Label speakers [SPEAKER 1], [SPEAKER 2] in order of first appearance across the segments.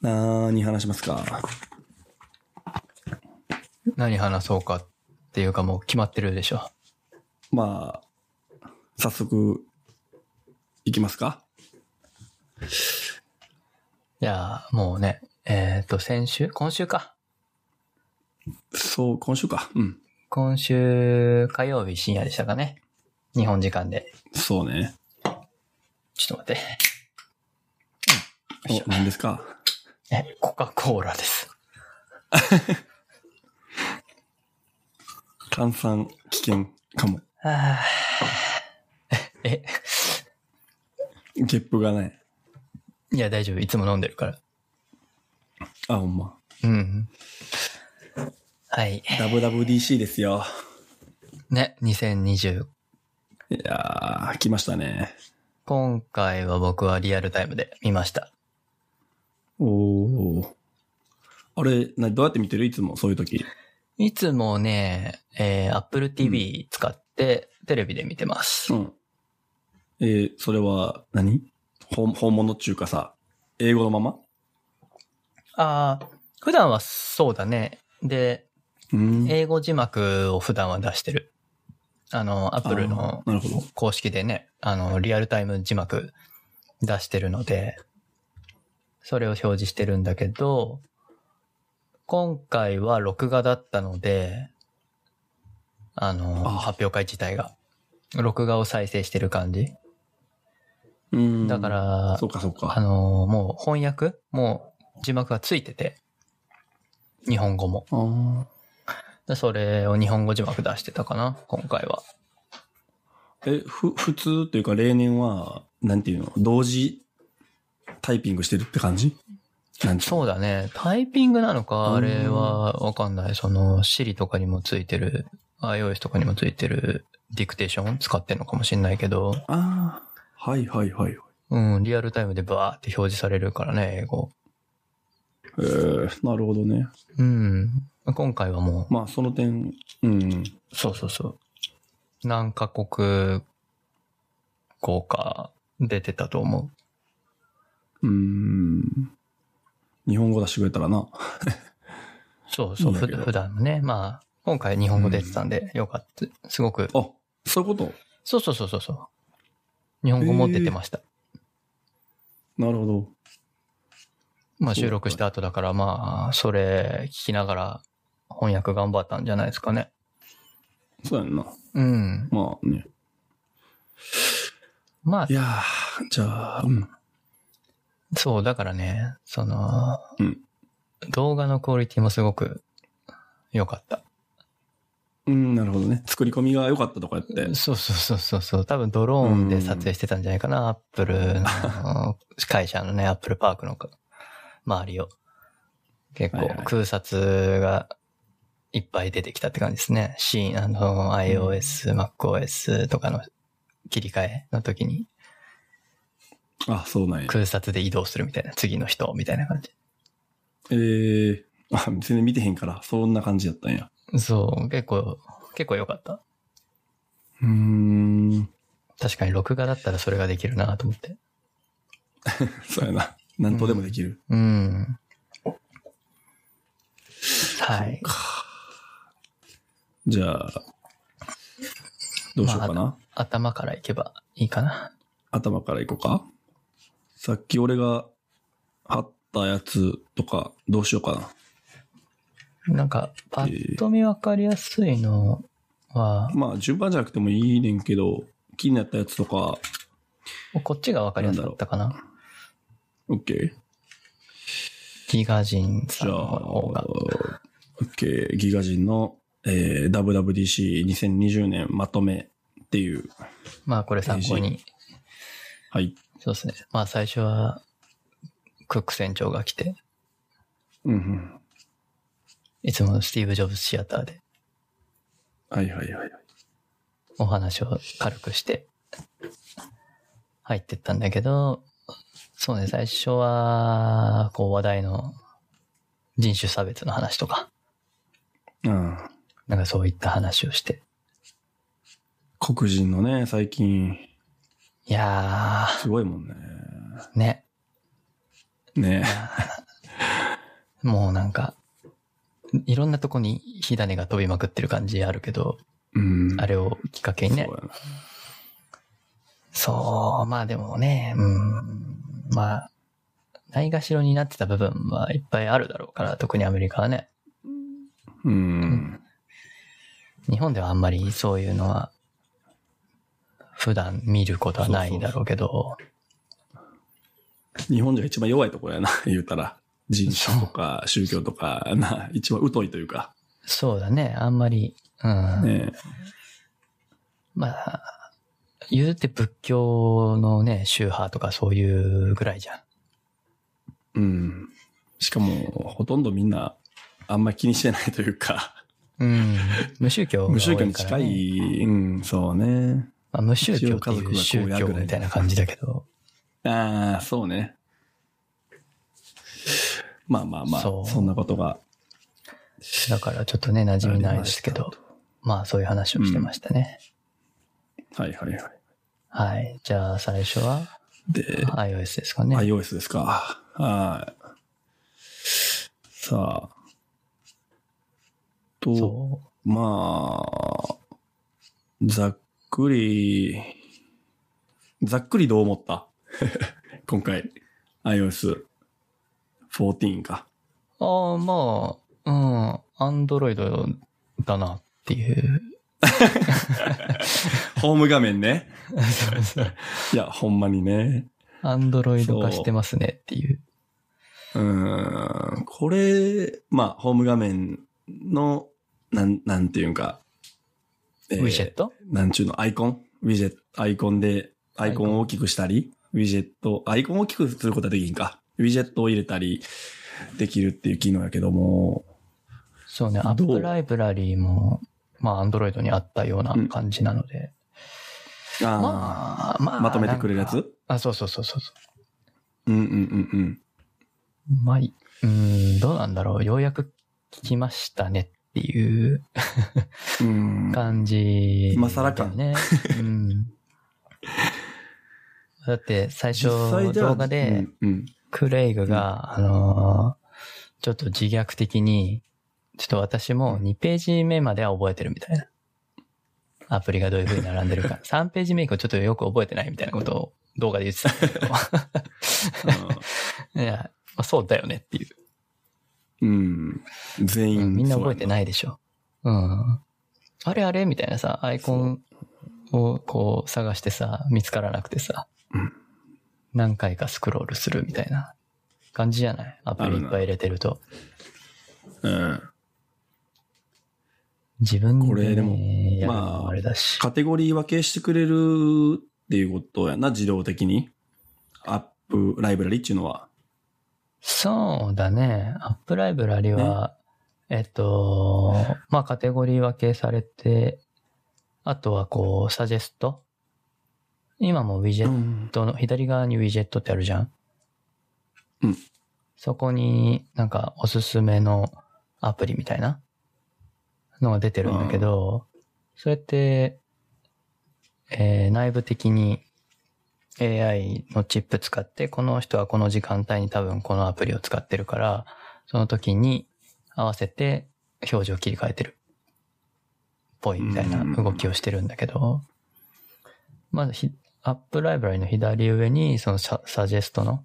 [SPEAKER 1] 何話しますか
[SPEAKER 2] 何話そうかっていうかもう決まってるでしょ。
[SPEAKER 1] まあ、早速、いきますか
[SPEAKER 2] いやー、もうね、えっ、と、先週今週か。
[SPEAKER 1] そう、今週か。うん。
[SPEAKER 2] 今週火曜日深夜でしたかね。日本時間で。
[SPEAKER 1] そうね。
[SPEAKER 2] ちょっと待って。
[SPEAKER 1] お、何ですか
[SPEAKER 2] え、コカ・コーラです。
[SPEAKER 1] 炭酸危険かも。
[SPEAKER 2] あーえ、
[SPEAKER 1] ゲップがない。
[SPEAKER 2] いや大丈夫。いつも飲んでるから。
[SPEAKER 1] あ、ほんま。
[SPEAKER 2] うん。はい。
[SPEAKER 1] WWDC ですよ。
[SPEAKER 2] ね、2020。
[SPEAKER 1] いやー、来ましたね。
[SPEAKER 2] 今回は僕はリアルタイムで見ました。
[SPEAKER 1] おー。あれ、などうやって見てるいつもそういう時。
[SPEAKER 2] いつもね、えー、Apple TV 使ってテレビで見てます。
[SPEAKER 1] うん。えー、それは何、ほん本物っちゅうかさ、英語のまま
[SPEAKER 2] ああ、普段はそうだね。で、
[SPEAKER 1] うん。
[SPEAKER 2] 英語字幕を普段は出してる。あの、Apple
[SPEAKER 1] あー
[SPEAKER 2] の
[SPEAKER 1] なるほど。
[SPEAKER 2] 公式でね、あの、リアルタイム字幕出してるので、それを表示してるんだけど、今回は録画だったので、あの、
[SPEAKER 1] あ
[SPEAKER 2] 発表会自体が。録画を再生してる感じ。
[SPEAKER 1] うん。
[SPEAKER 2] だか、ら
[SPEAKER 1] そ、うかそうか。
[SPEAKER 2] あの、もう翻訳もう字幕がついてて、日本語も。
[SPEAKER 1] あー
[SPEAKER 2] でそれを日本語字幕出してたかな、今回は。
[SPEAKER 1] え、ふ、普通っていうか例年は、なんていうの同時タイピングしてるって感じなんていうの
[SPEAKER 2] そうだね。タイピングなの
[SPEAKER 1] うん
[SPEAKER 2] か、あれはわかんない。その、Siri とかにもついてる、iOS とかにもついてるディクテーション使ってんのかもしんないけど、
[SPEAKER 1] ああ。はいはいはい。
[SPEAKER 2] うん、リアルタイムでバーって表示されるからね、英語。
[SPEAKER 1] えー、なるほどね。
[SPEAKER 2] うん。今回はも
[SPEAKER 1] まあその点、うん。
[SPEAKER 2] う、そうそうそう。何カ国語か出てたと思
[SPEAKER 1] うん。日本語出してくれたらな。
[SPEAKER 2] う。そうそう、
[SPEAKER 1] いいんだ
[SPEAKER 2] ふ
[SPEAKER 1] けど
[SPEAKER 2] 普段のね。まあ、今回日本語出てたんで、よかった。すごく、
[SPEAKER 1] あ、そういうこと
[SPEAKER 2] そうそうそうそうそう。日本語も出てました。
[SPEAKER 1] なるほど。
[SPEAKER 2] まあ
[SPEAKER 1] そうか
[SPEAKER 2] 収録した後だから、まあ、それ聞きながら翻訳頑張ったんじゃないですかね。
[SPEAKER 1] そうやんな。
[SPEAKER 2] うん。
[SPEAKER 1] まあね。
[SPEAKER 2] まあ
[SPEAKER 1] い、やー、じゃあ、うん。
[SPEAKER 2] そう、だからね、その、
[SPEAKER 1] うん
[SPEAKER 2] 動画のクオリティもすごく良かった。
[SPEAKER 1] うん、なるほどね。作り込みが良かったとかやって。
[SPEAKER 2] そうそうそうそうそう。多分ドローンで撮影してたんじゃないかな、アップ ルの会社のね、アップルパークのか周りを。結
[SPEAKER 1] は
[SPEAKER 2] 構
[SPEAKER 1] いはい
[SPEAKER 2] 空撮がいっぱい出てきたって感じですね。シーン、あの、iOS、MacOS とかの切り替えの時に
[SPEAKER 1] あ、そうなんや。
[SPEAKER 2] 空撮で移動するみたいな、次の人みたいな感じ。
[SPEAKER 1] えー、あ、全然見てへんから、そんな感じやったんや。
[SPEAKER 2] そう、結構、結構良かった。
[SPEAKER 1] うーん、
[SPEAKER 2] 確かに録画だったらそれができるなと思って。
[SPEAKER 1] そうやな。何とでもできる。
[SPEAKER 2] うん。はい。
[SPEAKER 1] じゃあ、どうしようかな。
[SPEAKER 2] 頭からいけばいいかな。
[SPEAKER 1] 頭からいこうか。さっき俺が貼ったやつとか、どうしようかな。
[SPEAKER 2] なんか、パッと見わかりやすいのは、
[SPEAKER 1] まあ、順番じゃなくてもいいねんけど、気になったやつとか、
[SPEAKER 2] こっちがわかりやすかったかな。
[SPEAKER 1] OK?
[SPEAKER 2] ギガ人さ
[SPEAKER 1] じ
[SPEAKER 2] ん
[SPEAKER 1] ゃ
[SPEAKER 2] の
[SPEAKER 1] あ、
[SPEAKER 2] 方が。
[SPEAKER 1] OK、ギガ人の、えー WWDC2020 年まとめっていう、
[SPEAKER 2] まあこれ参考に。
[SPEAKER 1] はい。
[SPEAKER 2] そうですね。まあ最初は、クック船長が来て、
[SPEAKER 1] うんうん。
[SPEAKER 2] いつものスティーブ・ジョブズシアターで
[SPEAKER 1] はいはいはい。
[SPEAKER 2] お話を軽くして、入ってったんだけど、そうね、最初は、こう話題の人種差別の話とか、
[SPEAKER 1] うん。
[SPEAKER 2] なんかそういった話をして。
[SPEAKER 1] 黒人のね、最近、
[SPEAKER 2] いや
[SPEAKER 1] すごいもんね。
[SPEAKER 2] ー、ね。
[SPEAKER 1] ね。
[SPEAKER 2] もうなんか、いろんなとこに火種が飛びまくってる感じあるけど、
[SPEAKER 1] うん。
[SPEAKER 2] あれをきっかけ
[SPEAKER 1] そ
[SPEAKER 2] に
[SPEAKER 1] うや
[SPEAKER 2] ね。そう、まあでもね、うん、まあ、ないがしろになってた部分はいっぱいあるだろうから、特にアメリカはね。
[SPEAKER 1] な。うん。
[SPEAKER 2] 日本ではあんまりそういうのは、普段見ることはないだろうけど、
[SPEAKER 1] 日本人が一番弱いところやな、言うたら。人種とか宗教とか、な、一番疎いというか。
[SPEAKER 2] そうだね、あんまり、うん。
[SPEAKER 1] ね
[SPEAKER 2] まあ、言うて仏教のね、宗派とかそういうぐらいじゃん。
[SPEAKER 1] うん。しかも、ほとんどみんな、あんまり気にしてないというか、
[SPEAKER 2] うん。無宗教が多
[SPEAKER 1] 無
[SPEAKER 2] いか
[SPEAKER 1] 宗教
[SPEAKER 2] ら、ね。
[SPEAKER 1] に近い、うん、そうね。
[SPEAKER 2] まあ、無宗教ってい
[SPEAKER 1] 一
[SPEAKER 2] う
[SPEAKER 1] 応家族が
[SPEAKER 2] 宗
[SPEAKER 1] こうや
[SPEAKER 2] 教
[SPEAKER 1] ぐらい
[SPEAKER 2] みたいな感じだけど。
[SPEAKER 1] ああ、そうね。まあまあまあ、
[SPEAKER 2] そ
[SPEAKER 1] そうそんなことが
[SPEAKER 2] だからちょっとね、馴染みないですけ
[SPEAKER 1] あり
[SPEAKER 2] ど
[SPEAKER 1] まし。
[SPEAKER 2] まあ、そういう話をしてましたね。
[SPEAKER 1] たと。はいはいはい。
[SPEAKER 2] はい。じゃあ、最初は
[SPEAKER 1] で、
[SPEAKER 2] iOS ですかね。
[SPEAKER 1] iOS ですか。はい。さあ。と、
[SPEAKER 2] そ
[SPEAKER 1] まあ、ざっくり、ざっくりどう思った 今回、iOS14 か。
[SPEAKER 2] う。ああ、まあ、うん、アンドロイドだなっていう。
[SPEAKER 1] ホーム画面ね。
[SPEAKER 2] そうそう。
[SPEAKER 1] いや、ほんまにね。
[SPEAKER 2] アンドロイド化してますねっていう。
[SPEAKER 1] うーん、これ、まあ、ホーム画面の、なん、なんていうんか、えー
[SPEAKER 2] ウィジェット
[SPEAKER 1] なんちゅうの、アイコンウィジェット、アイコンで、アイコンを大きくしたり、ウィジェット、アイコンを大きくすることはできんか。ウィジェットを入れたり、できるっていう機能やけども、
[SPEAKER 2] そうね、
[SPEAKER 1] どう
[SPEAKER 2] App ライブラリーも、まあ、アンドロイドにあったような感じなので。
[SPEAKER 1] あー
[SPEAKER 2] まあ、まあ、
[SPEAKER 1] まとめてくれるや
[SPEAKER 2] なんか
[SPEAKER 1] つ
[SPEAKER 2] あ、そうそうそうそうそう。
[SPEAKER 1] うんうんうんうん。
[SPEAKER 2] まあ、いうーん、どうなんだろう。ようやく聞きましたねっていう
[SPEAKER 1] うん。
[SPEAKER 2] 感じ、
[SPEAKER 1] 今更か
[SPEAKER 2] ね。うん。だって、最初
[SPEAKER 1] 実際、じゃあ
[SPEAKER 2] 動画で、、
[SPEAKER 1] うん、うん。
[SPEAKER 2] クレイグが、あのーちょっと自虐的に、ちょっと私も2ページ目までは覚えてるみたいな。アプリがどういう風に並んで るか。3ページ目以降ちょっとよく覚えてないみたいなことを動画で言ってたんだけど。 いや、まあ、そうだよねっていう。
[SPEAKER 1] うん。全
[SPEAKER 2] うん
[SPEAKER 1] 員。
[SPEAKER 2] みんな覚えて
[SPEAKER 1] い。
[SPEAKER 2] ないでしょ。うん。あれあれみたいなさ、アイコンをこう探してさ、見つからなくてさ
[SPEAKER 1] うん、
[SPEAKER 2] 何回かスクロールするみたいな感じじゃないアプリいっぱい入れてると。
[SPEAKER 1] うん。
[SPEAKER 2] 自分で、ね、
[SPEAKER 1] これでも
[SPEAKER 2] やるの
[SPEAKER 1] まあ
[SPEAKER 2] あれだし。
[SPEAKER 1] カテゴリー分けしてくれるっていうことやな、自動的に。アップライブラリっていうのは。
[SPEAKER 2] そうだね。アップライブラリは、えっと、まあカテゴリー分けされて、あとはこう、サジェスト。今もウィジェッ
[SPEAKER 1] ん。
[SPEAKER 2] トの、左側にウィジェットってあるじゃん。
[SPEAKER 1] うん。
[SPEAKER 2] そこになんかおすすめのアプリみたいなのが出てるんだけど、それって、えー内部的に AI のチップ使って、この人はこの時間帯に多分このアプリを使ってるから、その時に合わせて表示を切り替えてる。ぽいみたいな動きをしてるんだけど、まずひ、アップライブラリの左上に、そのササジェストの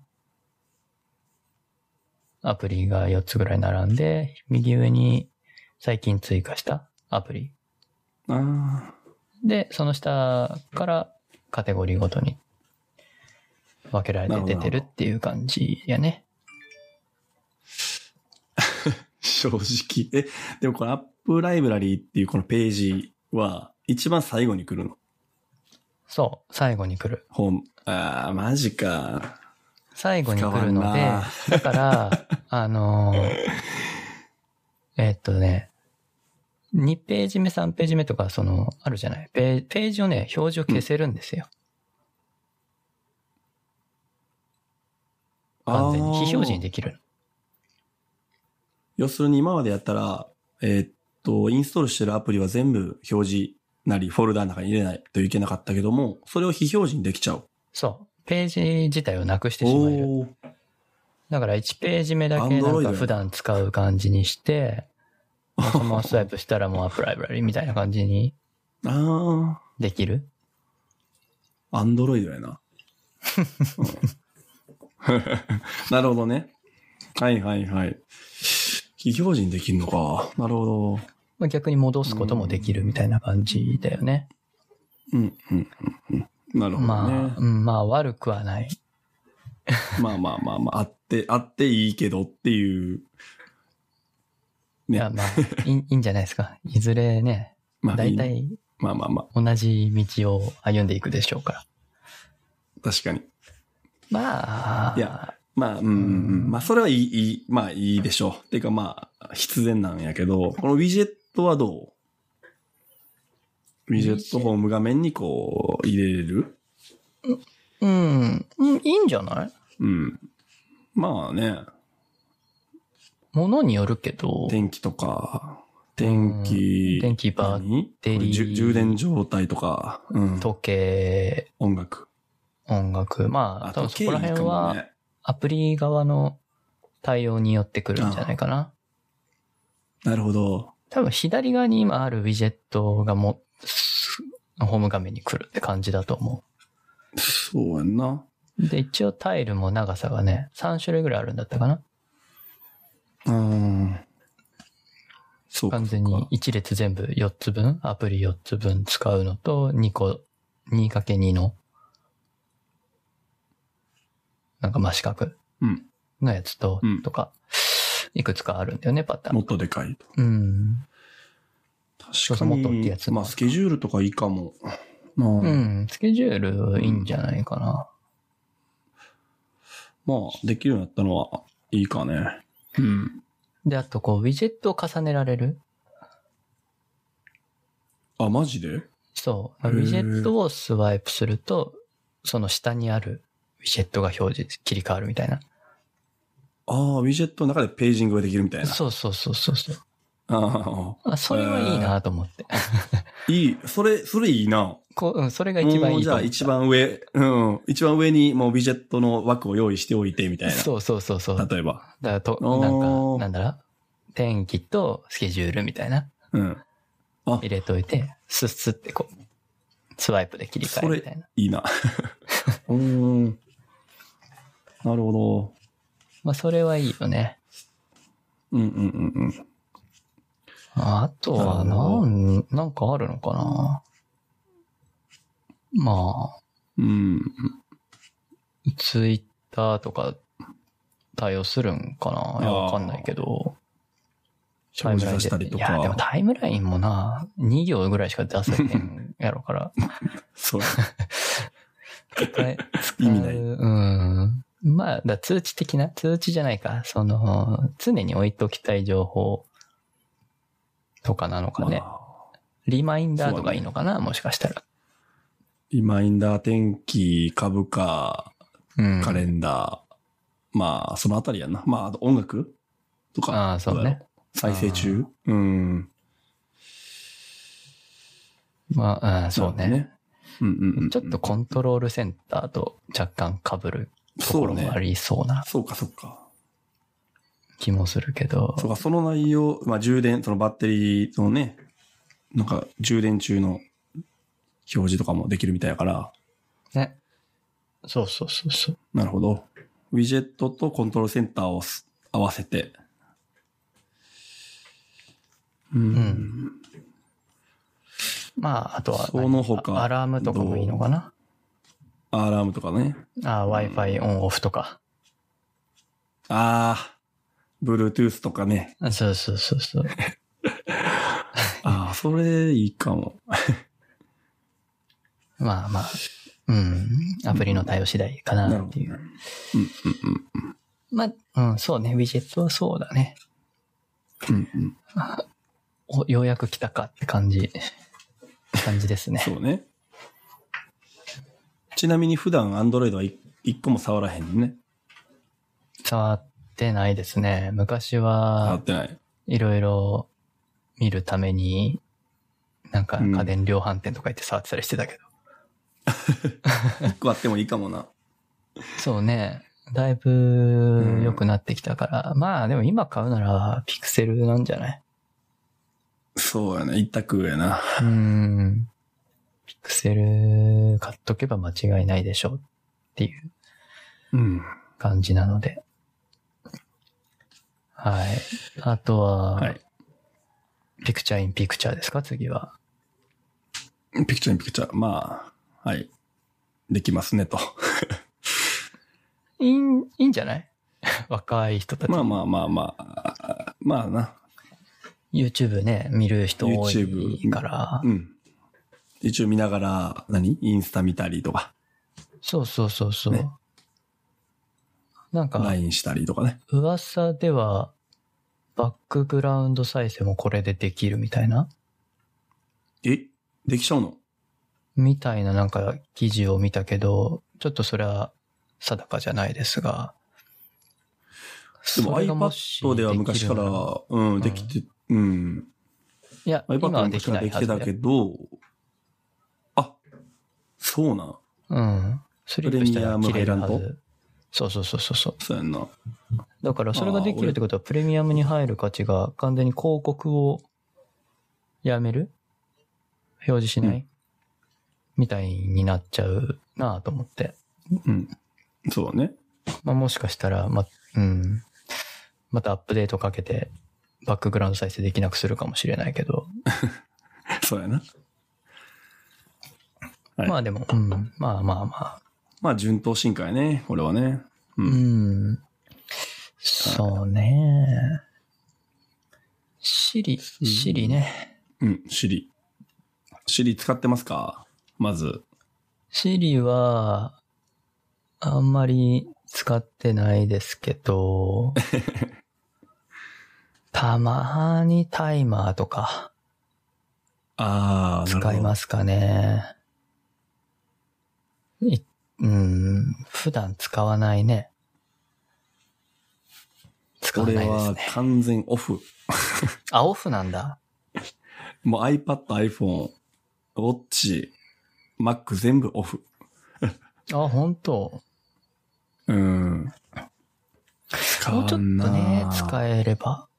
[SPEAKER 2] アプリが4つぐらい並んで、右上に最近追加したアプリ。
[SPEAKER 1] あ
[SPEAKER 2] で、その下からカテゴリーごとに分けられて出てるっていう感じやね。
[SPEAKER 1] あ、 正直。え、でもこのアップライブラリーっていうこのページは、一番最後に来るの。
[SPEAKER 2] そう、最後に来る。
[SPEAKER 1] ホーム。ああ、マジか。
[SPEAKER 2] 最後に来る
[SPEAKER 1] 使
[SPEAKER 2] の
[SPEAKER 1] わん
[SPEAKER 2] で
[SPEAKER 1] な、
[SPEAKER 2] だから、あのーえっとね、2ページ目、3ページ目とか、その、あるじゃない。ペーページをね、表示を消せるんですよ。完全に。非表示に
[SPEAKER 1] で。
[SPEAKER 2] できる。
[SPEAKER 1] 要するに今までやったら、えーっと、インストールしてるアプリは全部表示なり、フォルダの中に入れないといけなかったけども、それを非表示にできちゃう。
[SPEAKER 2] そう。ページ自体をなくしてしまえる。
[SPEAKER 1] おー
[SPEAKER 2] だから1ページ目だけなん
[SPEAKER 1] Android
[SPEAKER 2] か普段使う感じ にして、そのままスワイプしたらもうアップライブラリみたいな感じに
[SPEAKER 1] あ
[SPEAKER 2] できる。
[SPEAKER 1] あ、アンドロイドやな。うん なるほどね。はいはいはい。企業人できんのか。なるほど。
[SPEAKER 2] まあ、逆に戻すこともできるみたいな感じだよね。
[SPEAKER 1] うん、うん、うんうん。なるほどね。
[SPEAKER 2] まあ、うん、まあ悪くはない。
[SPEAKER 1] まあまあまあまあ、あって、あっていいけどっていう。
[SPEAKER 2] い
[SPEAKER 1] ね
[SPEAKER 2] や、まあ、 いいいいんじゃないですか。いずれね、
[SPEAKER 1] まあ、
[SPEAKER 2] 大
[SPEAKER 1] いい
[SPEAKER 2] 体
[SPEAKER 1] まあまあま
[SPEAKER 2] 同じ道を歩んでいくでしょうから。
[SPEAKER 1] あ、確かに。
[SPEAKER 2] まあ、
[SPEAKER 1] いやまあ、うん、うんうん、まあ、それはいい、いい、まあいいでしょう。ていうかまあ、必然なんやけど、このウィジェットはどうウィジェットホーム画面にこう、入れれる
[SPEAKER 2] うん、うん、いいんじゃない
[SPEAKER 1] うん。まあね、
[SPEAKER 2] ものによるけど、
[SPEAKER 1] 天気とか、天気、
[SPEAKER 2] 電気バー、
[SPEAKER 1] 何
[SPEAKER 2] テリー
[SPEAKER 1] じゅ充電状態とか、うん、
[SPEAKER 2] 時計、
[SPEAKER 1] 音楽。
[SPEAKER 2] 音楽、まあ、多分そこら辺
[SPEAKER 1] 時計いいかもね
[SPEAKER 2] は、アプリ側の対応によってくるんじゃないかな。
[SPEAKER 1] なるほど。
[SPEAKER 2] 多分左側に今あるウィジェットがも、すホーム画面に来るって感じだと思
[SPEAKER 1] そうやんな。
[SPEAKER 2] う。で、一応タイルも長さがね、3種類ぐらいあるんだったかな。
[SPEAKER 1] うん。そうか
[SPEAKER 2] 完全に1列全部4つ分、アプリ4つ分使うのと、2個、2×2 の、なんか真四角
[SPEAKER 1] うん。
[SPEAKER 2] のやつと、
[SPEAKER 1] うん
[SPEAKER 2] とか、いくつかあるんだよね、パター
[SPEAKER 1] も
[SPEAKER 2] ン。
[SPEAKER 1] っとでかいと。
[SPEAKER 2] うん。う
[SPEAKER 1] 確
[SPEAKER 2] そ
[SPEAKER 1] か
[SPEAKER 2] う
[SPEAKER 1] に。
[SPEAKER 2] もっとってやつ
[SPEAKER 1] まあ、スケジュールとかいいかも。まあ、
[SPEAKER 2] うん、スケジュールいいんじゃないかな。
[SPEAKER 1] まあ、できるようになったのはいいかね。うん。
[SPEAKER 2] で、あとこう、ウィジェットを重ねられる
[SPEAKER 1] あ、マジで
[SPEAKER 2] そう。
[SPEAKER 1] へ
[SPEAKER 2] ウ
[SPEAKER 1] ー
[SPEAKER 2] ィジェットをスワイプすると、その下にあるウィジェットが表示、切り替わるみたいな。
[SPEAKER 1] ああ、ウィジェットの中でページングができるみたいな。
[SPEAKER 2] そうそうそうそうそう。
[SPEAKER 1] あ
[SPEAKER 2] あ、それはいいなと思って。
[SPEAKER 1] あ、いい。それ、それいいな。
[SPEAKER 2] こう、うん、それが一番い
[SPEAKER 1] もう
[SPEAKER 2] い
[SPEAKER 1] じ
[SPEAKER 2] と
[SPEAKER 1] ゃあ、
[SPEAKER 2] 思った
[SPEAKER 1] 一番上、うん。一番上にもうウィジェットの枠を用意しておいて、みたい
[SPEAKER 2] そうそうそうそう。
[SPEAKER 1] な。
[SPEAKER 2] だか
[SPEAKER 1] 例えば。
[SPEAKER 2] らと、
[SPEAKER 1] おー
[SPEAKER 2] なんか、なんだろう天気とスケジュールみたいな。
[SPEAKER 1] うん。
[SPEAKER 2] 入れといて、スッスッってこう、スワイプで切り替えるみたいな。
[SPEAKER 1] いい な。うーん。なるほど。
[SPEAKER 2] まあ、それはいいよね。
[SPEAKER 1] うんうんうんうん。
[SPEAKER 2] あとは、
[SPEAKER 1] なるほど
[SPEAKER 2] なん、なんかあるのかなまあ、
[SPEAKER 1] うん。
[SPEAKER 2] ツイッターとか対応するんかない
[SPEAKER 1] あー
[SPEAKER 2] やわかんないけど。
[SPEAKER 1] 表示出したりと
[SPEAKER 2] いや、でも
[SPEAKER 1] か。
[SPEAKER 2] タイムラインもな、2行ぐらいしか出せへんやろから。
[SPEAKER 1] そう。
[SPEAKER 2] 使え、使う
[SPEAKER 1] 意味ない
[SPEAKER 2] うん。まあ、だ通知的な、通知じゃないか。その、常に置いときたい情報とかなのかね。
[SPEAKER 1] まあ
[SPEAKER 2] リマインダーと
[SPEAKER 1] そうだ
[SPEAKER 2] か
[SPEAKER 1] ね
[SPEAKER 2] いいのかな、もしかしたら。
[SPEAKER 1] リマインダー、天気、株価、
[SPEAKER 2] うん。
[SPEAKER 1] カレンダー。まあ、そのあたりやな。まあ、あと音楽とか。
[SPEAKER 2] ああ、そう
[SPEAKER 1] どや
[SPEAKER 2] ね
[SPEAKER 1] ろ。。再生中うん。
[SPEAKER 2] まあ、あーそう
[SPEAKER 1] なるほど
[SPEAKER 2] ね。。
[SPEAKER 1] うんうんうん。
[SPEAKER 2] ちょっと、コントロールセンターと若干被ると
[SPEAKER 1] そ
[SPEAKER 2] こ
[SPEAKER 1] う
[SPEAKER 2] ろもあ
[SPEAKER 1] ね。
[SPEAKER 2] りそうな
[SPEAKER 1] そうか、そうか。
[SPEAKER 2] 気もするけど。
[SPEAKER 1] そうか、その内容、まあ、充電、そのバッテリーのね、なんか、充電中の表示とかもできるみたいやから。
[SPEAKER 2] ね。そうそうそうそう。
[SPEAKER 1] なるほど。ウィジェットとコントロールセンターをす合わせて。うん。
[SPEAKER 2] んまあ、あとは何、
[SPEAKER 1] その他
[SPEAKER 2] アラームとかもいいのかな
[SPEAKER 1] アラームとかね。
[SPEAKER 2] ああ、Wi-Fi オンオフとか。
[SPEAKER 1] あー、Bluetooth とかね。
[SPEAKER 2] あそうそうそうそう。
[SPEAKER 1] あー、それいいかも。
[SPEAKER 2] まあまあ、うん。アプリの対応次第か
[SPEAKER 1] な
[SPEAKER 2] な
[SPEAKER 1] る
[SPEAKER 2] っ
[SPEAKER 1] ほ
[SPEAKER 2] て
[SPEAKER 1] ど
[SPEAKER 2] い
[SPEAKER 1] ね。
[SPEAKER 2] う。
[SPEAKER 1] うんうんうん。
[SPEAKER 2] まあ、うん、そうね。ウィジェットはそうだね。
[SPEAKER 1] うんうん、
[SPEAKER 2] お、ようやく来たかって感じ、感じですね。
[SPEAKER 1] そうね。ちなみに普段 Android は一一個も触らへんね。
[SPEAKER 2] 触ってないですね。昔
[SPEAKER 1] 触
[SPEAKER 2] は
[SPEAKER 1] っ、てない。
[SPEAKER 2] いろいろ見るために、なんか家電量販店とか行って触ってたりしてたけど。
[SPEAKER 1] 一個あってもいいかもな。
[SPEAKER 2] そうね。だいぶ良くなってきたから、まあでも今買うならピクセルなんじゃない
[SPEAKER 1] そうやな、一択やな。
[SPEAKER 2] うん。ピクセル買っとけば間違いないでしょうっていう
[SPEAKER 1] うん。
[SPEAKER 2] 感じなので。はい。あとは、
[SPEAKER 1] はい。
[SPEAKER 2] ピクチャーインピクチャーですか次は。
[SPEAKER 1] ピクチャーにピクチャー。まあ、はい。できます ねと。
[SPEAKER 2] いいん、いいんじゃない 若い人たち。
[SPEAKER 1] まあまあまあまあ、まあな。
[SPEAKER 2] YouTube ね、見る人多いから。
[SPEAKER 1] うん。一応見ながら、何インスタ見たりとか、
[SPEAKER 2] そうそうそうそう。
[SPEAKER 1] ね
[SPEAKER 2] なんか、
[SPEAKER 1] LINE したりとかね。
[SPEAKER 2] 噂では、バックグラウンド再生もこれでできるみたいな
[SPEAKER 1] えできちゃうの
[SPEAKER 2] みたいななんか記事を見たけど、ちょっとそれは定かじゃないですが。
[SPEAKER 1] でも
[SPEAKER 2] それがし
[SPEAKER 1] iPad では昔か
[SPEAKER 2] きるな
[SPEAKER 1] ら、うん、できて、うん。
[SPEAKER 2] いや、
[SPEAKER 1] iPad
[SPEAKER 2] 今
[SPEAKER 1] は
[SPEAKER 2] はで
[SPEAKER 1] 昔
[SPEAKER 2] き
[SPEAKER 1] から
[SPEAKER 2] ない
[SPEAKER 1] でき
[SPEAKER 2] は
[SPEAKER 1] て
[SPEAKER 2] ずだ
[SPEAKER 1] た
[SPEAKER 2] よ
[SPEAKER 1] けど、あ、そうなん。
[SPEAKER 2] うん。スリップしたら切れる
[SPEAKER 1] プレミアム
[SPEAKER 2] は
[SPEAKER 1] 入ら
[SPEAKER 2] ず。そうそうそうそうそう。
[SPEAKER 1] そうやんな。
[SPEAKER 2] だからそれができるってことはプレミアムに入る価値が完全に広告をやめる表示しない、
[SPEAKER 1] うん
[SPEAKER 2] みたいになっちゃうなぁと思って。
[SPEAKER 1] うん。そうだね。
[SPEAKER 2] まあ、もしかしたら、ま、うん。またアップデートかけて、バックグラウンド再生できなくするかもしれないけど。
[SPEAKER 1] そうやな。はい
[SPEAKER 2] まあでも、うん。まあまあまあ。
[SPEAKER 1] まあ、順当進化やね、これはね。う。
[SPEAKER 2] うんん。そうね。シリ、シリね。
[SPEAKER 1] うん、シリ。シリ使ってますかまず。
[SPEAKER 2] シリは、あんまり使ってないですけ ど、たまにタイマーとか
[SPEAKER 1] ああ、。
[SPEAKER 2] 使いますすかね。いうん、普段使わないね。使わ
[SPEAKER 1] 俺
[SPEAKER 2] ないです
[SPEAKER 1] は
[SPEAKER 2] ね。
[SPEAKER 1] 完全オフ。
[SPEAKER 2] あ、オフなんだ。
[SPEAKER 1] もう iPad、iPhone、Watch、Mac 全部オフ。
[SPEAKER 2] あ、本当
[SPEAKER 1] うん。使
[SPEAKER 2] もうちょっとね、使えれば。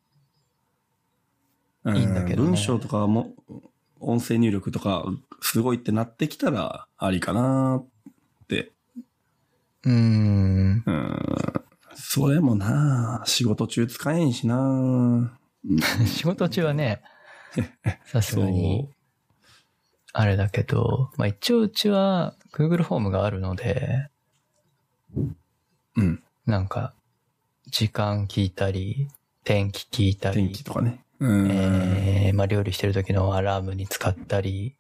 [SPEAKER 1] え
[SPEAKER 2] いいんだけどね
[SPEAKER 1] 文章とかも、音声入力とか、すごいってなってきたら、ありかなって。
[SPEAKER 2] うーん。
[SPEAKER 1] うん。それもな仕事中使えんしなうん
[SPEAKER 2] 仕事中 はね、さすがに
[SPEAKER 1] そ、
[SPEAKER 2] あれだけど、まあ一応うちは Google フォームがあるので、
[SPEAKER 1] う。うん。
[SPEAKER 2] なんか、時間聞いたり、天気聞いた
[SPEAKER 1] 天
[SPEAKER 2] り、
[SPEAKER 1] 気とかね。うん。
[SPEAKER 2] えー、まあ料理してる時のアラームに使ったり、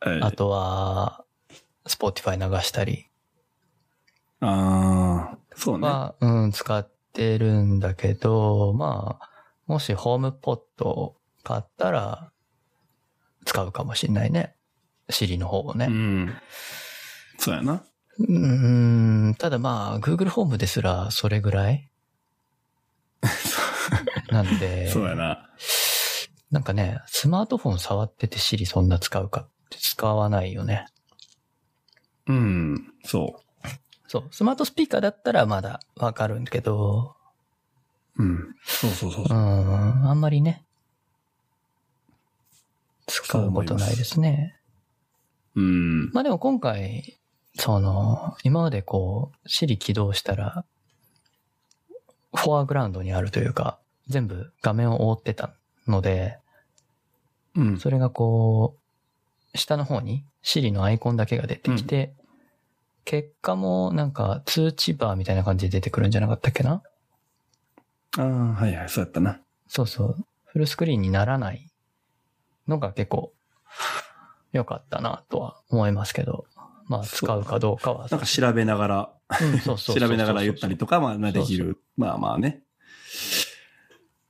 [SPEAKER 1] はい
[SPEAKER 2] あとは、Spotify 流したり
[SPEAKER 1] ああ、そうね。
[SPEAKER 2] は、うん、使ってるんだけど、まあ、もしホームポットを買ったら、使うかもしんないね。Siri の方をね。
[SPEAKER 1] うん。そうやな。
[SPEAKER 2] うーん、ただまあ、Google ホームですらそれぐ らいなんで、
[SPEAKER 1] そうやな。
[SPEAKER 2] なんかね、スマートフォン触ってて Siri そんな使うかって使わないよね。
[SPEAKER 1] うん。そ
[SPEAKER 2] そう、スマートスピーカーだったらまだわかるんだけど、
[SPEAKER 1] う。うん。そうそうそう
[SPEAKER 2] うー
[SPEAKER 1] そ
[SPEAKER 2] ん、
[SPEAKER 1] う。
[SPEAKER 2] あんまりね、使うことないですね。
[SPEAKER 1] うん。
[SPEAKER 2] まあでも今回、その、今までこう、Siri 起動したら、フォアグラウンドにあるというか、全部画面を覆ってたので、
[SPEAKER 1] うん。
[SPEAKER 2] それがこう、下の方に Siri のアイコンだけが出てきて、結果もなんか通知バーみたいな感じで出てくるんじゃなかったっけな
[SPEAKER 1] ああ、はいはい、そうやったな。
[SPEAKER 2] そうそう。フルスクリーンにならないのが結構良かったなとは思いますけど、まあ使うかどうかは。
[SPEAKER 1] なんか調べながら、
[SPEAKER 2] うんそうそうそうそ う
[SPEAKER 1] 調べながら言ったりとか、まあ、できる。まあまあね。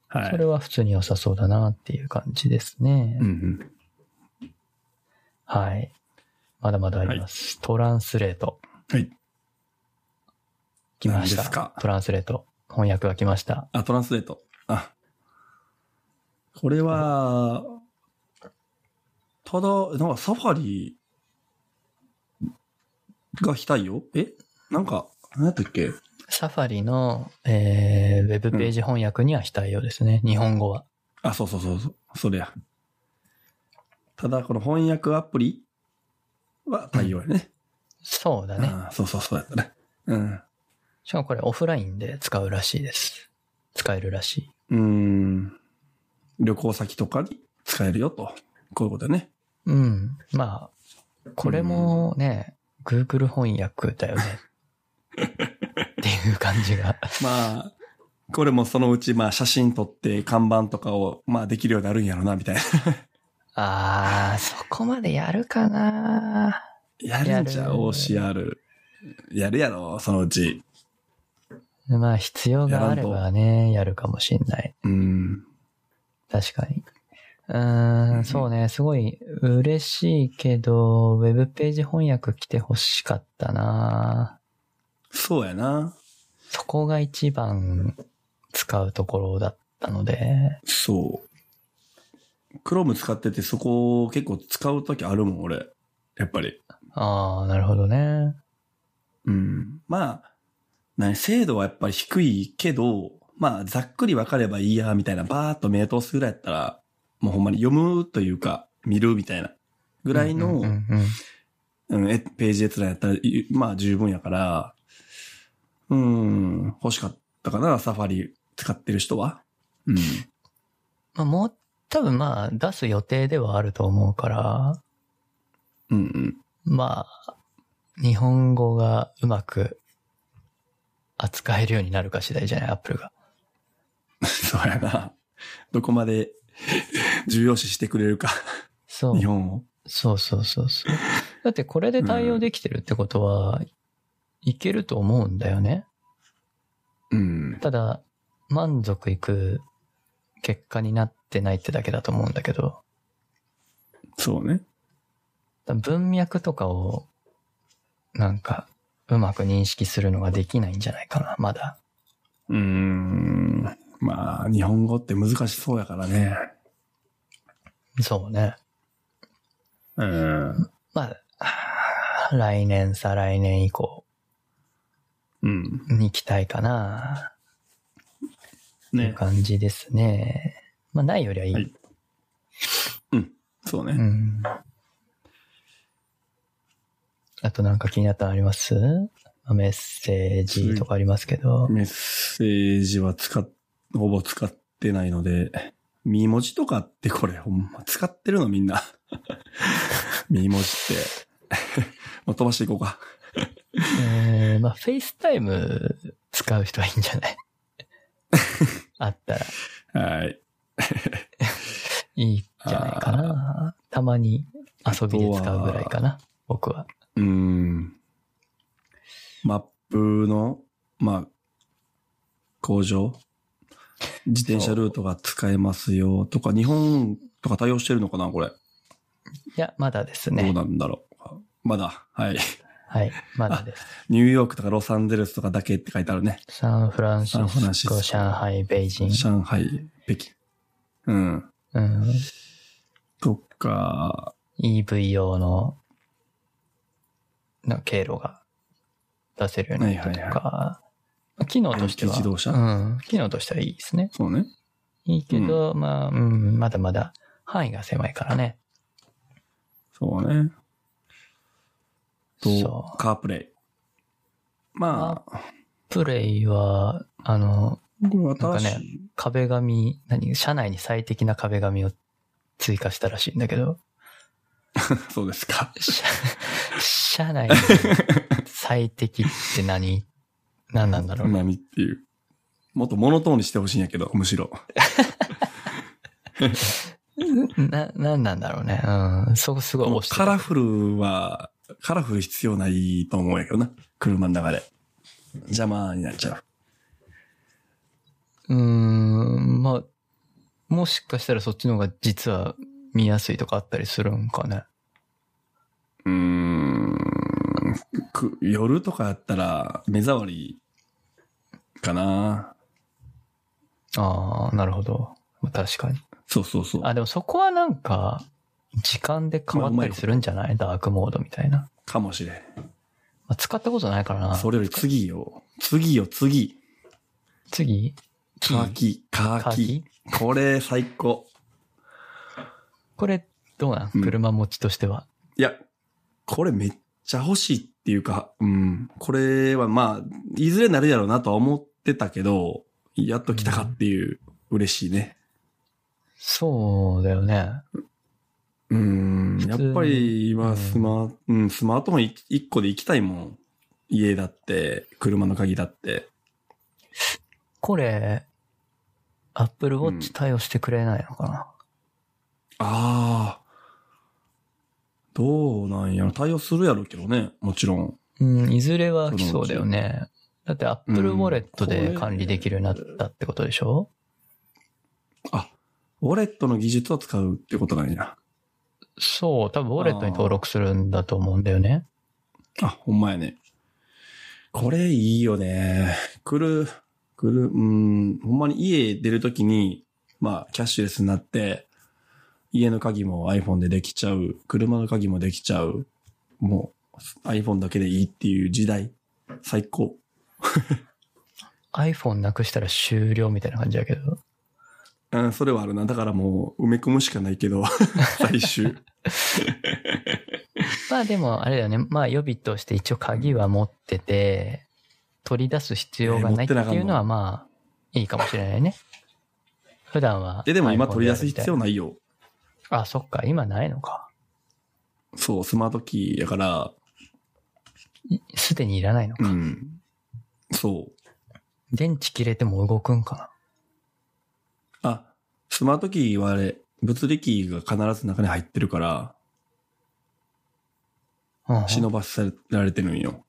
[SPEAKER 1] はい
[SPEAKER 2] そ。れは普通に良さそうだなっていう感じですね。
[SPEAKER 1] うんうん。
[SPEAKER 2] はい。まだまだあります。トランスレート。
[SPEAKER 1] はい。
[SPEAKER 2] 来ました。
[SPEAKER 1] 何ですか
[SPEAKER 2] トランスレート。翻訳が来ました。
[SPEAKER 1] あ、トランスレート。あ。これは、ただ、なんかサファリが非対応えなんか、何やったっけ
[SPEAKER 2] サファリの、えー、ウェブページ翻訳には非対応ですね。日本語は。
[SPEAKER 1] あ、そうそうそうそう、それや。ただ、この翻訳アプリは対応やね。
[SPEAKER 2] そうだね。
[SPEAKER 1] あーそうそうそうやったね。うん。
[SPEAKER 2] しかもこれオフラインで使うらしいです。使えるらしい。
[SPEAKER 1] うーん。旅行先とかに使えるよと。こういうことだね。
[SPEAKER 2] うん。まあ、これもね、Google 翻訳だよね。 っていう感じが。
[SPEAKER 1] まあ、これもそのうち、まあ、写真撮って看板とかを、まあ、できるようになるんやろな、みたいな。
[SPEAKER 2] あー、そこまでやるかな
[SPEAKER 1] やるんじゃ
[SPEAKER 2] や
[SPEAKER 1] ん、
[SPEAKER 2] る
[SPEAKER 1] OCR。やるやろ、そのうち。
[SPEAKER 2] まあ、必要があればね、やるかもしんない。
[SPEAKER 1] うん。
[SPEAKER 2] 確かに。う
[SPEAKER 1] う
[SPEAKER 2] ー
[SPEAKER 1] ん
[SPEAKER 2] ん、そうね、すごい嬉しいけど、ウェブページ翻訳来てほしかったな
[SPEAKER 1] そうやな。
[SPEAKER 2] そこが一番使うところだったので、
[SPEAKER 1] そう。Chrome 使ってて、そこ結構使うときあるもん、俺。やっぱり。
[SPEAKER 2] ああ、なるほどね。
[SPEAKER 1] うん。まあ、ね、精度はやっぱり低いけど、まあ、ざっくり分かればいいや、みたいな、バーっと目通すぐらいやったら、もうほんまに読むというか、見るみたいな、ぐ
[SPEAKER 2] ぐ
[SPEAKER 1] らいの、
[SPEAKER 2] うんうんうん
[SPEAKER 1] うん、えページ閲覧やったら、いまあ十分やから、うん、欲しかったかな、サファリ使ってる人は。うん。
[SPEAKER 2] まあ、もう、多分まあ、出す予定ではあると思うから、
[SPEAKER 1] うんうん。
[SPEAKER 2] まあ、日本語がうまく扱えるようになるか次第じゃない、アップルが。
[SPEAKER 1] そうやな。どこまで 重要視してくれるか、
[SPEAKER 2] そう
[SPEAKER 1] 日。本を。
[SPEAKER 2] そうそうそう そう。だってこれで対応できてるってことは、いけると思うんだよね。
[SPEAKER 1] うん。
[SPEAKER 2] ただ、満足いく結果になってないってだけだと思うんだけど、
[SPEAKER 1] そうね。
[SPEAKER 2] だから文脈とかを、なんか、うまく認識するのができないんじゃないかな、まだ。
[SPEAKER 1] うん。まあ、日本語って難しそうやからね。
[SPEAKER 2] そうね。
[SPEAKER 1] うん。
[SPEAKER 2] まあ、来年、再来年以降
[SPEAKER 1] うん。
[SPEAKER 2] に期待かな、という
[SPEAKER 1] ね。
[SPEAKER 2] 感じですね。まあ、ないよりはいい。
[SPEAKER 1] はいそうね。
[SPEAKER 2] うん。あとなんか気になったのありますまあメッセージとかありますけど。
[SPEAKER 1] メッセージは使っ、ほぼ使ってないので、ミ文字とかってこれほんま使ってるのみんな。 ミ文字って。 もう飛ばしていこうか。
[SPEAKER 2] えー、まあ、フェイスタイム使う人はいいんじ ゃないあったら
[SPEAKER 1] はい。
[SPEAKER 2] いいんじゃないかな。たまに遊びで使うぐらいかな。僕は。
[SPEAKER 1] うーん。マップの、まあ、工場自転車ルートが使えますよとか、日本とか対応してるのかなこれ。
[SPEAKER 2] いや、まだです
[SPEAKER 1] どう
[SPEAKER 2] ね。
[SPEAKER 1] なんだろう。まだ、はい。
[SPEAKER 2] はい。まだです。
[SPEAKER 1] ニューヨークとかロサンゼルスとかだけって書いてあるね。
[SPEAKER 2] サンフランシ
[SPEAKER 1] サンフラン
[SPEAKER 2] ス
[SPEAKER 1] シス
[SPEAKER 2] コ、
[SPEAKER 1] コ
[SPEAKER 2] 上海、北京。
[SPEAKER 1] 上海、北京。うん。
[SPEAKER 2] うん。
[SPEAKER 1] とか、
[SPEAKER 2] EV 用の、な経路が出せるようになったとか、
[SPEAKER 1] はい
[SPEAKER 2] 機能としては、
[SPEAKER 1] 電気自動車
[SPEAKER 2] うん、機能としてはいいですね。
[SPEAKER 1] そうね。
[SPEAKER 2] いいけど、まあ、うん、まだまだ範囲が狭いからね。
[SPEAKER 1] そうね。と
[SPEAKER 2] そ、
[SPEAKER 1] カープレイ。まあ、
[SPEAKER 2] プレイは、あの、
[SPEAKER 1] これ新しい。
[SPEAKER 2] なんか壁紙、何、社内に最適な壁紙を追加したらしいんだけど、
[SPEAKER 1] そうですか。
[SPEAKER 2] 社 社内に最適って何何なんだろう
[SPEAKER 1] 何っていう。もっとモノトーンにしてほしいんやけど、むしろ。
[SPEAKER 2] な、なんなんだろうね。うん。そこすごい押して
[SPEAKER 1] カラフルは、カラフル必要ないと思うんやけどな。車の中で。邪魔になっちゃう。
[SPEAKER 2] うーん、まあ、もしかしたらそっちの方が実は見やすいとかあったりするんかね。
[SPEAKER 1] うーん。く夜とかやったら、目障りかな。
[SPEAKER 2] ああ、なるほど。まあ確かに。
[SPEAKER 1] そうそうそう。
[SPEAKER 2] あ、でもそこはなんか、時間で変わったりするんじゃないダークモードみたいな。
[SPEAKER 1] かもしれん。
[SPEAKER 2] あ使ったことないからな。
[SPEAKER 1] それより次よ。次よ、次。
[SPEAKER 2] 次
[SPEAKER 1] カーキ、カ
[SPEAKER 2] カ
[SPEAKER 1] ー
[SPEAKER 2] ー
[SPEAKER 1] キ
[SPEAKER 2] キ。
[SPEAKER 1] これ、最高。
[SPEAKER 2] これ、どうなん、
[SPEAKER 1] うん
[SPEAKER 2] 車持ちとしては。
[SPEAKER 1] いや、これめっちゃ欲しいっていうか、うん。これはまあ、いずれなるやろうなとは思ってたけど、やっと来たかっていう、嬉しいね。
[SPEAKER 2] そうだよね。
[SPEAKER 1] うん。やっ
[SPEAKER 2] 普通に
[SPEAKER 1] ぱり
[SPEAKER 2] う
[SPEAKER 1] 今、
[SPEAKER 2] ん
[SPEAKER 1] スマ、うん、スマートフォン一一個で行きたいもん。家だって、車の鍵だって。
[SPEAKER 2] これ、Apple
[SPEAKER 1] うん
[SPEAKER 2] Watch 対応してくれないのかな、
[SPEAKER 1] ああ。どうなんやろ。対応するやろうけどね。もちろん。
[SPEAKER 2] うん、いずれは来そうだよね。だって
[SPEAKER 1] うん
[SPEAKER 2] Apple Wallet
[SPEAKER 1] これ
[SPEAKER 2] で管理できるようになったってことでしょ、
[SPEAKER 1] あ、ウォレットの技術を使うってことなんや。
[SPEAKER 2] そう、多分 Wallet に登録するんだと思うんだよね。
[SPEAKER 1] あ、ほんまやね。これいいよね。来る、来る、うん、ほんまに家出るときに、まあ、キャッシュレスになって、家の鍵も iPhone でできちゃう、車の鍵もできちゃう、もう iPhone だけでいいっていう時代、最高。
[SPEAKER 2] iPhone なくしたら終了みたいな感じだけど。
[SPEAKER 1] うん、それはあるな。だからもう埋め込むしかないけど、 最終。
[SPEAKER 2] まあでも、あれだよね。まあ予備として一応鍵は持ってて、取り出す必要がないっていうのはまあ、いいかもしれないね。普段は。
[SPEAKER 1] え、でも今取り出す必要
[SPEAKER 2] な
[SPEAKER 1] ないよ。
[SPEAKER 2] あ、そっか。今ないのか。
[SPEAKER 1] そう、スマートキーやから、
[SPEAKER 2] いすでにいらないの
[SPEAKER 1] う
[SPEAKER 2] か。
[SPEAKER 1] ん。そう。
[SPEAKER 2] 電池切れても動くんか
[SPEAKER 1] あ、スマートキーはあれ、物理キーが必ず中に入ってるから、
[SPEAKER 2] な。うん。
[SPEAKER 1] 忍ばせられてるんよ。だか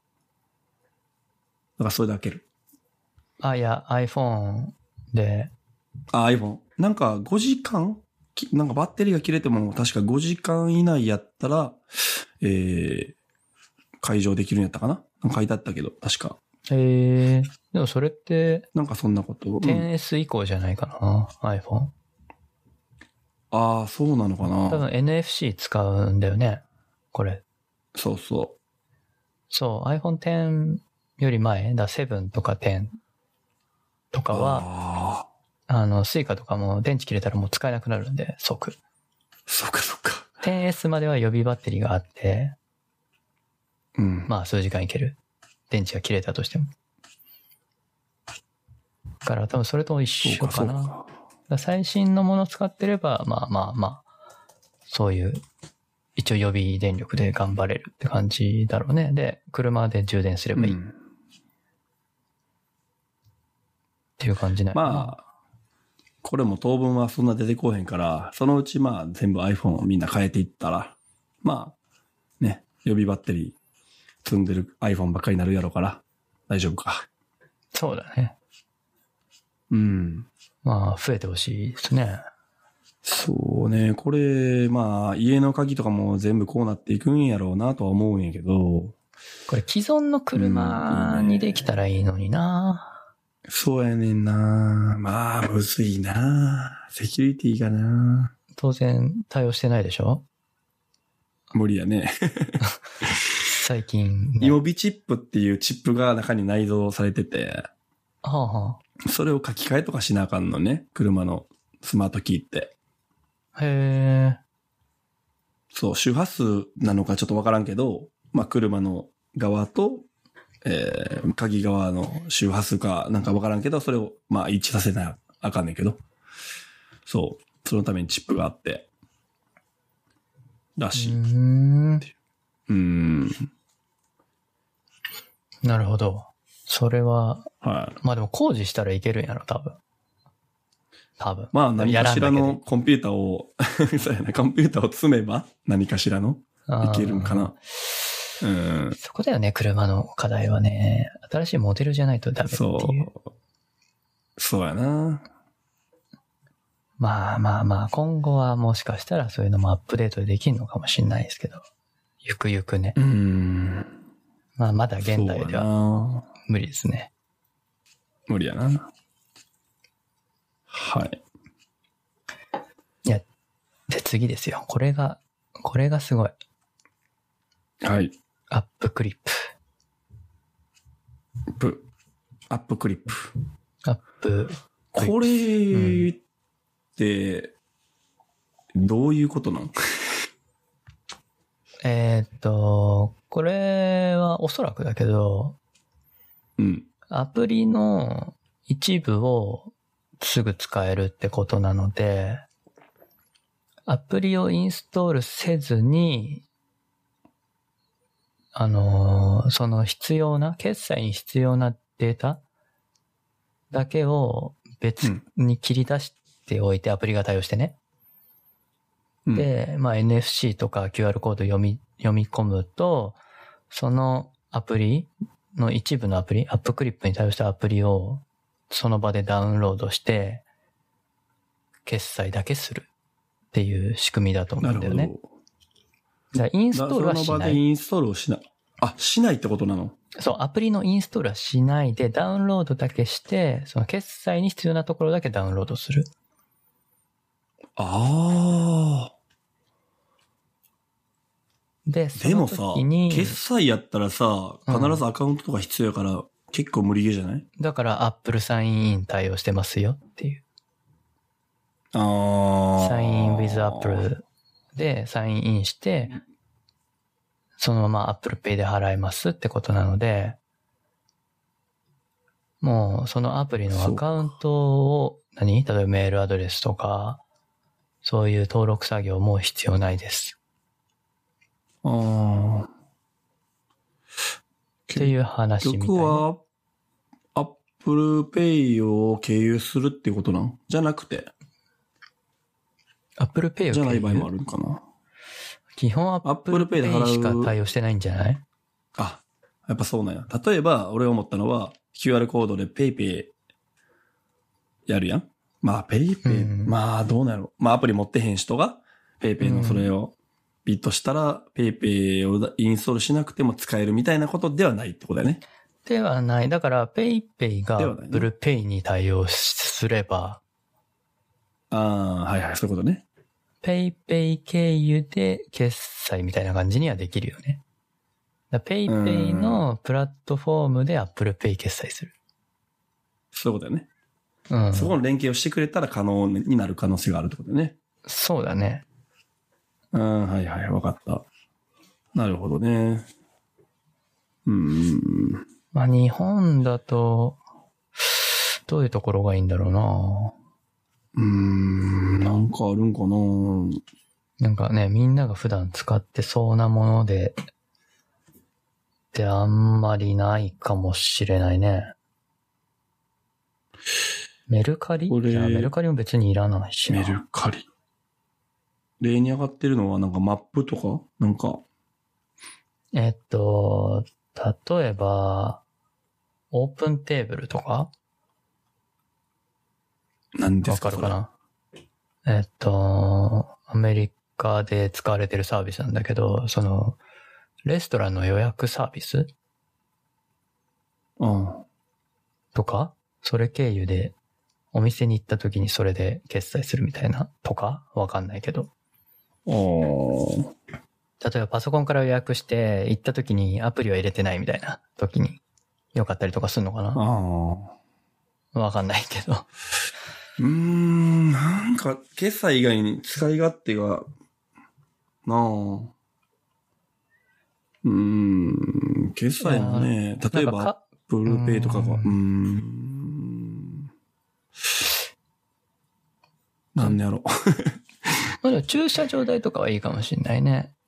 [SPEAKER 1] らそれで開ける。
[SPEAKER 2] あ、いや、iPhone で、
[SPEAKER 1] あ、iPhone。なんか5時間きなんかバッテリーが切れても確か5時間以内やったら、えー、解錠できるんやったかななんか書いてあったけど、確か。
[SPEAKER 2] えー、でもそれって、
[SPEAKER 1] なんかそんなこと。うん
[SPEAKER 2] 10S 以降じゃないかな、iPhone。
[SPEAKER 1] ああ、そうなのか
[SPEAKER 2] 多分
[SPEAKER 1] な
[SPEAKER 2] NFC 使うんだよね。これ。
[SPEAKER 1] そうそ
[SPEAKER 2] そう、iPhone X より前、だ7とか10と
[SPEAKER 1] う。
[SPEAKER 2] かは、
[SPEAKER 1] ああ、
[SPEAKER 2] あの、Suica とかも電池切れたらもう使えなくなるんで、即。
[SPEAKER 1] そっかそっか。
[SPEAKER 2] 10S までは予備バッテリーがあって、
[SPEAKER 1] うん。
[SPEAKER 2] まあ数時間いける。電池が切れたとしても。だから多分それと一
[SPEAKER 1] そう
[SPEAKER 2] 緒
[SPEAKER 1] かそ
[SPEAKER 2] か
[SPEAKER 1] う
[SPEAKER 2] な。だか
[SPEAKER 1] か。
[SPEAKER 2] ら最新のもの使ってれば、まあまあまあ、そういう、一応予備電力で頑張れるって感じだろうね。で、車で充電すればいいっ
[SPEAKER 1] うん
[SPEAKER 2] ていう感じなのかな、
[SPEAKER 1] まあ、これも当分はそんな出てこうへんから、そのうちまあ全部 iPhone をみんな変えていったら、まあ、ね、予備バッテリー積んでる iPhone ばっかりになるやろから、大丈夫か。
[SPEAKER 2] そうだね。
[SPEAKER 1] うん。
[SPEAKER 2] まあ、増えてほしいですね。
[SPEAKER 1] そうね、これ、まあ、家の鍵とかも全部こうなっていくんやろうなとは思うんやけど、
[SPEAKER 2] これ既存の
[SPEAKER 1] う
[SPEAKER 2] 車
[SPEAKER 1] んいいね
[SPEAKER 2] にできたらいいのにな。
[SPEAKER 1] そうやねんなまあ、むずいなセキュリティがな
[SPEAKER 2] 当然対応してないでしょ
[SPEAKER 1] 無理やね。
[SPEAKER 2] 最近、ね。
[SPEAKER 1] 予備チップっていうチップが中に内蔵されてて、
[SPEAKER 2] はあは
[SPEAKER 1] それを書き換えとかしなあかんのね。車のスマートキーって。
[SPEAKER 2] あ、へえ。
[SPEAKER 1] そう、周波数なのかちょっとわからんけど、まあ、車の側と、えー、鍵側の周波数かなんかわからんけど、それを、まあ、一致させなあかんねんけど。そう。そのためにチップがあって。ら
[SPEAKER 2] う
[SPEAKER 1] しい。
[SPEAKER 2] ーん。
[SPEAKER 1] うーん。
[SPEAKER 2] なるほど。それは、
[SPEAKER 1] はい。
[SPEAKER 2] まあでも工事したらいけるんやろ、多分。多分。
[SPEAKER 1] まあ、何かしら
[SPEAKER 2] やらん
[SPEAKER 1] の
[SPEAKER 2] だ
[SPEAKER 1] コンピューターを、 そうやな、コンピューターを詰めば、何かしらの、
[SPEAKER 2] あー
[SPEAKER 1] いけるんかな。うん。
[SPEAKER 2] そこだよね、車の課題はね。新しいモデルじゃないとダメっていう。
[SPEAKER 1] そう。そうやな。
[SPEAKER 2] まあまあまあ、今後はもしかしたらそういうのもアップデートできるのかもしれないですけど。ゆくゆくね。
[SPEAKER 1] うん。
[SPEAKER 2] まあまだ現代では
[SPEAKER 1] は。
[SPEAKER 2] 無理ですね。
[SPEAKER 1] 無理やな。はい。
[SPEAKER 2] で、次ですよ。これが、これがすごい。
[SPEAKER 1] はい。
[SPEAKER 2] アップクリップ。
[SPEAKER 1] プ、アップクリップ。
[SPEAKER 2] アップ。クリップ
[SPEAKER 1] これって、どういうことなん
[SPEAKER 2] えーっと、これはおそらくだけど、
[SPEAKER 1] うん。
[SPEAKER 2] アプリの一部をすぐ使えるってことなので、アプリをインストールせずに、あのーその必要な、決済に必要なデータだけを別に切り出しておいて、アプリが対応してね。
[SPEAKER 1] うん、
[SPEAKER 2] で、まあ、NFC とか QR コード読み、読み込むと、そのアプリの一部のアプリ、アップクリップに対応したアプリをその場でダウンロードして、決済だけするっていう仕組みだと思
[SPEAKER 1] な
[SPEAKER 2] う
[SPEAKER 1] る
[SPEAKER 2] んだ
[SPEAKER 1] ほ
[SPEAKER 2] よ
[SPEAKER 1] ど。
[SPEAKER 2] ね。だからインス
[SPEAKER 1] だ
[SPEAKER 2] トールは
[SPEAKER 1] そ
[SPEAKER 2] し
[SPEAKER 1] の場
[SPEAKER 2] な
[SPEAKER 1] で
[SPEAKER 2] い。
[SPEAKER 1] インストールをしない。あ、しないってことなの
[SPEAKER 2] そう、アプリのインストールはしないで、ダウンロードだけして、その決済に必要なところだけダウンロードする。
[SPEAKER 1] ああ。
[SPEAKER 2] で、そ
[SPEAKER 1] で
[SPEAKER 2] の
[SPEAKER 1] もさ
[SPEAKER 2] 時に、、
[SPEAKER 1] 決済やったらさ、
[SPEAKER 2] うん
[SPEAKER 1] 必ずアカウントとか必要やから、結構無理ゲーじゃない
[SPEAKER 2] だからアップルサインイン対応してますよっていう。
[SPEAKER 1] ああ。
[SPEAKER 2] サイン with Apple でサインインして、そのまま Apple Pay で払えますってことなので、もうそのアプリのアカウントを、何例えばメールアドレスとか、そういう登録作業も必要ないです。
[SPEAKER 1] ああ。
[SPEAKER 2] っていう話みたい
[SPEAKER 1] 曲
[SPEAKER 2] な。
[SPEAKER 1] は、Apple Pay を経由するっていうことなんじゃなくて、
[SPEAKER 2] Apple Pay を
[SPEAKER 1] じゃない場合もあ
[SPEAKER 2] る。
[SPEAKER 1] るのかな。
[SPEAKER 2] 基本 Apple
[SPEAKER 1] Apple Pay で払
[SPEAKER 2] Pay
[SPEAKER 1] う
[SPEAKER 2] しか対応してないんじゃない
[SPEAKER 1] あ、やっぱそうなんや。例えば、俺思ったのは、QR コードで PayPay やるやん。まあ、PayPay、
[SPEAKER 2] うん
[SPEAKER 1] まあ、どうなんやろ。まあ、アプリ持ってへん人が、PayPay のそれをビットしたら、PayPay をインストールしなくても使えるみたいなことではないってことだよね。
[SPEAKER 2] ではない。だから PayPay が
[SPEAKER 1] ではないね
[SPEAKER 2] Apple Pay に対応しすれば、
[SPEAKER 1] ああ、はいはい、そういうことね。
[SPEAKER 2] ペイペイ経由で決済みたいな感じにはできるよね。だペイペイのプラットフォームで Apple Pay 決済する。
[SPEAKER 1] そういうことだよね。
[SPEAKER 2] うん。
[SPEAKER 1] そこの連携をしてくれたら可能になる可能性があるってことだよね。
[SPEAKER 2] そうだね。
[SPEAKER 1] うん、はいはい、わかった。なるほどね。うーん。
[SPEAKER 2] まあ日本だと、どういうところがいいんだろうな
[SPEAKER 1] うーん、なんかあるんかな
[SPEAKER 2] なんかね、みんなが普段使ってそうなもので、ってあんまりないかもしれないね。メルカリ
[SPEAKER 1] これ
[SPEAKER 2] いやメルカリも別にいらないしな。
[SPEAKER 1] メルカリ。例に上がってるのはなんかマップとかなんか、
[SPEAKER 2] えっと、例えば、オープンテーブルとか
[SPEAKER 1] なんで
[SPEAKER 2] わ
[SPEAKER 1] すか
[SPEAKER 2] かるかなえっと、アメリカで使われてるサービスなんだけど、その、レストランの予約サービス
[SPEAKER 1] それうん。
[SPEAKER 2] とか、それ経由で、お店に行った時にそれで決済するみたいなとか、わかんないけど。
[SPEAKER 1] あー
[SPEAKER 2] 例えばパソコンから予約して、行った時にアプリは入れてないみたいな時に、よかったりとかするのかな
[SPEAKER 1] あー。
[SPEAKER 2] わかんないけど。
[SPEAKER 1] うーん、なんか、決済以外に使い勝手が、なあ。うーん、決済もね、例え
[SPEAKER 2] なんか
[SPEAKER 1] ば、
[SPEAKER 2] か
[SPEAKER 1] ブルーペイとかが、
[SPEAKER 2] う
[SPEAKER 1] う
[SPEAKER 2] ー
[SPEAKER 1] ー
[SPEAKER 2] ん
[SPEAKER 1] ん。なんでやろ。
[SPEAKER 2] まあでも駐車場代とかはいいかもしれないね。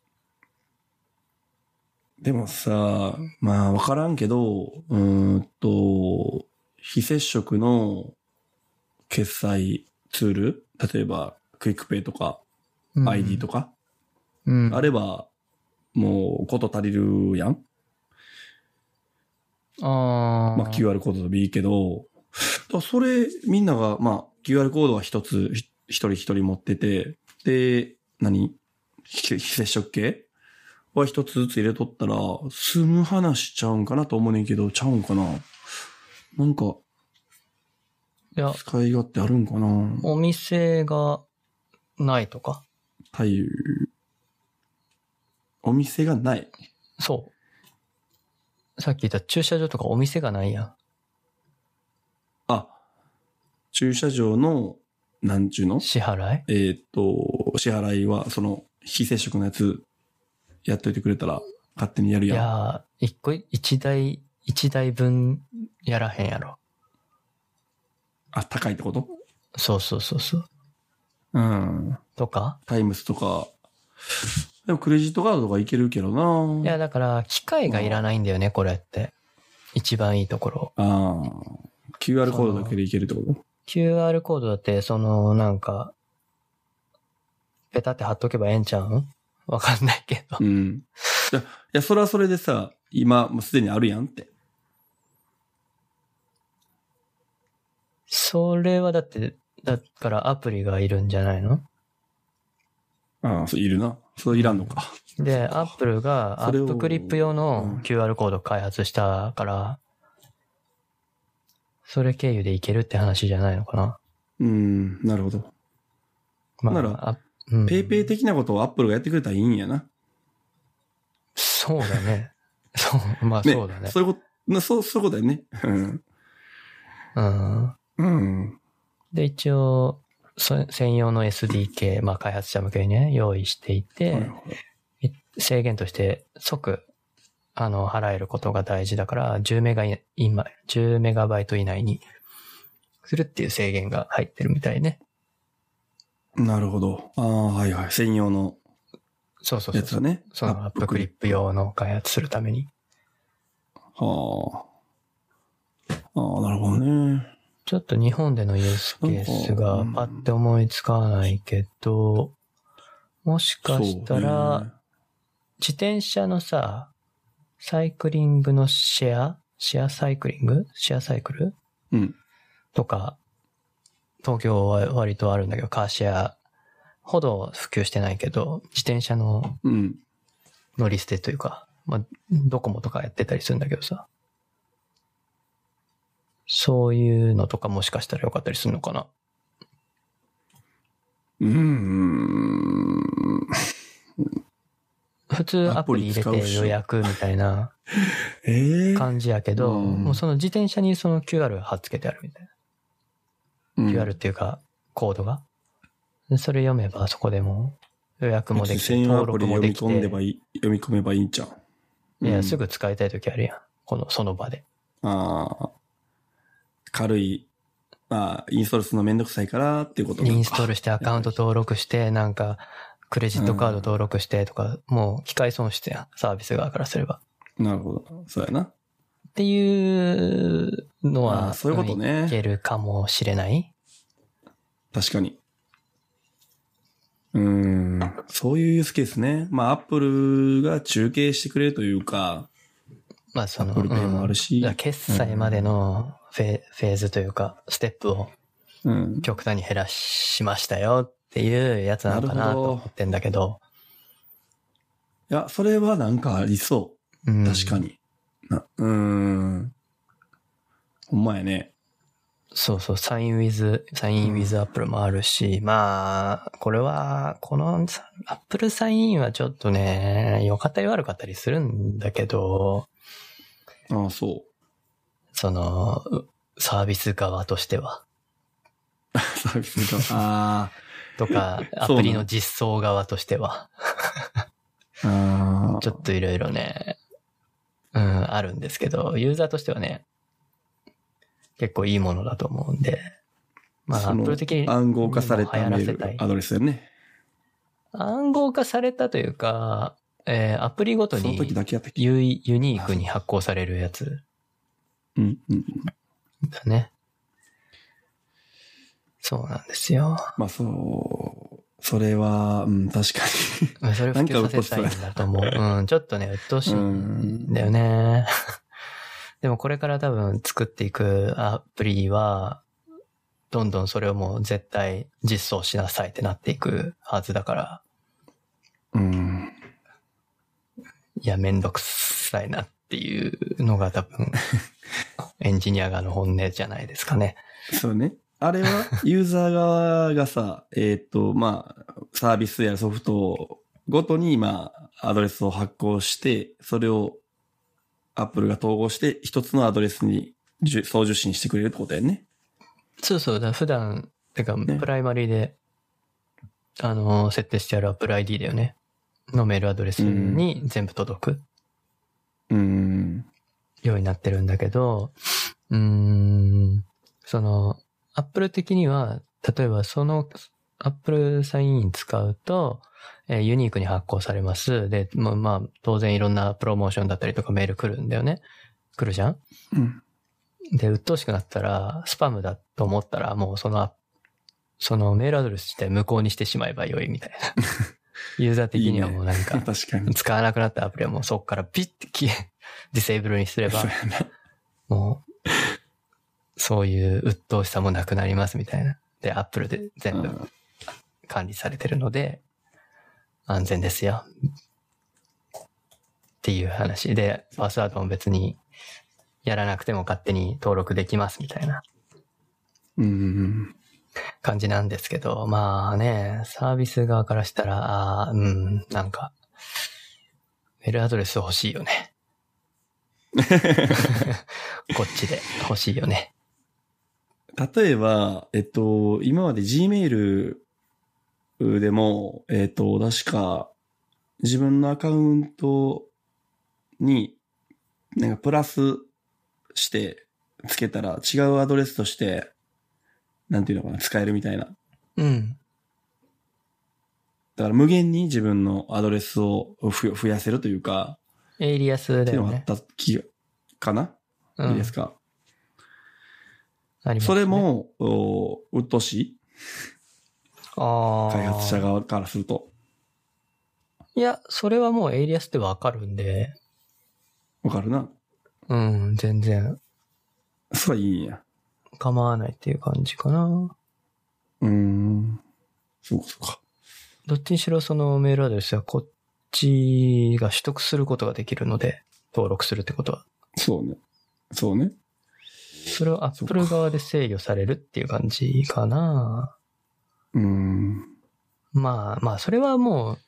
[SPEAKER 1] でもさ、まあ、わからんけど、うーんと、非接触の決済ツール例えば、クイックペイとか、
[SPEAKER 2] うん
[SPEAKER 1] ID とか、
[SPEAKER 2] うん。
[SPEAKER 1] あれば、もう、こと足りるやん。
[SPEAKER 2] あー
[SPEAKER 1] まあ、QR コードでもいいけど、だからそれ、みんなが、まあ、QR コードは一つ、ひ一人一人持ってて、で、何非非接触系は一つずつ入れとったら、済む話ちゃうんかなと思うねんけど、ちゃうんかななんか、
[SPEAKER 2] いや、
[SPEAKER 1] 使い勝手あるんかな
[SPEAKER 2] お店がないとか。
[SPEAKER 1] 対いう。お店がない。
[SPEAKER 2] そう。さっき言った駐車場とかお店がないやん。
[SPEAKER 1] あ、駐車場の、なんちゅうの
[SPEAKER 2] 支払い
[SPEAKER 1] えーっと、支払いは、その、非接触のやつ、やっといてくれたら、勝手にやる
[SPEAKER 2] い
[SPEAKER 1] やん。
[SPEAKER 2] やー、一個い、一台、一台分やらへんやろ。
[SPEAKER 1] あ、高いってこと
[SPEAKER 2] そうそうそうそう。
[SPEAKER 1] うん。
[SPEAKER 2] とか
[SPEAKER 1] タイムスとか。でも、クレジットカードとかいけるけどない
[SPEAKER 2] や、だから、機械がいらないんだよね、これって。一番いいところ。
[SPEAKER 1] ああ。QR コードだけでいけるってこと
[SPEAKER 2] QR コードだって、その、なんか、ペタって貼っとけばええんちゃうんわかんないけど。
[SPEAKER 1] うん。いや、いやそれはそれでさ、今、もうすでにあるやんって。
[SPEAKER 2] それはだって、だからアプリがいるんじゃないの
[SPEAKER 1] ああ、そういるな。それいらんのか。
[SPEAKER 2] で、アップルがア
[SPEAKER 1] それを
[SPEAKER 2] ップクリップ用
[SPEAKER 1] うん
[SPEAKER 2] の QR コード開発したから、それ経由でいけるって話じゃないのかな。
[SPEAKER 1] うん、なるほど。
[SPEAKER 2] ま
[SPEAKER 1] なら
[SPEAKER 2] あ、うん
[SPEAKER 1] ペイペイ的なことをアップルがやってくれたらいいんやな。
[SPEAKER 2] そうだね。そう、まあそうだね。
[SPEAKER 1] そういうこと、なそう、そういうことだよね。うん
[SPEAKER 2] うん。
[SPEAKER 1] うん。
[SPEAKER 2] で、一応、そ専用の SDK、まあ開発者向けにね、用意してい
[SPEAKER 1] な
[SPEAKER 2] て
[SPEAKER 1] る、ほど
[SPEAKER 2] 制限として即、あの、払えることが大事だから、10メガい今、10メガバイト以内にするっていう制限が入ってるみたいね。
[SPEAKER 1] なるほど。ああ、はいはい。専用の
[SPEAKER 2] そうそうそ
[SPEAKER 1] や
[SPEAKER 2] う
[SPEAKER 1] つ。だね。
[SPEAKER 2] そのアップクリップ用の開発するために。
[SPEAKER 1] はあ。ああ、なるほどね。
[SPEAKER 2] ちょっと日本でのユースケースがパッて思いつかないけど、もしかしたら、
[SPEAKER 1] そうね、
[SPEAKER 2] 自転車のさ、サイクリングのシェアシェアサイクリングシェアサイクル
[SPEAKER 1] うん。
[SPEAKER 2] とか、東京は割とあるんだけど、カーシェアほど普及してないけど、自転車の
[SPEAKER 1] うん。
[SPEAKER 2] 乗り捨てというか、まあ、ドコモとかやってたりするんだけどさ。そういうのとかもしかしたらよかったりするのかな。
[SPEAKER 1] うーん。
[SPEAKER 2] 普通アプリ
[SPEAKER 1] アプリ使
[SPEAKER 2] 入
[SPEAKER 1] う
[SPEAKER 2] れ
[SPEAKER 1] っ
[SPEAKER 2] て
[SPEAKER 1] しょ
[SPEAKER 2] 予約みたいな
[SPEAKER 1] ええ
[SPEAKER 2] 感じやけど、
[SPEAKER 1] うん
[SPEAKER 2] もうその自転車にその QR 貼っつけてあるみたいな。
[SPEAKER 1] うん
[SPEAKER 2] QR っていうか、コードが。でそれ読めば、そこでもう予約もできて、
[SPEAKER 1] 専用ア
[SPEAKER 2] 登
[SPEAKER 1] プ
[SPEAKER 2] 録
[SPEAKER 1] リ
[SPEAKER 2] も
[SPEAKER 1] 読
[SPEAKER 2] で
[SPEAKER 1] み込
[SPEAKER 2] き
[SPEAKER 1] んでば
[SPEAKER 2] て、
[SPEAKER 1] いい、読み込めばいいんじゃん。
[SPEAKER 2] い
[SPEAKER 1] うん
[SPEAKER 2] や、すぐ使いたい時あるやん。この、その場で。
[SPEAKER 1] ああ、軽い、まあ、インストールするのめんどくさいからっていうこと
[SPEAKER 2] インストールしてアカウント登録して、なんか、クレジットカード登録してとか、もう機械損失やん。サービス側からすれば。
[SPEAKER 1] なるほど。そうやな。
[SPEAKER 2] っていうの
[SPEAKER 1] あー
[SPEAKER 2] は、
[SPEAKER 1] そういうことね
[SPEAKER 2] んいけるかもしれない。
[SPEAKER 1] 確かに。うーん。そういうユースケースね。まあ、アップルが中継してくれるというか、
[SPEAKER 2] まあ、その、
[SPEAKER 1] Apple Pay もあるし
[SPEAKER 2] うんだから決済までのフェフェーズというか、ステップを
[SPEAKER 1] うん。
[SPEAKER 2] 極端に減らしましたよっていうやつなのか
[SPEAKER 1] な
[SPEAKER 2] な
[SPEAKER 1] るほど
[SPEAKER 2] と思ってんだけど。
[SPEAKER 1] いや、それはなんかありそ
[SPEAKER 2] うん
[SPEAKER 1] う。確か。に。なうーん。ほんまやね。
[SPEAKER 2] そうそう、サインウィズ、サインウィズアップルもあるし、まあ、これは、このアップルサインはちょっとね、良かったり悪かったりするんだけど、
[SPEAKER 1] ああ、 そ
[SPEAKER 2] その、うサービス側としては、
[SPEAKER 1] う。サービスが。あ
[SPEAKER 2] とか、ア
[SPEAKER 1] そうなの
[SPEAKER 2] プリの実装側としては、
[SPEAKER 1] あ。ああ。
[SPEAKER 2] ちょっといろいろね、うん、あるんですけど、ユーザーとしてはね、結構いいものだと思うんで、まあ、
[SPEAKER 1] そ
[SPEAKER 2] ア
[SPEAKER 1] の
[SPEAKER 2] ップル的に
[SPEAKER 1] 暗号化され
[SPEAKER 2] 流
[SPEAKER 1] た
[SPEAKER 2] 行ら
[SPEAKER 1] メ
[SPEAKER 2] せ
[SPEAKER 1] ー
[SPEAKER 2] たい
[SPEAKER 1] ルアドレスだよね。
[SPEAKER 2] 暗号化されたというか、えーアプリごと
[SPEAKER 1] その
[SPEAKER 2] に
[SPEAKER 1] 時だけやったっけ
[SPEAKER 2] ユイユニークに発行されるやつ
[SPEAKER 1] うん、うん。
[SPEAKER 2] だね。そうなんですよ。
[SPEAKER 1] まあ、そう。それは、うん、確か
[SPEAKER 2] それを普及させたいんだと思う。うん、ちょっとね、鬱陶しい
[SPEAKER 1] に。うんん。
[SPEAKER 2] だよね。 でもこれから多分作っていくアプリは、どんどんそれをもう絶対実装しなさいってなっていくはずだから、
[SPEAKER 1] うん。
[SPEAKER 2] いや、めんどくさいなっていうのが多分、エンジニア側の本音じゃないですかね。
[SPEAKER 1] そうね。あれは、ユーザー側がさ、 えーっ、と、まあ、サービスやソフトごとに、まあ、アドレスを発行して、それをアップルが統合して一つのアドレスにじゅ送受信してくれるってことやね。
[SPEAKER 2] そうそうだ、普段、てか、
[SPEAKER 1] ね
[SPEAKER 2] プライマリーで、あの、設定してある Apple ID だよね。のメールアドレスに全部届く
[SPEAKER 1] うん。
[SPEAKER 2] ようになってるんだけど、うーん、その、Apple 的には、例えばその Apple サインイン使うと、えーユニークに発行されます。で、まあ、まあ、当然いろんなプロモーションだったりとかメール来るんだよね。来るじゃん
[SPEAKER 1] うん。
[SPEAKER 2] で、鬱陶しくなったら、スパムだと思ったら、もうそのア、そのメールアドレス自体無効にしてしまえばよいみたいな。ユーザー的にはもうなんか、
[SPEAKER 1] 確かに。
[SPEAKER 2] 使わなくなったアプリはもうそこからピッて消え、ディセーブルにすれば
[SPEAKER 1] そう、やな
[SPEAKER 2] もう、そういう鬱陶しさもなくなりますみたいな。で、アップルで全
[SPEAKER 1] う
[SPEAKER 2] 部
[SPEAKER 1] ん
[SPEAKER 2] 管理されてるので、安全ですよ。っていう話で、パスワードも別にやらなくても勝手に登録できますみたいな。
[SPEAKER 1] うん。
[SPEAKER 2] 感じなんですけど、まあね、サービス側からしたら、あーうん、なんか、メールアドレス欲しいよね。 こっちで欲しいよね。
[SPEAKER 1] 例えば、えっと、今まで Gmail でも、えっと、確か、自分のアカウントに、なんかプラスして、つけたら違うアドレスとして、なんていうのかな、使えるみたいな。
[SPEAKER 2] うん。
[SPEAKER 1] だから無限に自分のアドレスをふ増やせるというか、
[SPEAKER 2] エイリアス
[SPEAKER 1] って
[SPEAKER 2] だ
[SPEAKER 1] いう
[SPEAKER 2] よ
[SPEAKER 1] のがあ
[SPEAKER 2] ね
[SPEAKER 1] っ。た気が、かな、
[SPEAKER 2] うん、
[SPEAKER 1] いいですか
[SPEAKER 2] ありますね
[SPEAKER 1] それ、も、おうっとうしい開
[SPEAKER 2] 開
[SPEAKER 1] 発者。側からすると。
[SPEAKER 2] いや、それはもうエイリアスってわかるんで、
[SPEAKER 1] わかるな。
[SPEAKER 2] うん、全然
[SPEAKER 1] それはいいんや。
[SPEAKER 2] 構わないっていう感じかな。
[SPEAKER 1] うーん。そうか、そうか。
[SPEAKER 2] どっちにしろそのメールアドレスはこっちが取得することができるので、登録するってことは。
[SPEAKER 1] そうね。そうね。
[SPEAKER 2] それをアップル側で制御されるっていう感じかな。
[SPEAKER 1] うーん。
[SPEAKER 2] まあまあ、それはもう、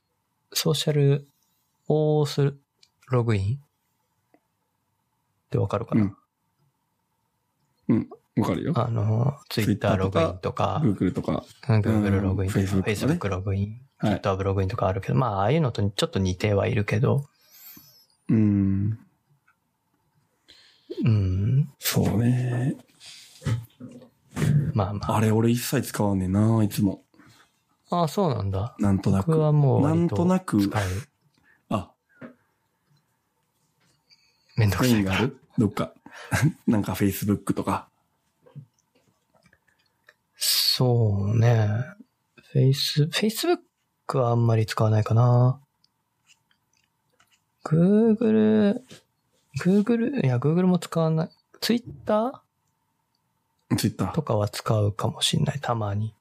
[SPEAKER 2] ソーシャル OS するログインってわかるかな、
[SPEAKER 1] わかるよ。
[SPEAKER 2] あの、Twitter
[SPEAKER 1] Twitter
[SPEAKER 2] ロ
[SPEAKER 1] と
[SPEAKER 2] グ
[SPEAKER 1] か
[SPEAKER 2] インとか、
[SPEAKER 1] Google とか。
[SPEAKER 2] うん Google ログインとか、
[SPEAKER 1] うん Facebook と
[SPEAKER 2] Facebook ログイン、
[SPEAKER 1] はい。
[SPEAKER 2] GitHub ログインとかあるけど、まあ、ああいうのとちょっと似てはいるけど、
[SPEAKER 1] うーん。
[SPEAKER 2] うん、
[SPEAKER 1] そうね。
[SPEAKER 2] まあまあ。
[SPEAKER 1] あれ、俺一切使わんねんな、いつも。
[SPEAKER 2] ああ、そうなんだ。
[SPEAKER 1] なんとな
[SPEAKER 2] 僕
[SPEAKER 1] く。
[SPEAKER 2] はもう
[SPEAKER 1] な
[SPEAKER 2] 割
[SPEAKER 1] んと
[SPEAKER 2] と
[SPEAKER 1] なく、
[SPEAKER 2] 使う。
[SPEAKER 1] あ、
[SPEAKER 2] めんどく
[SPEAKER 1] コイ
[SPEAKER 2] さ
[SPEAKER 1] ン
[SPEAKER 2] いか
[SPEAKER 1] があ
[SPEAKER 2] ら。
[SPEAKER 1] るどっか。 なんか Facebook とか。
[SPEAKER 2] そうね。フェイス、フェイスブックはあんまり使わないかな。Google、Google、いや、Google も使わない。Twitter
[SPEAKER 1] Twitter
[SPEAKER 2] と。かは使うかもしんない。たまに。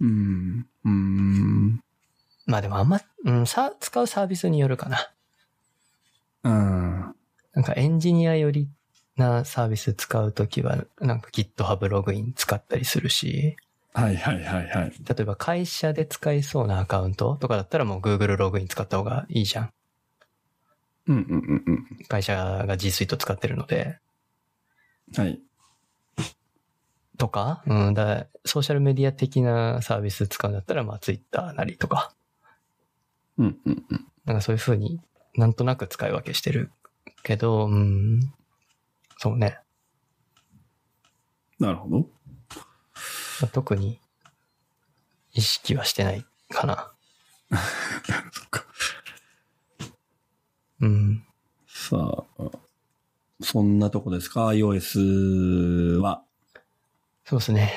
[SPEAKER 1] うーん。うーん。
[SPEAKER 2] まあでもあんま、うん、さ、使うサービスによるかな。
[SPEAKER 1] うん。
[SPEAKER 2] なんかエンジニア寄りなサービス使うときは、なんか GitHub ログイン使ったりするし、
[SPEAKER 1] はいはいはいはい。
[SPEAKER 2] 例えば会社で使いそうなアカウントとかだったらもう Google ログイン使った方がいいじゃん。
[SPEAKER 1] うんうんうんうん。
[SPEAKER 2] 会社が G Suite 使ってるので、
[SPEAKER 1] はい。
[SPEAKER 2] とか、うん、だソーシャルメディア的なサービス使うんだったら、まあ Twitter なりとか、
[SPEAKER 1] うんうんうん。
[SPEAKER 2] なんかそういう風になんとなく使い分けしてるけど、うん、そうね。
[SPEAKER 1] なるほど。
[SPEAKER 2] まあ特に意識はしてないかな。
[SPEAKER 1] そっか。
[SPEAKER 2] うん。
[SPEAKER 1] さあ、そんなとこですか ?iOS は。
[SPEAKER 2] そうですね。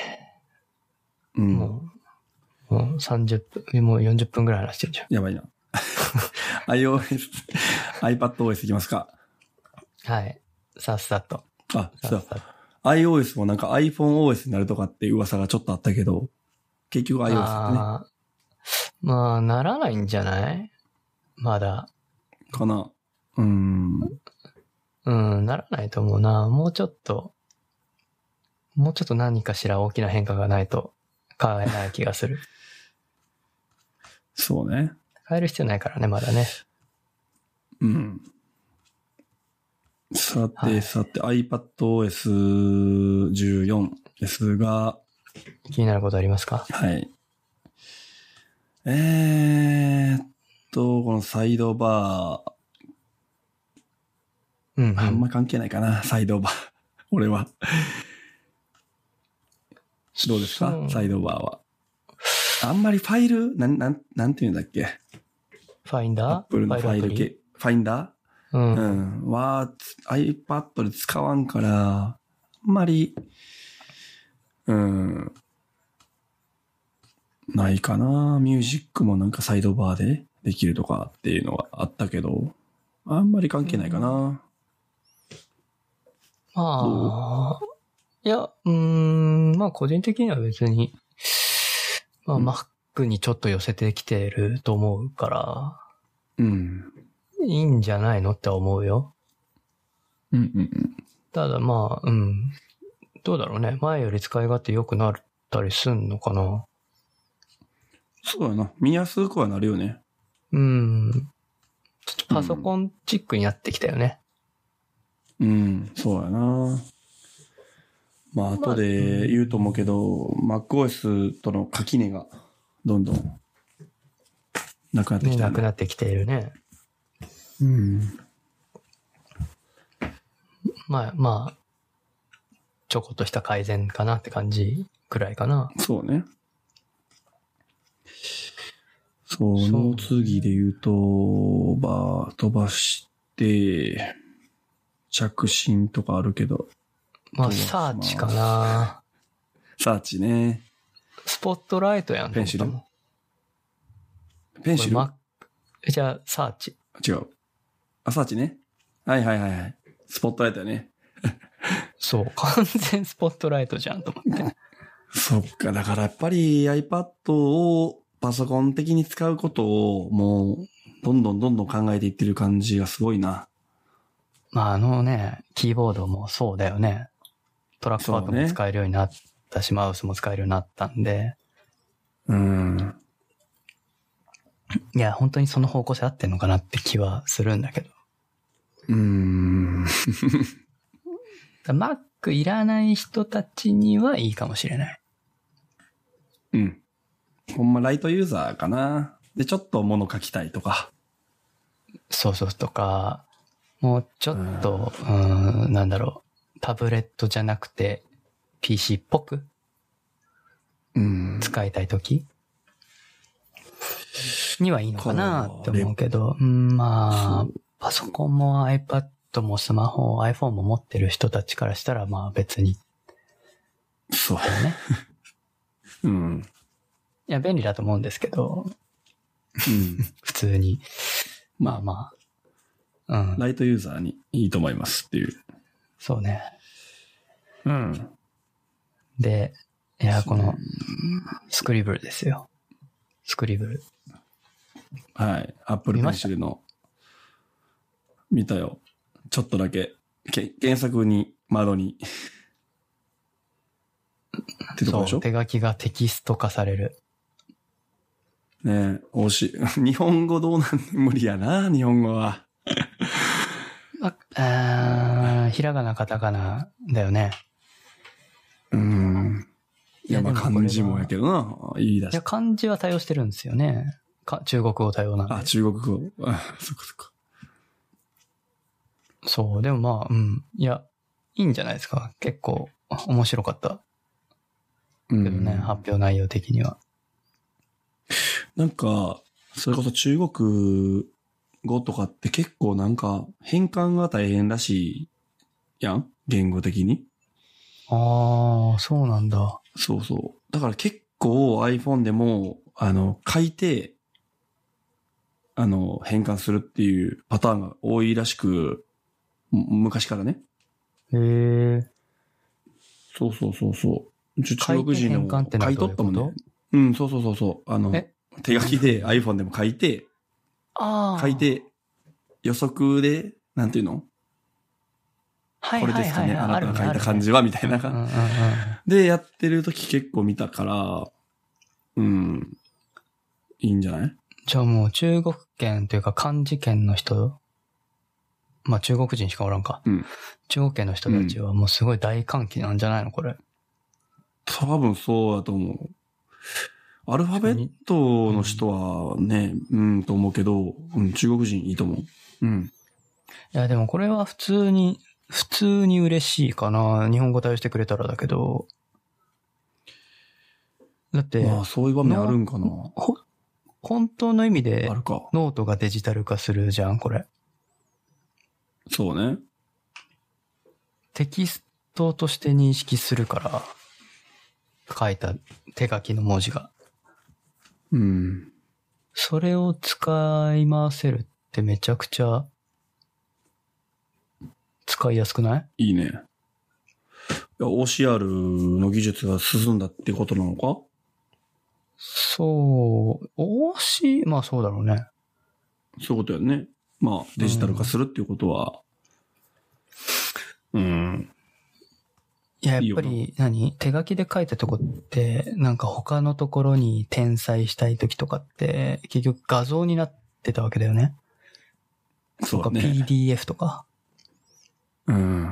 [SPEAKER 1] うん。
[SPEAKER 2] もう、もう30分、もう40分ぐらい話してるじゃん。
[SPEAKER 1] やばいな。iOS、iPadOS いきますか。
[SPEAKER 2] はい。さっさと。
[SPEAKER 1] あ、
[SPEAKER 2] さ
[SPEAKER 1] そ
[SPEAKER 2] っさ
[SPEAKER 1] う
[SPEAKER 2] と。
[SPEAKER 1] だ。iOS もなんか iPhoneOS になるとかって噂がちょっとあったけど、結局 iOS だね。
[SPEAKER 2] あーまあ、ならないんじゃないまだ。
[SPEAKER 1] かな。うん。
[SPEAKER 2] うん、ならないと思うな。もうちょっと、もうちょっと何かしら大きな変化がないと変えない気がする。
[SPEAKER 1] そうね。
[SPEAKER 2] 変える必要ないからね、まだね。
[SPEAKER 1] うん。さ
[SPEAKER 2] は
[SPEAKER 1] て
[SPEAKER 2] い
[SPEAKER 1] さて、iPadOS14 ですが、
[SPEAKER 2] 気になることありますか
[SPEAKER 1] はい。えーっと、このサイドバー、
[SPEAKER 2] うん、
[SPEAKER 1] あんま関係ないかな、サイドバー。 俺は。どうですか
[SPEAKER 2] そう
[SPEAKER 1] サイドバーは。あんまりファイル、なん、なん、なんていうんだっけ
[SPEAKER 2] ファイン
[SPEAKER 1] ア
[SPEAKER 2] ダ
[SPEAKER 1] ッ
[SPEAKER 2] ー
[SPEAKER 1] プルのファイル系、ファインダー
[SPEAKER 2] うん。
[SPEAKER 1] う
[SPEAKER 2] うん
[SPEAKER 1] ん。は、つ iPad で使わんから、あんまり、うん。ないかな。ミュージックもなんかサイドバーでできるとかっていうのはあったけど、あんまり関係ないかな。
[SPEAKER 2] まあ、いや、うーん、まあ個人的には別に、まあ
[SPEAKER 1] うん
[SPEAKER 2] Mac にちょっと寄せてきてると思うから、
[SPEAKER 1] うん。
[SPEAKER 2] いいんじゃないのって思うよ。
[SPEAKER 1] うんうんうん。
[SPEAKER 2] ただまあ、うん。どうだろうね。前より使い勝手良くなったりすんのかな。
[SPEAKER 1] そうやな。見やすくはなるよね。
[SPEAKER 2] うん。ちょっとパソコンチックになってきたよね。
[SPEAKER 1] うん、そうやな。まあ、後で言うと思うけど、MacOS との垣根がどんどんなくなってき
[SPEAKER 2] ね
[SPEAKER 1] た
[SPEAKER 2] な
[SPEAKER 1] ね
[SPEAKER 2] くなってきているね。
[SPEAKER 1] うん。
[SPEAKER 2] まあまあ、ちょこっとした改善かなって感じくらいかな。
[SPEAKER 1] そうね。そう、
[SPEAKER 2] そう
[SPEAKER 1] の次で言うと、ば飛ばして、着信とかあるけど、
[SPEAKER 2] ま
[SPEAKER 1] ど
[SPEAKER 2] あ、
[SPEAKER 1] うします
[SPEAKER 2] サーチかな。
[SPEAKER 1] サーチね。
[SPEAKER 2] スポットライトやん。
[SPEAKER 1] ペンシル
[SPEAKER 2] こ
[SPEAKER 1] ペン
[SPEAKER 2] れ
[SPEAKER 1] シル
[SPEAKER 2] マッじゃあ、サーチ。
[SPEAKER 1] 違う。あ、サーチね。はいはいはいはい。スポットライトやね。
[SPEAKER 2] そう、 完全スポットライトじゃんと思って。
[SPEAKER 1] そっか、だからやっぱり iPad をパソコン的に使うことをもうどんどんどんどん考えていってる感じがすごいな。
[SPEAKER 2] まあ、あのね、キーボードもそうだよね。トラックパッド
[SPEAKER 1] そう
[SPEAKER 2] も
[SPEAKER 1] ね
[SPEAKER 2] 使えるようになったし、マウスも使えるようになったんで、
[SPEAKER 1] うん。
[SPEAKER 2] いや、本当にその方向性合ってんのかなって気はするんだけど。
[SPEAKER 1] うん。
[SPEAKER 2] Mac いらない人たちにはいいかもしれない。
[SPEAKER 1] うん。ほんまライトユーザーかな。で、ちょっと物書きたいとか。
[SPEAKER 2] そうそうとか、もうちょっと、うーん、なんだろう、タブレットじゃなくて、PC っぽく
[SPEAKER 1] うん
[SPEAKER 2] 使いたいときにはいいのかなって思うけど、うんまあ、パソコンも iPad もスマホも iPhone も持ってる人たちからしたら、まあ別に
[SPEAKER 1] そう。
[SPEAKER 2] だよね。
[SPEAKER 1] うん。
[SPEAKER 2] いや、便利だと思うんですけど、
[SPEAKER 1] うん。
[SPEAKER 2] 普通に。まあまあ。うん。
[SPEAKER 1] ライトユーザーにいいと思いますっていう。
[SPEAKER 2] そうね。
[SPEAKER 1] うん。
[SPEAKER 2] で、いや、この
[SPEAKER 1] そうね、
[SPEAKER 2] スクリブルですよ。スクリブル。
[SPEAKER 1] はい。Apple
[SPEAKER 2] 見ました
[SPEAKER 1] Pencil の。見たよ。ちょっとだけ。け検索に、窓に。ってとこ
[SPEAKER 2] そ
[SPEAKER 1] でしょ
[SPEAKER 2] う、手書きがテキスト化される。
[SPEAKER 1] ねえ、惜し い。日本語どうなん無理やな、日本語は。
[SPEAKER 2] あ、あーひらがな、カタカナだよね。
[SPEAKER 1] うん。いや、まあ
[SPEAKER 2] いやでもこれは
[SPEAKER 1] 漢字もやけどな、言い出
[SPEAKER 2] い
[SPEAKER 1] し
[SPEAKER 2] や、漢字は対応してるんですよね。か中国語対応なんで
[SPEAKER 1] あ、中国語。あ、そっかそっか。
[SPEAKER 2] そう、でもまあ、うん。いや、いいんじゃないですか。結構、面白かった
[SPEAKER 1] うん
[SPEAKER 2] けどね、発表内容的には。
[SPEAKER 1] なんか、それこそ中国語とかって結構なんか変換が大変らしいやん言語的に。
[SPEAKER 2] ああ、そうなんだ。
[SPEAKER 1] そうそう。だから結構 iPhone でも、あの、書いて、あの、変換するっていうパターンが多いらしく、む昔からね。
[SPEAKER 2] へえ。
[SPEAKER 1] そうそうそうそう。ちょ中国人の
[SPEAKER 2] 回転変換ってのは
[SPEAKER 1] 買い取ったもん
[SPEAKER 2] どういう
[SPEAKER 1] ね
[SPEAKER 2] こ。
[SPEAKER 1] うん、そうそうそうそう。あの
[SPEAKER 2] え、
[SPEAKER 1] 手書きで iPhone でも書いて、
[SPEAKER 2] ああ。
[SPEAKER 1] 書いて、予測で、なんていうの
[SPEAKER 2] はい
[SPEAKER 1] こ
[SPEAKER 2] は
[SPEAKER 1] れ
[SPEAKER 2] いは
[SPEAKER 1] で
[SPEAKER 2] いはい、
[SPEAKER 1] すかねあなたが書いた感じ
[SPEAKER 2] は
[SPEAKER 1] はみたいな
[SPEAKER 2] うんうんう
[SPEAKER 1] 感
[SPEAKER 2] ん。
[SPEAKER 1] じ。で、やってる時結構見たから、うん、いいんじゃない
[SPEAKER 2] じゃあもう中国圏というか漢字圏の人まあ中国人しかおらんか。
[SPEAKER 1] うん
[SPEAKER 2] 中国系の人たちはもうすごい大歓喜なんじゃないのこれ。
[SPEAKER 1] 多分そうだと思う。アルファベットの人はね、うん、と思うけど、うん、中国人いいと思う。うん。
[SPEAKER 2] いや、でもこれは普通に、普通に嬉しいかな。日本語対応してくれたらだけど。だって、
[SPEAKER 1] まあ、そういう場面あるんかな。
[SPEAKER 2] ほ本当の意味で
[SPEAKER 1] あるか。
[SPEAKER 2] ノートがデジタル化するじゃん、これ。
[SPEAKER 1] そうね。
[SPEAKER 2] テキストとして認識するから、書いた手書きの文字が。
[SPEAKER 1] うん。
[SPEAKER 2] それを使い回せるってめちゃくちゃ使いやすくない
[SPEAKER 1] いいね。いや OCR の技術が進んだってことなのか
[SPEAKER 2] そう、おし、まあそうだろうね。
[SPEAKER 1] そういうことよね。まあ、デジタル化するっていうことは。うん。
[SPEAKER 2] いや、
[SPEAKER 1] いい
[SPEAKER 2] や
[SPEAKER 1] よ
[SPEAKER 2] っぱ
[SPEAKER 1] な
[SPEAKER 2] り何、手書きで書いたとこって、なんか他のところに転載したい時とかって、結局画像になってたわけだよね。
[SPEAKER 1] そう
[SPEAKER 2] と
[SPEAKER 1] だ
[SPEAKER 2] か
[SPEAKER 1] ね。
[SPEAKER 2] PDF とか。
[SPEAKER 1] うん。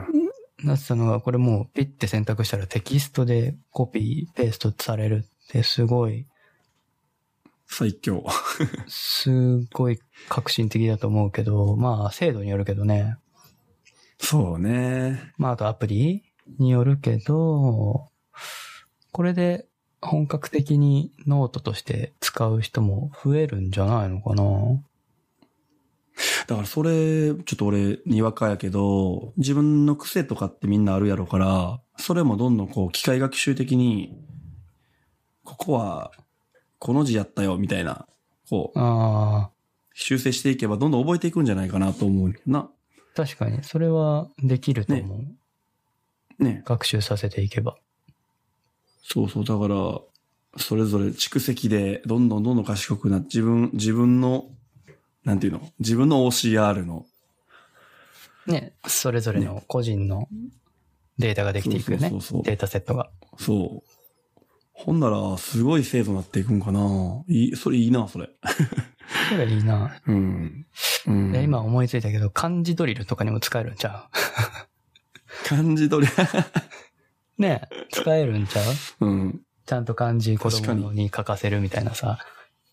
[SPEAKER 2] なってたのが、これもうピッて選択したらテキストでコピー、ペーストされるってすごい、
[SPEAKER 1] 最強。
[SPEAKER 2] すごい革新的だと思うけど、まあ精度によるけどね。
[SPEAKER 1] そうね。
[SPEAKER 2] まああとアプリによるけど、これで本格的にノートとして使う人も増えるんじゃないのかな
[SPEAKER 1] だからそれ、ちょっと俺、にわかやけど、自分の癖とかってみんなあるやろから、それもどんどんこう、機械学習的に、ここは、この字やったよ、みたいな、こう、
[SPEAKER 2] あ
[SPEAKER 1] 修正していけばどんどん覚えていくんじゃないかなと思うな。
[SPEAKER 2] あ、確かにそれはできると思う。
[SPEAKER 1] ね。
[SPEAKER 2] 学習させていけば。
[SPEAKER 1] そうそう、だから、それぞれ蓄積で、どんどんどんどん賢くなって、自分、自分の、なんていうの自分の OCR の、
[SPEAKER 2] ね、それぞれの個人のデータができていくよね
[SPEAKER 1] そうそうそうそう。
[SPEAKER 2] データセットが。
[SPEAKER 1] そう。ほんなら、すごい精度になっていくんかな。いい、それいいな、それ。
[SPEAKER 2] それいいな。
[SPEAKER 1] うん。う
[SPEAKER 2] い
[SPEAKER 1] ん
[SPEAKER 2] や今、思いついたけど、漢字ドリルとかにも使えるんちゃ
[SPEAKER 1] 漢字取り、
[SPEAKER 2] う ね使えるんちゃう
[SPEAKER 1] うん。
[SPEAKER 2] ちゃんと漢字子
[SPEAKER 1] 確かに
[SPEAKER 2] 供に書かせるみたいなさ。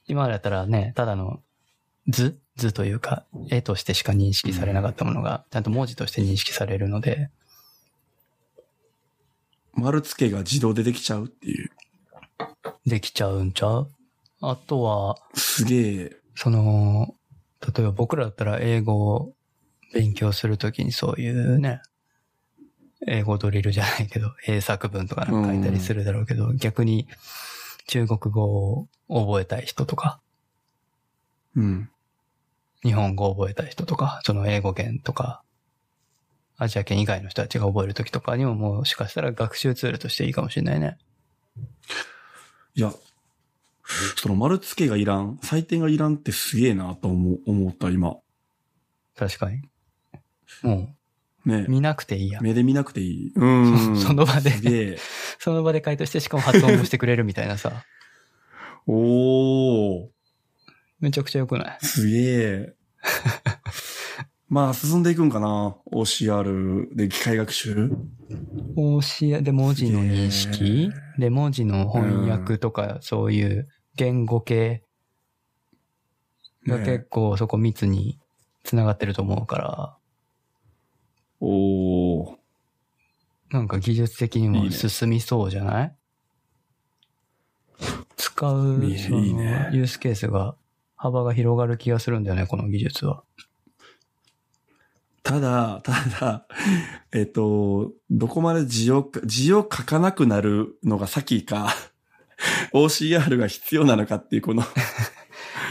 [SPEAKER 2] 今までだったらね、ただの図図というか、絵としてしか認識されなかったものが、ちゃんと文字として認識されるので、
[SPEAKER 1] 丸付けが自動でできちゃうっていう。
[SPEAKER 2] できちゃうんちゃうあとは、
[SPEAKER 1] すげえ。
[SPEAKER 2] その、例えば僕らだったら英語を勉強するときにそういうね、英語ドリルじゃないけど、英作文とかなんか書いたりするだろうけど、逆に中国語を覚えたい人とか、
[SPEAKER 1] うん。
[SPEAKER 2] 日本語を覚えたい人とか、その英語圏とか、アジア圏以外の人たちが覚えるときとかにももしかしたら学習ツールとしていいかもしれないね。
[SPEAKER 1] いや、その丸付けがいらん、採点がいらんってすげえなと思う思った、今。
[SPEAKER 2] 確かに。も
[SPEAKER 1] ね
[SPEAKER 2] う、見なくていいや。
[SPEAKER 1] 目で見なくていい。うん。
[SPEAKER 2] そその場です
[SPEAKER 1] げえ。
[SPEAKER 2] その場で回答して、しかも発音もしてくれるみたいなさ。
[SPEAKER 1] おー。
[SPEAKER 2] めちゃくちゃ良くない
[SPEAKER 1] すげ え。まあ、進んでいくんかな。OCR で機械学習。
[SPEAKER 2] おしや、で、文字の認識で、文字の翻訳とか、そういう言語系が
[SPEAKER 1] ね
[SPEAKER 2] 結構そこ密に繋がってると思うから、
[SPEAKER 1] おー。
[SPEAKER 2] なんか技術的に
[SPEAKER 1] いい
[SPEAKER 2] も
[SPEAKER 1] ね
[SPEAKER 2] 進みそうじゃない使う、
[SPEAKER 1] いいね
[SPEAKER 2] その
[SPEAKER 1] いいね
[SPEAKER 2] ユースケースが、幅が広がる気がするんだよね、この技術は。
[SPEAKER 1] ただ、ただ、えっと、どこまで字を、字を書かなくなるのが先か、OCR が必要なのかっていう、この、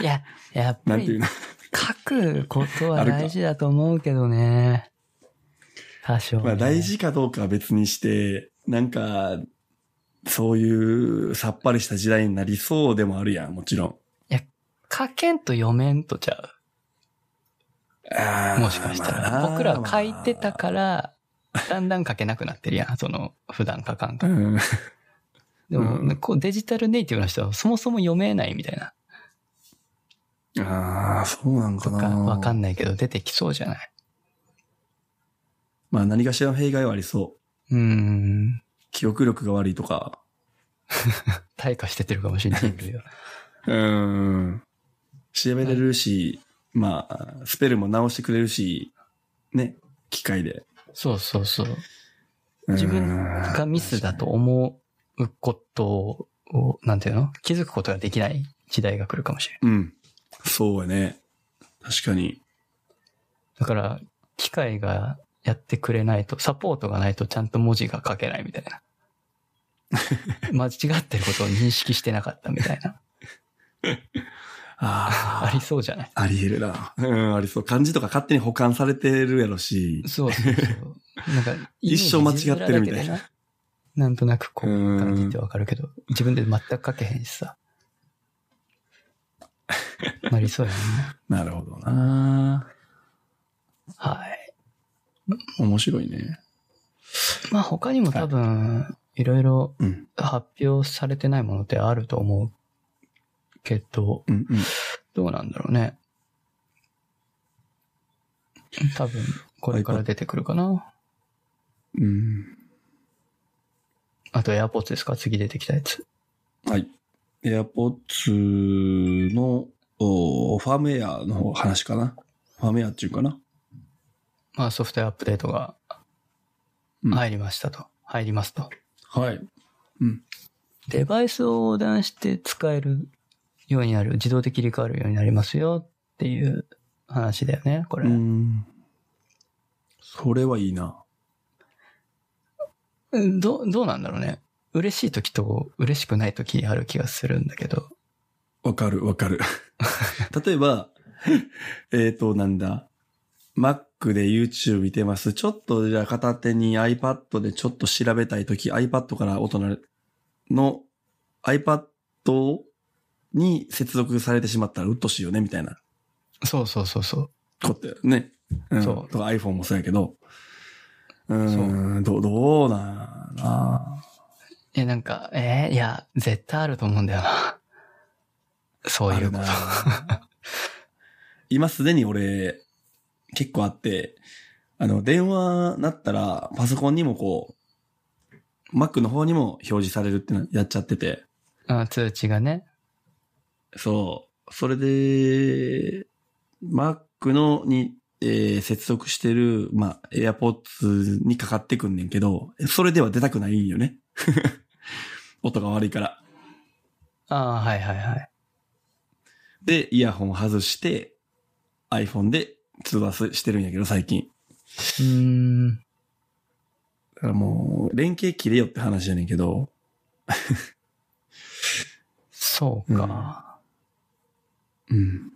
[SPEAKER 2] いや、やっぱ
[SPEAKER 1] なんていう
[SPEAKER 2] り
[SPEAKER 1] の。
[SPEAKER 2] 書くことは
[SPEAKER 1] あるか
[SPEAKER 2] 大事だと思うけどね。多少、ね。
[SPEAKER 1] まあ大事かどうかは別にして、なんか、そういうさっぱりした時代になりそうでもあるやん、もちろん。
[SPEAKER 2] 書けんと読めんとちゃう。もしかしたら。僕らは書いてた
[SPEAKER 1] ら。
[SPEAKER 2] から、だんだん書けなくなってるやん。その、普段書かんか
[SPEAKER 1] う
[SPEAKER 2] ら。
[SPEAKER 1] ん
[SPEAKER 2] でも、
[SPEAKER 1] うん
[SPEAKER 2] こうデジタルネイティブの人はそもそも読めないみたいな。
[SPEAKER 1] ああ、そうなんか
[SPEAKER 2] と
[SPEAKER 1] な。
[SPEAKER 2] か、わかんないけど出てきそうじゃない。
[SPEAKER 1] まあ何かしらの弊害はありそう。
[SPEAKER 2] うん。
[SPEAKER 1] 記憶力が悪いとか。
[SPEAKER 2] 退化してってるかもしれないけど。
[SPEAKER 1] うん。調べれるし、まあ、スペルも直してくれるし、ね、機械で。
[SPEAKER 2] そうそうそう。
[SPEAKER 1] うん
[SPEAKER 2] 自分がミスだと思うことを、なんていうの気づくことができない時代が来るかもしれない。
[SPEAKER 1] うん。そうやね。確かに。
[SPEAKER 2] だから、機械がやってくれないと、サポートがないとちゃんと文字が書けないみたいな。間違ってることを認識してなかったみたいな。あ
[SPEAKER 1] あ
[SPEAKER 2] りそうじゃない
[SPEAKER 1] あ、あり得るな。うん、ありそう。漢字とか勝手に保管されてるやろし。
[SPEAKER 2] そうそうそう。なんか、
[SPEAKER 1] 一生間違ってるみたいな。
[SPEAKER 2] なんとなくこ
[SPEAKER 1] う
[SPEAKER 2] う、
[SPEAKER 1] ん
[SPEAKER 2] 感じってわかるけど、自分で全く書けへんしさ。なりそうやね。
[SPEAKER 1] なるほどな。
[SPEAKER 2] はい。
[SPEAKER 1] 面白いね。
[SPEAKER 2] まあ他にも多分、いろいろ
[SPEAKER 1] うん。
[SPEAKER 2] 発表されてないものってあると思うけど、
[SPEAKER 1] うんうん。
[SPEAKER 2] どうなんだろうね。多分、これから出てくるかな。
[SPEAKER 1] うん。
[SPEAKER 2] あと、AirPods ですか次出てきたやつ。
[SPEAKER 1] はい。AirPods のおファームウェアの話かな。ファームウェアっていうかな。
[SPEAKER 2] まあ、ソフトウェアアップデートが
[SPEAKER 1] うん
[SPEAKER 2] 入りましたと。入りますと。
[SPEAKER 1] はい。
[SPEAKER 2] デバイスを横断して使えるようになる、自動で切り替わるようになりますよっていう話だよね、こ
[SPEAKER 1] う
[SPEAKER 2] れ。
[SPEAKER 1] ん。それはいいな。
[SPEAKER 2] うんどうどうなんだろうね。嬉しい時と嬉しくない時ある気がするんだけど。
[SPEAKER 1] わかるわ かる。例えば、えっと、なんだ。Mac で YouTube 見てます。ちょっとじゃあ片手に iPad でちょっと調べたいとき、iPad から大人の iPad に接続されてしまったらうっとしいよね、みたいな
[SPEAKER 2] そうそうそうそう。
[SPEAKER 1] ことやね。うん、
[SPEAKER 2] そう
[SPEAKER 1] とか iPhone もそうやけど。うん、どう、どうなんやろな
[SPEAKER 2] え、なんか、えーいや、絶対あると思うんだよな。 そう
[SPEAKER 1] あ
[SPEAKER 2] いう
[SPEAKER 1] る
[SPEAKER 2] こ
[SPEAKER 1] な
[SPEAKER 2] と。
[SPEAKER 1] 今すでに俺、結構あって、あの、電話なったら、パソコンにもこう、Mac の方にも表示されるってなやっちゃってて、
[SPEAKER 2] あ通知がね。
[SPEAKER 1] そう。それで、Mac のに、えー接続してる、まあ、AirPods にかかってくんねんけど、それでは出たくないんよね。 音が悪いから。
[SPEAKER 2] ああ、はいはいはい。
[SPEAKER 1] で、イヤホン外して、iPhone で通話すしてるんやけど、最近。
[SPEAKER 2] うーん。
[SPEAKER 1] だからもう、連携切れよって話やねんけど、
[SPEAKER 2] そうか。
[SPEAKER 1] うん。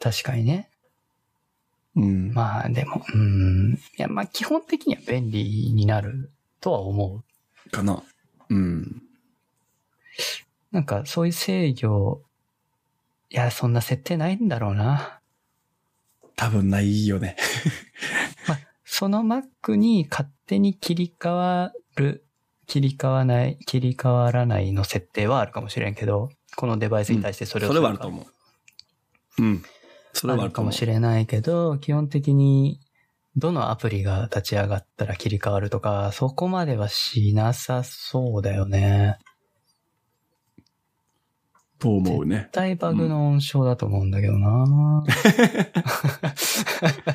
[SPEAKER 2] 確かにね。
[SPEAKER 1] うん。
[SPEAKER 2] まあでも、うーん。いや、まあ基本的には便利になるとは思う。
[SPEAKER 1] かな。うん。
[SPEAKER 2] なんかそういう制御、いや、そんな設定ないんだろうな。
[SPEAKER 1] 多分ないよね。
[SPEAKER 2] その Mac に勝手に切り替わる、切り替わない、切り替わらないの設定はあるかもしれんけど、このデバイスに対してそ
[SPEAKER 1] そ
[SPEAKER 2] れ
[SPEAKER 1] れ
[SPEAKER 2] をす
[SPEAKER 1] はあると思う。うん。それはあ
[SPEAKER 2] あ
[SPEAKER 1] る
[SPEAKER 2] る
[SPEAKER 1] か
[SPEAKER 2] か
[SPEAKER 1] も
[SPEAKER 2] も
[SPEAKER 1] し
[SPEAKER 2] し
[SPEAKER 1] れ
[SPEAKER 2] れないけど、基本的に、どのアプリが立ち上がったら切り替わるとか、そこまではしなさそうだよね。
[SPEAKER 1] と思うね。
[SPEAKER 2] 大バグの温床だと思うんだけどな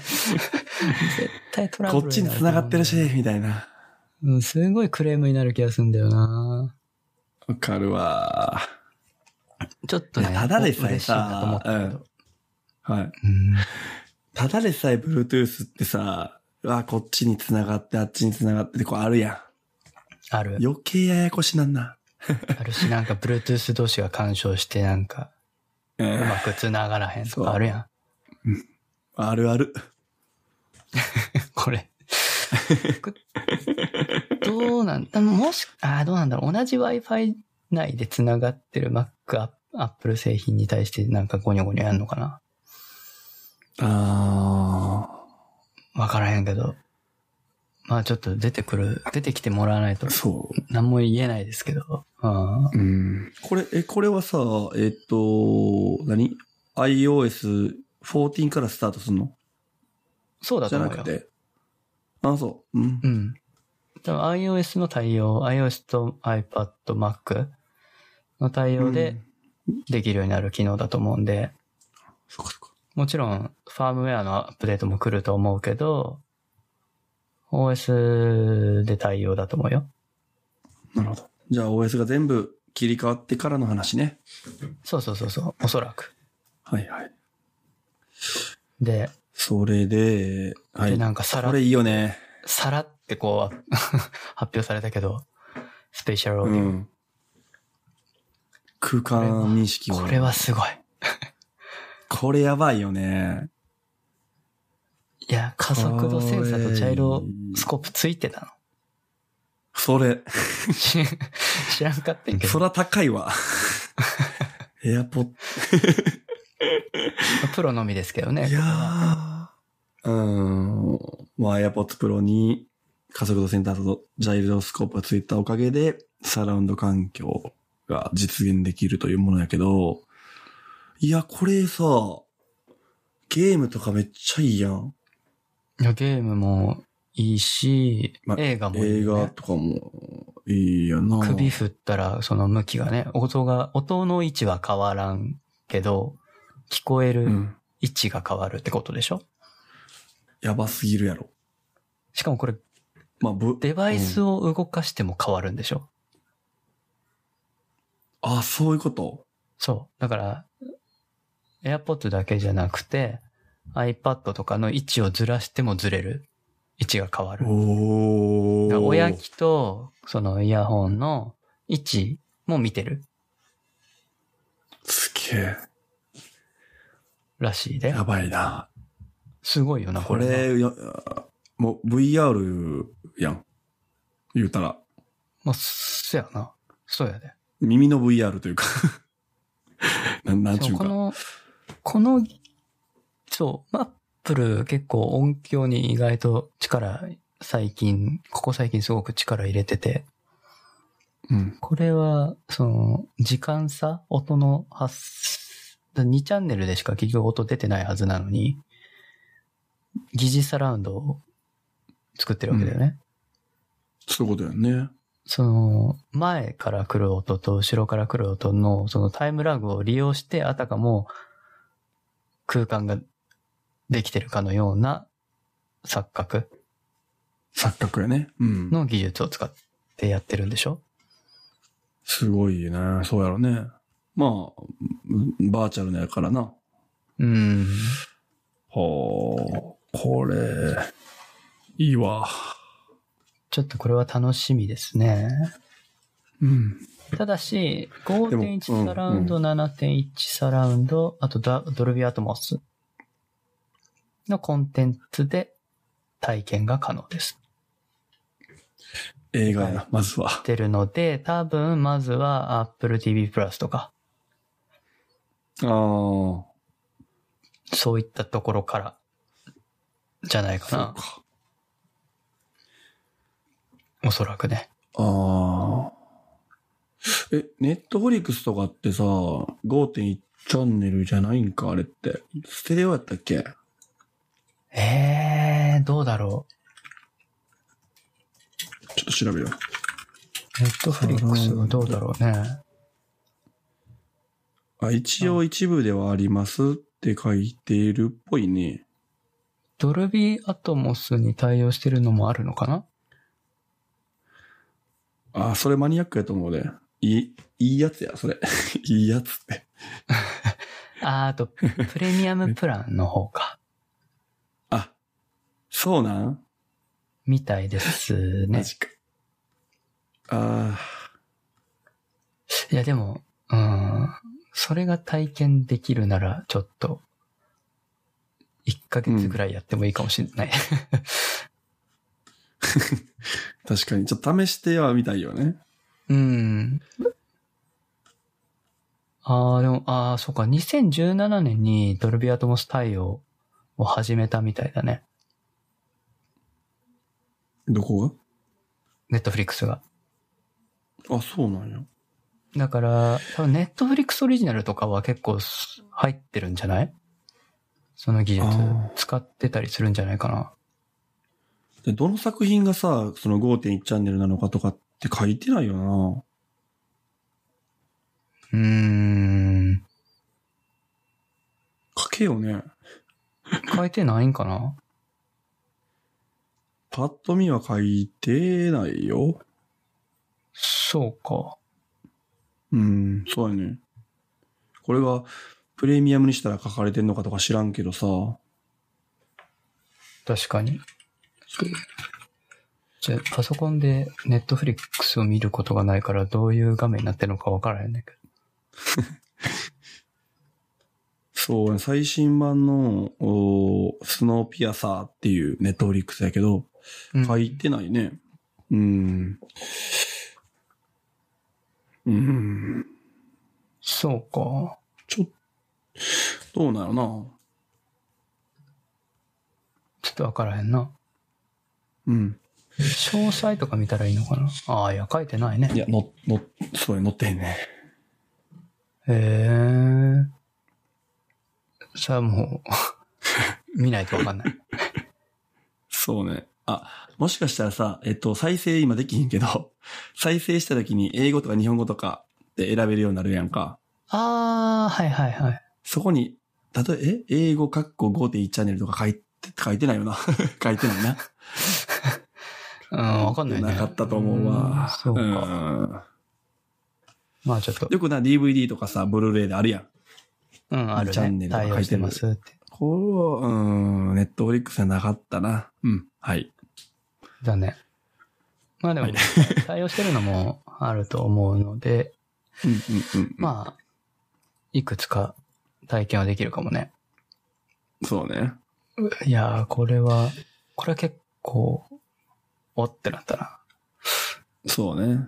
[SPEAKER 2] 絶対トラブ
[SPEAKER 1] こっ
[SPEAKER 2] ルなると思うんだよね
[SPEAKER 1] ちに繋がってるし、みたいな。
[SPEAKER 2] うん、すごいクレームになる気がするんだよな
[SPEAKER 1] わかるわ。
[SPEAKER 2] ちょっとね
[SPEAKER 1] い、やただでさえ
[SPEAKER 2] 嬉しいなと思ったけど。
[SPEAKER 1] はい。
[SPEAKER 2] うん
[SPEAKER 1] ただでさえ Bluetooth ってさ、うわ、こっちに繋がって、あっちに繋がってってこうあるや
[SPEAKER 2] ある
[SPEAKER 1] ん。。余計ややこしなんな。
[SPEAKER 2] あるし、なんか、Bluetooth 同士が干渉して、なんか、
[SPEAKER 1] う
[SPEAKER 2] うんまく繋がらへんと
[SPEAKER 1] そう
[SPEAKER 2] かあるやん。
[SPEAKER 1] あるある。
[SPEAKER 2] これ。こ どうなんだ、もし、あーどうなんだろう。同じ Wi-Fi 内で繋がってる Mac、ア Apple 製品に対してなんかゴニョゴニョやんのかな
[SPEAKER 1] あ
[SPEAKER 2] わからへんけど。まあちょっと出てくる、出てきてもらわないと
[SPEAKER 1] あ。そう。
[SPEAKER 2] 何も言えないですけど。うん。
[SPEAKER 1] うんこれ、え、これはさ、えっと、何 ?iOS14 からスタートするの
[SPEAKER 2] そうだ
[SPEAKER 1] じ
[SPEAKER 2] と
[SPEAKER 1] ゃな
[SPEAKER 2] 思う
[SPEAKER 1] く
[SPEAKER 2] よ。
[SPEAKER 1] て。あ、そう。うん
[SPEAKER 2] う。ん。多分 iOS の対応、iOS と iPad、Mac の対応でできるようになる機能だと思うんで、
[SPEAKER 1] そっかそっか。
[SPEAKER 2] もちろんファームウェアのアップデートも来ると思うけど、OS で対応だと思うよ。
[SPEAKER 1] なるほど。じゃあ OS が全部切り替わってからの話ね。
[SPEAKER 2] そうそうそうそう、おそらく。
[SPEAKER 1] はいはい。
[SPEAKER 2] で、
[SPEAKER 1] それで、はい。
[SPEAKER 2] でなんかさら
[SPEAKER 1] これいいよね。
[SPEAKER 2] さらってこう、 発表されたけど、スペシャルオー
[SPEAKER 1] う
[SPEAKER 2] ディオ。
[SPEAKER 1] ん。空間認識を。
[SPEAKER 2] これはすごい。
[SPEAKER 1] これやばいよね。
[SPEAKER 2] いや、加速度センサーと茶色スコープついてたの。
[SPEAKER 1] それ、
[SPEAKER 2] 知知らんかったんけど
[SPEAKER 1] そ。ら高い わ。エアポッ
[SPEAKER 2] プロのみですけど
[SPEAKER 1] ド。
[SPEAKER 2] ね。
[SPEAKER 1] いやー。うん。まあ、エアポッドプロに加速度センターとジャイロスコープがついたおかげで、サラウンド環境が実現できるというものやけど、いや、これさ、ゲームとかめっちゃいいやん。
[SPEAKER 2] いやゲームもいいし、
[SPEAKER 1] ま
[SPEAKER 2] 映画もいい、
[SPEAKER 1] 映
[SPEAKER 2] ね。
[SPEAKER 1] 画とかもいいやな。
[SPEAKER 2] 首振ったら、その向きがね、音が、音の位置は変わらんけど、聞こえ
[SPEAKER 1] う
[SPEAKER 2] る
[SPEAKER 1] ん。
[SPEAKER 2] 位置が変わるってことでしょ、
[SPEAKER 1] やばすぎるやろ。
[SPEAKER 2] しかもこれ、
[SPEAKER 1] まあ、ぶ
[SPEAKER 2] デバイス
[SPEAKER 1] うん
[SPEAKER 2] を動かしても変わるんでしょ、
[SPEAKER 1] あ、そういうこと
[SPEAKER 2] そう。だから、AirPods だけじゃなくて、iPad とかの位置をずらしてもずれる。位置が変わる。
[SPEAKER 1] お
[SPEAKER 2] だから
[SPEAKER 1] ー。
[SPEAKER 2] 親機と、そのイヤホンの位置も見てる
[SPEAKER 1] すげえ。
[SPEAKER 2] らしいで
[SPEAKER 1] や。ばいな。
[SPEAKER 2] すごいよな、こ
[SPEAKER 1] こ
[SPEAKER 2] れね。
[SPEAKER 1] れ、やもう VR やん。言うたら、
[SPEAKER 2] まあ、そやな。そうやで。
[SPEAKER 1] 耳の VR というか な。なんち
[SPEAKER 2] し
[SPEAKER 1] ゅう
[SPEAKER 2] か
[SPEAKER 1] か。
[SPEAKER 2] もこの、この、そう、アップル結構音響に意外と力、最近、ここ最近すごく力入れてて、
[SPEAKER 1] うん。
[SPEAKER 2] これは、その、時間差音の発、2チャンネルでしか結局音出てないはずなのに、疑似サラウンドを作ってるわけだよね。
[SPEAKER 1] そういうことやんね。
[SPEAKER 2] その、前から来る音と後ろから来る音の、そのタイムラグを利用して、あたかも空間ができてるかのような錯覚
[SPEAKER 1] 錯覚やね。うん。
[SPEAKER 2] の技術を使ってやってるんでしょ
[SPEAKER 1] すごいね。そうやろね。まあ、うんバーチャルのやからな。
[SPEAKER 2] うん。
[SPEAKER 1] ほー。これ、いいわ。
[SPEAKER 2] ちょっとこれは楽しみですね。
[SPEAKER 1] うん。
[SPEAKER 2] ただし、
[SPEAKER 1] でもう
[SPEAKER 2] 5.1
[SPEAKER 1] ん
[SPEAKER 2] サラウンド、7.1サラウンド、あとダドルビーアトモスのコンテンツで体験が可能です。
[SPEAKER 1] 映画や
[SPEAKER 2] は
[SPEAKER 1] な、まずは。
[SPEAKER 2] 出るので、多分、まずは Apple TV Plus とか、
[SPEAKER 1] ああ。
[SPEAKER 2] そういったところから、じゃないかな。
[SPEAKER 1] か。
[SPEAKER 2] おそらくね。
[SPEAKER 1] ああ。え、ネットフリックスとかってさ、5.1チャンネルじゃないんか、あれって。ステレオやったっけ
[SPEAKER 2] えー、どうだろ
[SPEAKER 1] ちょっと調べよう。
[SPEAKER 2] う。Netflix はどうだろうね。
[SPEAKER 1] あ、一応一部ではありますって書いているっぽいね。
[SPEAKER 2] ドルビーアトモスに対応してるのもあるのかな
[SPEAKER 1] あ、それマニアックやと思うで。いい、いいやつや、それ。 いいやつって。
[SPEAKER 2] あー、あと、プレミアムプランの方か。
[SPEAKER 1] あ、そうなん
[SPEAKER 2] みたいです
[SPEAKER 1] マ
[SPEAKER 2] ね。
[SPEAKER 1] ジか。あ
[SPEAKER 2] いや、でも、うん。それが体験できるなら、ちょっと、1ヶ月ぐらいやってもいいかもしれない。
[SPEAKER 1] あ、確かに。ちょっと試してはみたいよね。
[SPEAKER 2] うん。ああ、でも、ああ、そうか。2017年にドルビーアトモス対応を始めたみたいだね。
[SPEAKER 1] どこ
[SPEAKER 2] ネットフリックスが。
[SPEAKER 1] があ、そうなんや。
[SPEAKER 2] だから、多分ネットフリックスオリジナルとかは結構す入ってるんじゃないその技術
[SPEAKER 1] あー
[SPEAKER 2] 使ってたりするんじゃないかな。
[SPEAKER 1] でどの作品がさ、その5.1チャンネルなのかとかって書いてないよな。
[SPEAKER 2] うーん。
[SPEAKER 1] 書けよね。
[SPEAKER 2] 書いてないんかな
[SPEAKER 1] パッと見は書いてないよ。
[SPEAKER 2] そうか。
[SPEAKER 1] うん、そうやね。これがプレミアムにしたら書かれてんのかとか知らんけどさ。
[SPEAKER 2] 確かに。じゃあ、パソコンでネットフリックスを見ることがないから、どういう画面になってるのかわからへんねんけど。
[SPEAKER 1] そうね、最新版の、おースノーピアサーっていうネットフリックスやけど、
[SPEAKER 2] うん
[SPEAKER 1] 書いてないね。うん。うん。
[SPEAKER 2] そうか。
[SPEAKER 1] ちょっと、どうなのな。
[SPEAKER 2] ちょっとわからへんな。
[SPEAKER 1] うん。
[SPEAKER 2] 詳細とか見たらいいのかなああ、いや、書いてないね。
[SPEAKER 1] いや、の、の、そうや、乗ってへんね。
[SPEAKER 2] へえ。それはも う、見ないとわかんない。
[SPEAKER 1] そうね。あ、もしかしたらさ、えっと、再生今できひんけど、 再生した時に英語とか日本語とかって選べるようになるやんか。
[SPEAKER 2] ああ、はいはいはい。
[SPEAKER 1] そこに、例え、え英語カッコ5.1チャンネルとか書いて、書いてないよな。 書いてないな。
[SPEAKER 2] うん、わかんないね。
[SPEAKER 1] なかったと思うわ。
[SPEAKER 2] んそうか。
[SPEAKER 1] か。
[SPEAKER 2] まあちょっと、
[SPEAKER 1] よくな、DVD とかさ、ブルーレイであるやん。
[SPEAKER 2] うん、ある
[SPEAKER 1] チャンネ
[SPEAKER 2] ね。
[SPEAKER 1] ルとか書い
[SPEAKER 2] 対
[SPEAKER 1] てる
[SPEAKER 2] 応してますって。
[SPEAKER 1] これは、うん、ネットフリックスはなかったな。うん、はい。
[SPEAKER 2] だね。まあでも
[SPEAKER 1] はい、
[SPEAKER 2] 対応してるのもあると思うので、
[SPEAKER 1] うん、うん、うん。あ、
[SPEAKER 2] まあ、いくつか体験はできるかもね。
[SPEAKER 1] そうね。
[SPEAKER 2] いやー、これは、これは結構、おってなったな。
[SPEAKER 1] そうね。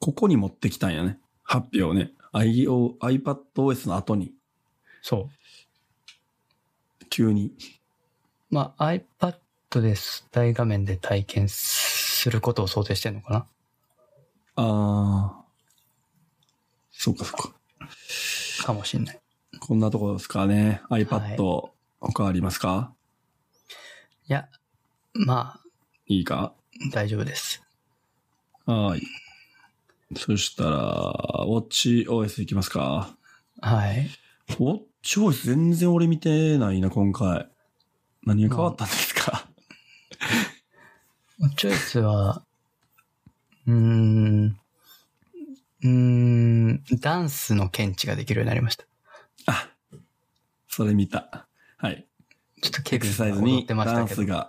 [SPEAKER 1] ここに持ってきたんやね。発表をね。IO、iPadOS の後に、
[SPEAKER 2] そ
[SPEAKER 1] 急に。
[SPEAKER 2] う。まあ、iPad です。大画面で体験することを想定してるのかな
[SPEAKER 1] あー。そうか、そうか。
[SPEAKER 2] かもしんない。
[SPEAKER 1] こんなところですかね。
[SPEAKER 2] はい
[SPEAKER 1] iPad、他ありますか
[SPEAKER 2] いや、まあ、
[SPEAKER 1] いいか
[SPEAKER 2] 大丈夫です。
[SPEAKER 1] はい。そしたら、WatchOS いきますか。
[SPEAKER 2] はい。
[SPEAKER 1] WatchOS 全然俺見てないな、今回。何が変わったんですか、
[SPEAKER 2] チョイスは、うーん、うーん、ダンスの検知ができるようになりました。
[SPEAKER 1] あ、それ見た。はい。
[SPEAKER 2] ちょっとケ
[SPEAKER 1] エ
[SPEAKER 2] ビ
[SPEAKER 1] ク
[SPEAKER 2] ン
[SPEAKER 1] サ
[SPEAKER 2] が
[SPEAKER 1] サイズ
[SPEAKER 2] 踊っ
[SPEAKER 1] に
[SPEAKER 2] てまし
[SPEAKER 1] ダ
[SPEAKER 2] た
[SPEAKER 1] ン
[SPEAKER 2] けど、
[SPEAKER 1] ス
[SPEAKER 2] ケビン
[SPEAKER 1] が。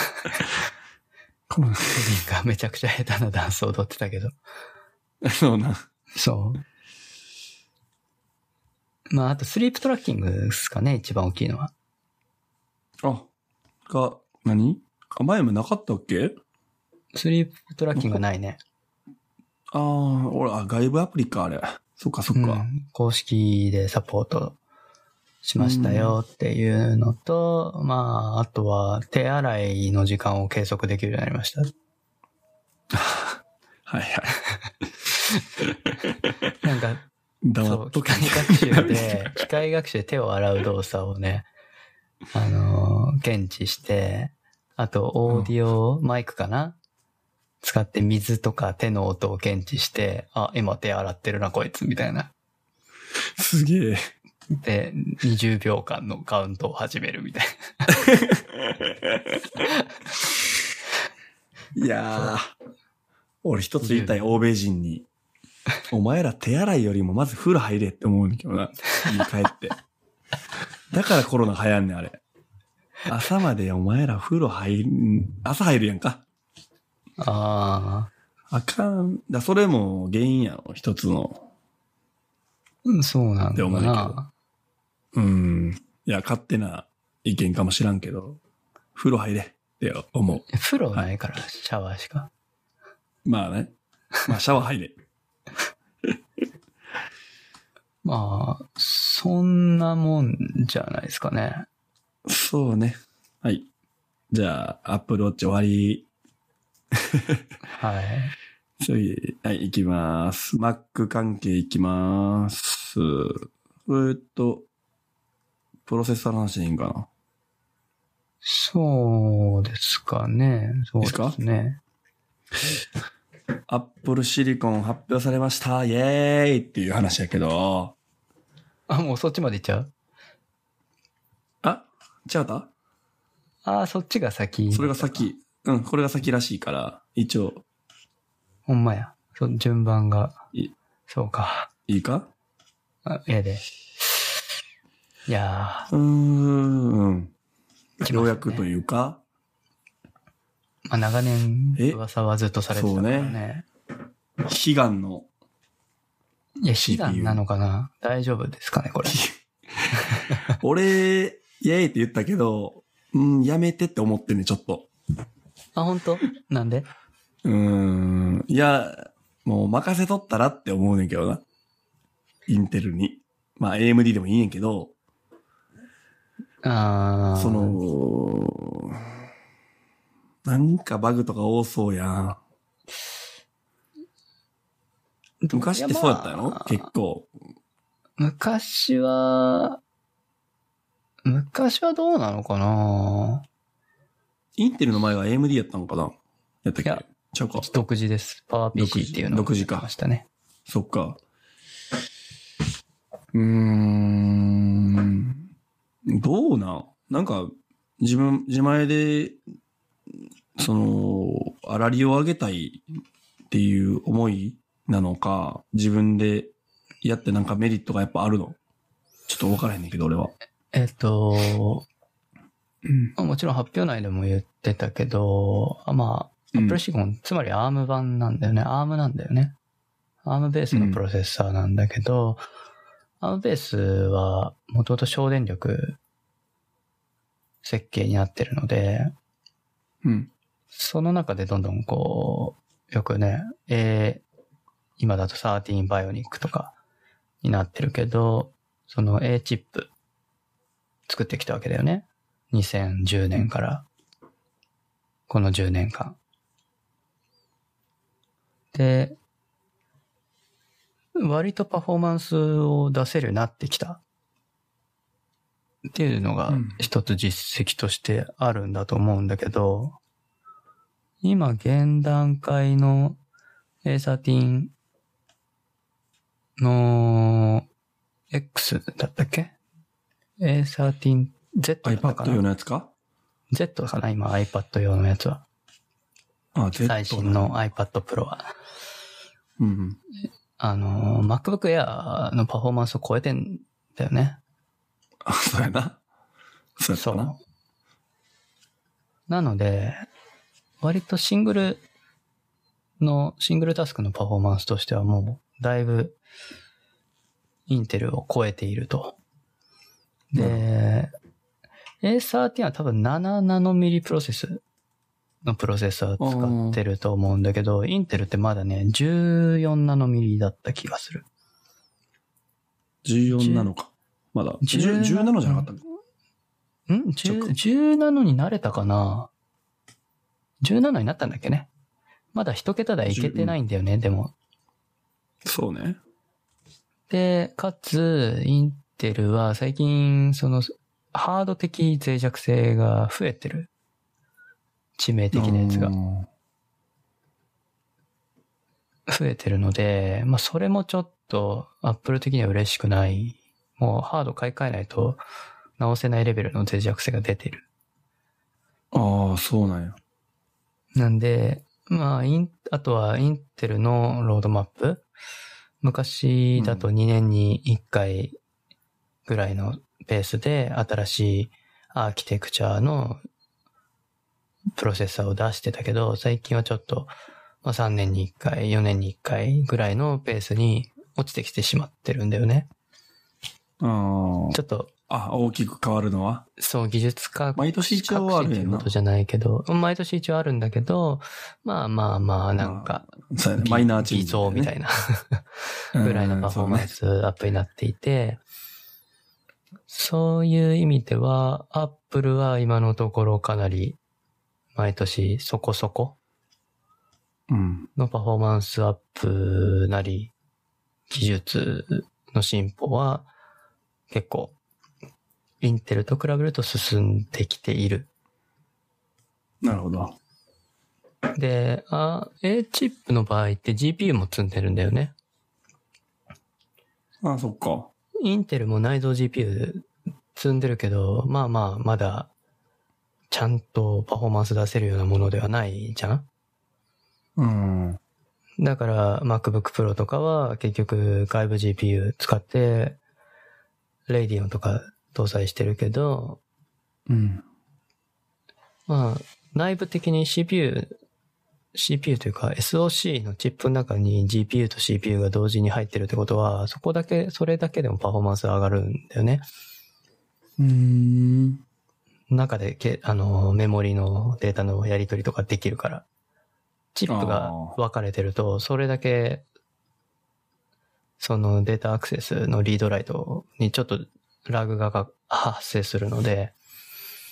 [SPEAKER 2] がめちゃくちゃ下手なダンスを踊ってたけど。
[SPEAKER 1] そうなん。
[SPEAKER 2] そう。まあ、あとスリープトラッキングですかね、一番大きいのは。
[SPEAKER 1] あ、が、何あ前もなかったっけ
[SPEAKER 2] スリープトラッキングはないね。
[SPEAKER 1] ああ、俺、あ、外部アプリか、あれ。そっか そっ
[SPEAKER 2] う
[SPEAKER 1] か。
[SPEAKER 2] ん公式でサポートしましたよっていうのと、まあ、あとは手洗いの時間を計測できるようになりました。
[SPEAKER 1] はいはい。
[SPEAKER 2] なんか、
[SPEAKER 1] 黙
[SPEAKER 2] そ
[SPEAKER 1] っ
[SPEAKER 2] う、
[SPEAKER 1] とけ
[SPEAKER 2] 機械学習で、機械学習で手を洗う動作をね、あのー検知して、あと、オーディオマイクかな、使って水とか手の音を検知して、あ、今手洗ってるな、こいつ、みたいな。
[SPEAKER 1] すげえ。
[SPEAKER 2] で、20秒間のカウントを始めるみたい
[SPEAKER 1] いやー、俺一つ言いたい、欧米人に。お前ら手洗いよりもまず風呂入れって思うんだけどな。家帰って。だからコロナ流行んねん、あれ。朝までお前ら風呂入ん、朝入るやんか。
[SPEAKER 2] な。ああ、
[SPEAKER 1] あかん。だそれも原因やろ、一つの。
[SPEAKER 2] うんそうなんだ
[SPEAKER 1] って思うんだけ
[SPEAKER 2] な。
[SPEAKER 1] うん。いや、勝手な意見かもしらんけど、風呂入れって思う。
[SPEAKER 2] 風呂ないから、シャワーしか。
[SPEAKER 1] まあね。まあ、シャワー入れ。
[SPEAKER 2] まあ、そんなもんじゃないですかね。
[SPEAKER 1] そうね。はい。じゃあ、アップルウォッチ終わり。
[SPEAKER 2] はい。
[SPEAKER 1] 次、はい、いきます。Mac 関係いきます。えーっと、プロセッサーの話でいいんかな。
[SPEAKER 2] そうですかね。そうですね。
[SPEAKER 1] アップルシリコン発表されました、イエーイっていう話やけど、
[SPEAKER 2] あ、もうそっちまで行っちゃう
[SPEAKER 1] あちゃうた
[SPEAKER 2] あー、そっちが先。
[SPEAKER 1] それが。先。うん、これが先らしいから、一応、
[SPEAKER 2] ほんまや。そ順番が
[SPEAKER 1] い。
[SPEAKER 2] そうか。
[SPEAKER 1] いいか
[SPEAKER 2] あ、ええで。いや
[SPEAKER 1] うーん。
[SPEAKER 2] ー、来ましたね
[SPEAKER 1] ようやくというか、
[SPEAKER 2] まあ、長年
[SPEAKER 1] え
[SPEAKER 2] 噂はずっとされてたからね。
[SPEAKER 1] そう悲願の、
[SPEAKER 2] いや、悲願なのかな大丈夫ですかね、これ。
[SPEAKER 1] 俺、イエーイって言ったけど、うん、やめてって思ってんね、ちょっと。
[SPEAKER 2] あ、本当なんで
[SPEAKER 1] うーん。いや、もう任せとったらって思うねんけどな。インテルに。まあ AMD でもいいねんけど、
[SPEAKER 2] あー
[SPEAKER 1] そ、の、なんかバグとか多そうやん。昔ってそうやったや
[SPEAKER 2] い
[SPEAKER 1] ろ、
[SPEAKER 2] まあ
[SPEAKER 1] 結構。
[SPEAKER 2] 昔は、昔はどうなのかな
[SPEAKER 1] インテルの前は AMD やったのかなやったっ
[SPEAKER 2] いや
[SPEAKER 1] けちゃうか。
[SPEAKER 2] 独自です。パワー PC っていうの
[SPEAKER 1] 独自か
[SPEAKER 2] 出ましたね。
[SPEAKER 1] そっか。うーん。どうなんなんか、自分、自前で、その、粗利を上げたいっていう思いなのか、自分でやってなんかメリットがやっぱあるのちょっと分からへんねんけど、俺は。
[SPEAKER 2] えっと、
[SPEAKER 1] うん。
[SPEAKER 2] まあもちろん発表内でも言ってたけど、あまあ、アップルシコン、つまりアーム版なんだよね。アームなんだよね。アームベースのプロセッサーなんだけど、アームベースはもともと省電力設計になってるので、
[SPEAKER 1] うん。
[SPEAKER 2] その中でどんどんこう、よくね、えー今だと13バイオニックとかになってるけど、その A チップ作ってきたわけだよね。2010年から、この10年間。で、割とパフォーマンスを出せるようになってきた。っていうのが
[SPEAKER 1] うん
[SPEAKER 2] 一つ実績としてあるんだと思うんだけど、今現段階の A13 の X だったっけ ?A13Z だったか
[SPEAKER 1] iPad
[SPEAKER 2] な
[SPEAKER 1] 用のやつか
[SPEAKER 2] Z かな今 iPad 用のやつは。
[SPEAKER 1] あ、Z
[SPEAKER 2] 最新。の iPad Pro は。
[SPEAKER 1] うんうん。
[SPEAKER 2] あの、MacBook Air のパフォーマンスを超えてんだよね。
[SPEAKER 1] あ、そうやな。そうやったな。
[SPEAKER 2] なので、割とシングルの、シングルタスクのパフォーマンスとしてはもう、だいぶ、インテルを超えていると。で、A13 は多分7ナノミリプロセスのプロセッサーを使ってると思うんだけど、インテルってまだね、14ナノミリだった気がする。
[SPEAKER 1] 14なのか。まだ。
[SPEAKER 2] 10
[SPEAKER 1] 10 17じゃなかったっけ
[SPEAKER 2] ん
[SPEAKER 1] そっか
[SPEAKER 2] 10 ?17 になれたかな ?17 になったんだっけねまだ一桁台いけてないんだよね、でも。
[SPEAKER 1] そうね。
[SPEAKER 2] で、かつ、インテルは最近、その、ハード的脆弱性が増えてる。致命的なやつが
[SPEAKER 1] う。ん
[SPEAKER 2] 増えてるので、まあそれもちょっとアップル的には嬉しくない。もうハード買い替えないと直せないレベルの脆弱性が出てる。
[SPEAKER 1] ああ、そうなんや。
[SPEAKER 2] なんで、まあ、イン、あとはインテルのロードマップ。昔だと2年に1回ぐらいのペースで新しいアーキテクチャのプロセッサーを出してたけど、最近はちょっと、まあ、3年に1回、4年に1回ぐらいのペースに落ちてきてしまってるんだよね。
[SPEAKER 1] あ
[SPEAKER 2] ちょっと、
[SPEAKER 1] あ。あ、大きく変わるのは
[SPEAKER 2] そう、技術革
[SPEAKER 1] 毎年一応はある
[SPEAKER 2] 革
[SPEAKER 1] や
[SPEAKER 2] 新ってい
[SPEAKER 1] ん
[SPEAKER 2] うこ
[SPEAKER 1] な
[SPEAKER 2] と。じゃないけど、毎年一応あるんだけど、まあまあまあ、なんか、
[SPEAKER 1] そうやねマイナーチ
[SPEAKER 2] 偽造
[SPEAKER 1] ーム、
[SPEAKER 2] みたいな ぐらいのパフォーマン
[SPEAKER 1] ス。
[SPEAKER 2] スアップになっていて、そういう意味では、アップルは今のところかなり毎年そこそこ
[SPEAKER 1] そうねうん。
[SPEAKER 2] のパフォーマンスアップなり、技術の進歩は結構インテルと比べると進んできている。
[SPEAKER 1] なるほど。
[SPEAKER 2] で、あ A チップの場合って GPU も積んでるんだよね。
[SPEAKER 1] ああ、そっか。
[SPEAKER 2] インテルも内蔵 GPU 積んでるけど、まあまあ、まだ、ちゃんとパフォーマンス出せるようなものではないじゃん
[SPEAKER 1] うん。
[SPEAKER 2] だから、MacBook Pro とかは結局外部 GPU 使って、Radeon とか搭載してるけど、
[SPEAKER 1] うん。
[SPEAKER 2] まあ、内部的に CPU、CPU というか SOC のチップの中に GPU と CPU が同時に入ってるってことは、そこだけ、それだけでもパフォーマンス上がるんだよね。
[SPEAKER 1] うん。
[SPEAKER 2] 中でけ、あの、メモリのデータのやり取りとかできるから。チップが分かれてると、それだけ、そのデータアクセスのリードライトにちょっとラグがか発生するので、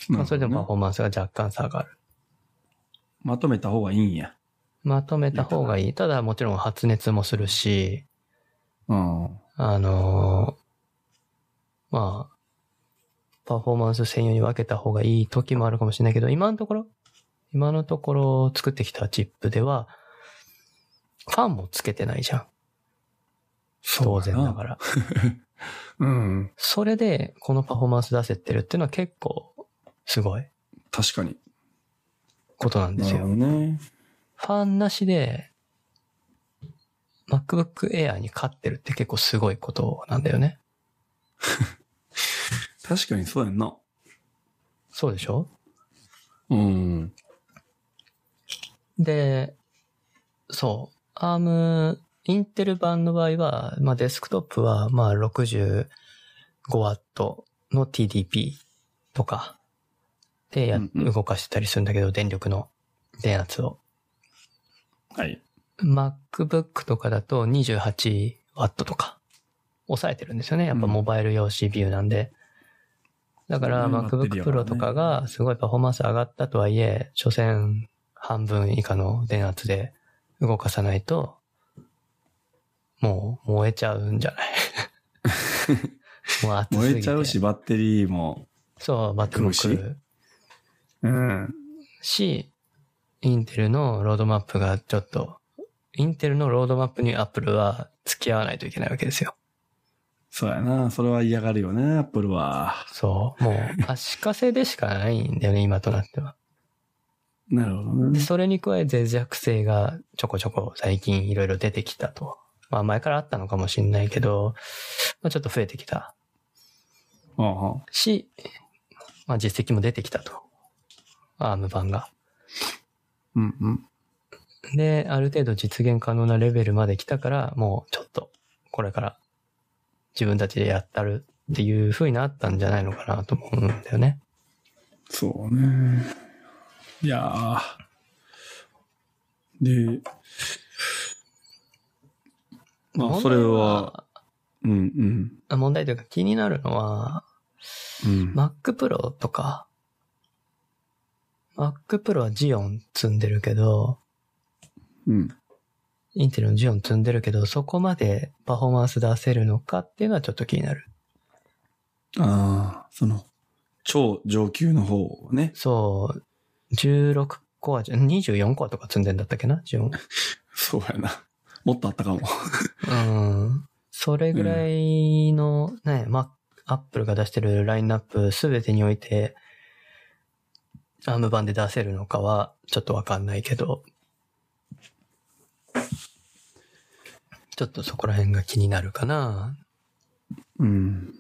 [SPEAKER 2] まあ、それでもパフォーマンスが若干下がる。
[SPEAKER 1] まとめた方がいいんや。
[SPEAKER 2] まとめた方がいい。ただもちろん発熱もするし、
[SPEAKER 1] うん。。
[SPEAKER 2] あのーまあ、パフォーマンス専用に分けた方がいい時もあるかもしれないけど、今のところ、今のところ作ってきたチップでは、ファンもつけてないじゃん。当然だからら。
[SPEAKER 1] うん。
[SPEAKER 2] それで、このパフォーマンス出せてるっていうのは結構、すごい
[SPEAKER 1] 確かに。
[SPEAKER 2] ことなんで
[SPEAKER 1] な
[SPEAKER 2] す
[SPEAKER 1] るほ
[SPEAKER 2] よ。
[SPEAKER 1] どね。
[SPEAKER 2] ファンなしで、MacBook Air に勝ってるって結構すごいことなんだよね。
[SPEAKER 1] 確かにそうやんな。
[SPEAKER 2] そうでしょ
[SPEAKER 1] うん。
[SPEAKER 2] で、そう。アーム、インテル版の場合は、まあデスクトップは、まあ 65W の TDP とかでや、
[SPEAKER 1] うんうん
[SPEAKER 2] 動かしてたりするんだけど、電力の電圧を。
[SPEAKER 1] はい。
[SPEAKER 2] MacBook とかだと 28W とか抑えてるんですよね。やっぱ
[SPEAKER 1] うん
[SPEAKER 2] モバイル用 CPU なんで。だから
[SPEAKER 1] そうね
[SPEAKER 2] MacBook
[SPEAKER 1] バッテリーはね
[SPEAKER 2] Pro とかがすごいパフォーマンス上がったとはいえ、所詮半分以下の電圧で動かさないと、もう燃えちゃうんじ ゃないもう熱すぎて
[SPEAKER 1] 燃えちゃうし、バッテリーも。
[SPEAKER 2] そう、バッテリーも来
[SPEAKER 1] 来
[SPEAKER 2] る
[SPEAKER 1] うん。
[SPEAKER 2] し、インテルのロードマップがちょっと、インテルのロードマップに Apple は付き合わないといけないわけですよ。
[SPEAKER 1] そうやな。それは嫌がるよね、アップルは。
[SPEAKER 2] そう。もう、足かせでしかないんだよね、今となっては。
[SPEAKER 1] なるほど
[SPEAKER 2] で、
[SPEAKER 1] ね。
[SPEAKER 2] それに加え脆弱性がちょこちょこ最近いろいろ出てきたと。まあ前からあったのかもしれないけど、まあちょっと増えてきた
[SPEAKER 1] ああ
[SPEAKER 2] し、まあ実績も出てきたと。アーム版が。
[SPEAKER 1] うんうん。
[SPEAKER 2] で、ある程度実現可能なレベルまで来たから、もうちょっと、これから自分たちでやったるっていう風になったんじゃないのかなと思うんだよね。
[SPEAKER 1] そうね。いやー。で、まあ、それは、うんうん。
[SPEAKER 2] 問題は、問題というか気になるのは、
[SPEAKER 1] うん。
[SPEAKER 2] Mac Pro とか、Mac Pro は Xeon 積んでるけど、
[SPEAKER 1] うん。
[SPEAKER 2] インテルの Xeon 積んでるけど、そこまでパフォーマンス出せるのかっていうのはちょっと気になる。
[SPEAKER 1] ああ、その、超上級の方をね。
[SPEAKER 2] そう、16コアじゃ、24コアとか積んでんだったっけな ?Xeon。
[SPEAKER 1] そうやな。 もっとあったかも。
[SPEAKER 2] うん。それぐらいの、ね、ま、アップルが出してるラインナップすべてにおいて、アーム版で出せるのかは、ちょっとわかんないけど、ちょっとそこら辺が気になるかな。
[SPEAKER 1] うん。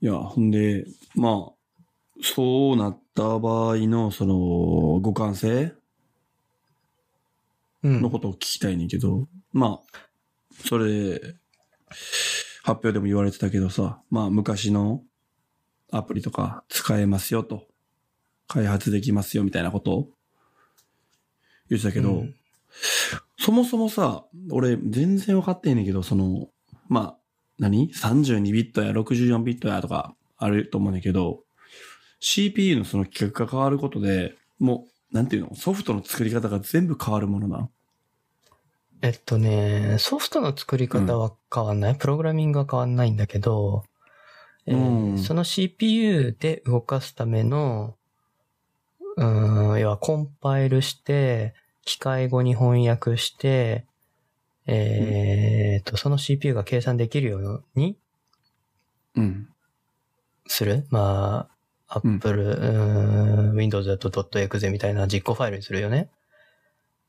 [SPEAKER 1] いや、ほんで、まあ、そうなった場合の、その、互換性
[SPEAKER 2] う
[SPEAKER 1] の
[SPEAKER 2] ん。
[SPEAKER 1] ことを聞きたいねんけど、まあ、それ、発表でも言われてたけどさ、まあ、昔のアプリとか使えますよと、開発できますよみたいなことを言ってたけど、
[SPEAKER 2] うん
[SPEAKER 1] そもそもさ、俺全然分かってんねんけど、その、まあ、何 ?32 ビットや64ビットやとかあると思うねんだけど、CPU のその規格が変わることで、もう、なんていうのソフトの作り方が全部変わるものなん。
[SPEAKER 2] えっとね、ソフトの作り方は変わんない。プログラミングは変わんないんだけど、えー
[SPEAKER 1] うん
[SPEAKER 2] その CPU で動かすための、うーん、要はコンパイルして、機械語に翻訳して、えーっと、その CPU が計算できるように
[SPEAKER 1] うん。
[SPEAKER 2] するまあ、
[SPEAKER 1] うん
[SPEAKER 2] Apple、うーん、Windows だと .exe みたいな実行ファイルにするよね。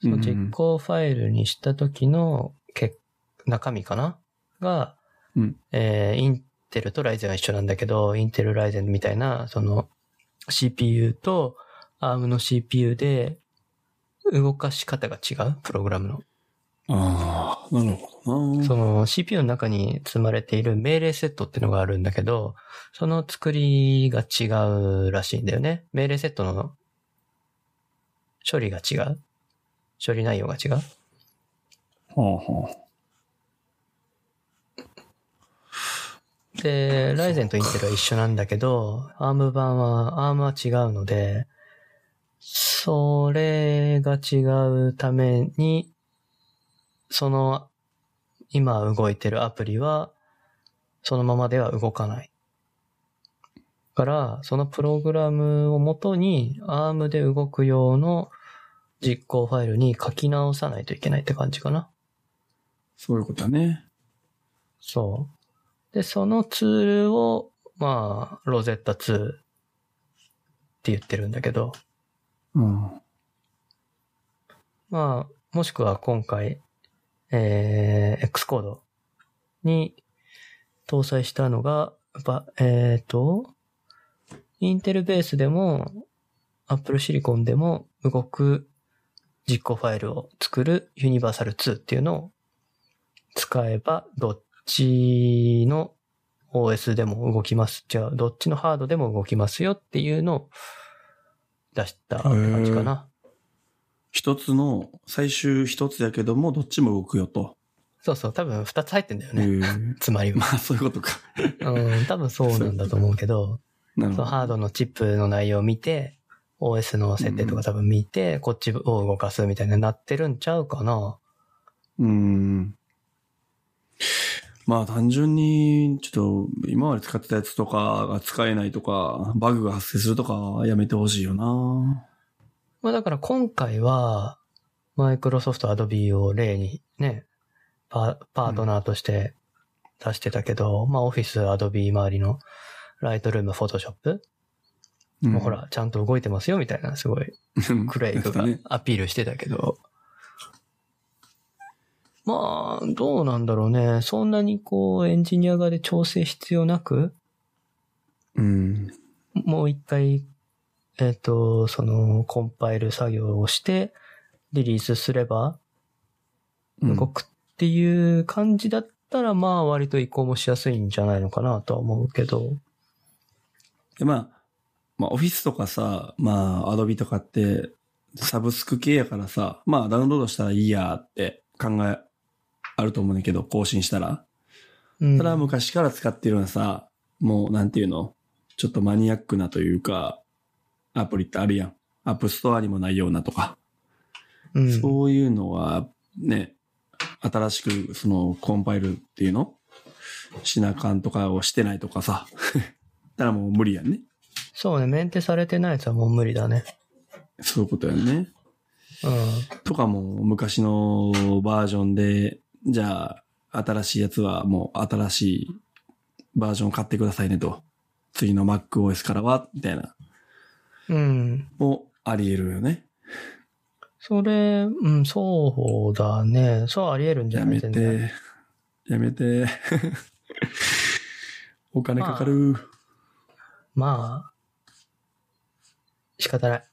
[SPEAKER 2] その実行ファイルにした時のけ中身かなが、
[SPEAKER 1] うん
[SPEAKER 2] えーインテルとライゼンは一緒なんだけど、インテルライゼンみたいな、その CPU と ARM の CPU で動かし方が違う、プログラムの。
[SPEAKER 1] ああ、なるほどな。
[SPEAKER 2] その CPU の中に積まれている命令セットってのがあるんだけど、その作りが違うらしいんだよね。命令セットの処理が違う。処理内容が違う。
[SPEAKER 1] はあはあ。
[SPEAKER 2] で、ライゼンとインテルは一緒なんだけど、アーム版は、アームは違うので、それが違うために、その、今動いてるアプリは、そのままでは動かない。から、そのプログラムをもとに、アームで動く用の実行ファイルに書き直さないといけないって感じかな。
[SPEAKER 1] そういうことだね。
[SPEAKER 2] そう。で、そのツールを、まあ、ロゼッタ2って言ってるんだけど、
[SPEAKER 1] うん。
[SPEAKER 2] まあ、もしくは今回、えー、X コードに搭載したのが、ばえっ、と、インテルベースでも、Apple Silicon でも動く実行ファイルを作る Universal 2っていうのを使えば、どっちの OS でも動きます。じゃあ、どっちのハードでも動きますよっていうのを出した感じかな。
[SPEAKER 1] 一つの、最終一つやけども、どっちも動くよと。
[SPEAKER 2] そうそう、多分二つ入ってんだよ
[SPEAKER 1] え
[SPEAKER 2] ね。
[SPEAKER 1] ー
[SPEAKER 2] つまり は。
[SPEAKER 1] まあ、そういうことか。
[SPEAKER 2] うん、多分そうなんだと思うけど、
[SPEAKER 1] なるほ
[SPEAKER 2] そのハー
[SPEAKER 1] ど。
[SPEAKER 2] ドのチップの内容を見て、OS の設定とか多分見て、こっちを動かすみたいになってるんちゃうかな。
[SPEAKER 1] うん。まあ、単純に、ちょっと、今まで使ってたやつとかが使えないとか、バグが発生するとか、やめてほしいよな。
[SPEAKER 2] まあだから今回は、マイクロソフト、アドビーを例にね、パパートナーとして出してたけど、まあオフィス、アドビー周りのライトルーム、フォトショップ、
[SPEAKER 1] うん
[SPEAKER 2] もうほ。ら、ちゃんと動いてますよみたいな、すごいクレイ
[SPEAKER 1] と
[SPEAKER 2] グがアピールしてたけど。まあ、どうなんだろうね。そんなにこう、エンジニア側で調整必要なく、
[SPEAKER 1] うん。
[SPEAKER 2] もう一回、えっ、と、その、コンパイル作業をして、リリースすれば、
[SPEAKER 1] うん
[SPEAKER 2] 動くっていう感じだったら、まあ、割と移行もしやすいんじゃないのかなとは思うけど。
[SPEAKER 1] で、まあ、まあ、オフィスとかさ、まあ、アドビとかって、サブスク系やからさ、まあ、ダウンロードしたらいいやって考え、あると思うねんだけど、更新したら。
[SPEAKER 2] うん。
[SPEAKER 1] ただ、昔から使ってるようなさ、もう、なんていうのちょっとマニアックなというか、アプリってあるやん。アップストアにもないようなとか。
[SPEAKER 2] うん、
[SPEAKER 1] そういうのは、ね、新しく、その、コンパイルっていうのしなあかんとかをしてないとかさ。 たらもう無理やんね。
[SPEAKER 2] そうね、メンテされてないやつはもう無理だね。
[SPEAKER 1] そういうことやんね。
[SPEAKER 2] うん。
[SPEAKER 1] とかも昔のバージョンで、じゃあ新しいやつはもう新しいバージョンを買ってくださいねと。次の MacOS からは、みたいな。
[SPEAKER 2] うん。
[SPEAKER 1] もうあり得るよね。
[SPEAKER 2] それ、うん、そうだね。そうあり得るんじゃ
[SPEAKER 1] や
[SPEAKER 2] ない
[SPEAKER 1] めて
[SPEAKER 2] 全然。
[SPEAKER 1] やめて。 お金かかる。
[SPEAKER 2] まあ、仕方ない。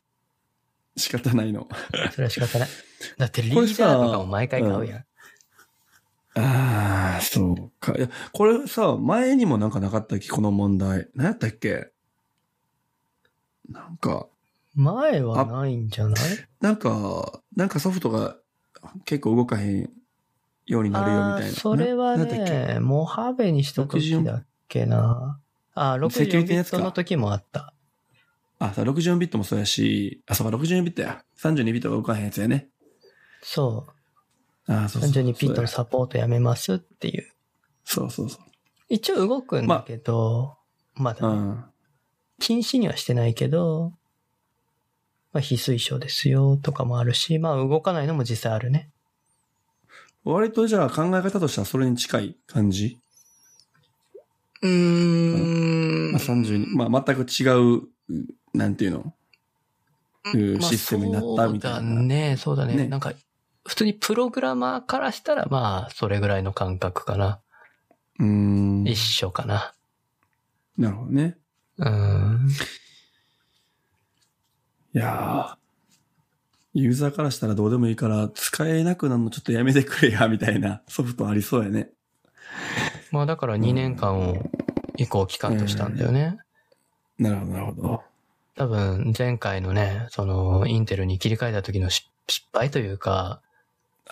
[SPEAKER 1] 仕方ないの。
[SPEAKER 2] それは仕方 ない。だってリー
[SPEAKER 1] こ
[SPEAKER 2] ダ
[SPEAKER 1] れさ
[SPEAKER 2] ーとかも毎回買うやん。
[SPEAKER 1] ああ、そうか。いや、これさ、前にもなんかなかったっけこの問題。何やったっけなんか、
[SPEAKER 2] 前はないんじゃない
[SPEAKER 1] なんか、なんかソフトが結構動かへんようになるよみ
[SPEAKER 2] あ
[SPEAKER 1] たい
[SPEAKER 2] ー
[SPEAKER 1] な。
[SPEAKER 2] それは
[SPEAKER 1] ななんだっけ
[SPEAKER 2] ね、モハベにした時だっけな。あー、
[SPEAKER 1] セキュ
[SPEAKER 2] 64
[SPEAKER 1] リティ
[SPEAKER 2] ビ
[SPEAKER 1] のや
[SPEAKER 2] ッ
[SPEAKER 1] つか
[SPEAKER 2] トの時もあった。
[SPEAKER 1] あ、さ、64ビットもそうやし、あ、そうか、64ビットや。32ビットが動かへんやつやね。
[SPEAKER 2] そ
[SPEAKER 1] ああ、そうそう。
[SPEAKER 2] 32P とサポートやめますっていう。
[SPEAKER 1] そうそうそ
[SPEAKER 2] 一応動くんだけど、ま
[SPEAKER 1] う。う
[SPEAKER 2] だね
[SPEAKER 1] ん。
[SPEAKER 2] 禁止にはしてないけど、まあ非推奨ですよとかもあるし、まあ動かないのも実際あるね。
[SPEAKER 1] 割とじゃあ考え方としてはそれに近い感じ、
[SPEAKER 2] うーん
[SPEAKER 1] まあ、32。まあ全く違う、なんていうのいうシステムになったみたいな
[SPEAKER 2] まあそうだね、そうだね。
[SPEAKER 1] ね
[SPEAKER 2] なんか、普通にプログラマーからしたら、まあ、それぐらいの感覚かな。
[SPEAKER 1] うーん。
[SPEAKER 2] 一緒かな。
[SPEAKER 1] なるほどね。
[SPEAKER 2] うん。
[SPEAKER 1] いやーユーザーからしたらどうでもいいから、使えなくなるのちょっとやめてくれや、みたいなソフトありそうやね。
[SPEAKER 2] まあ、だから2年間を移行期間としたんだよね。
[SPEAKER 1] なるほど、なるほど。
[SPEAKER 2] 多分、前回のね、その、インテルに切り替えた時の失失敗というか、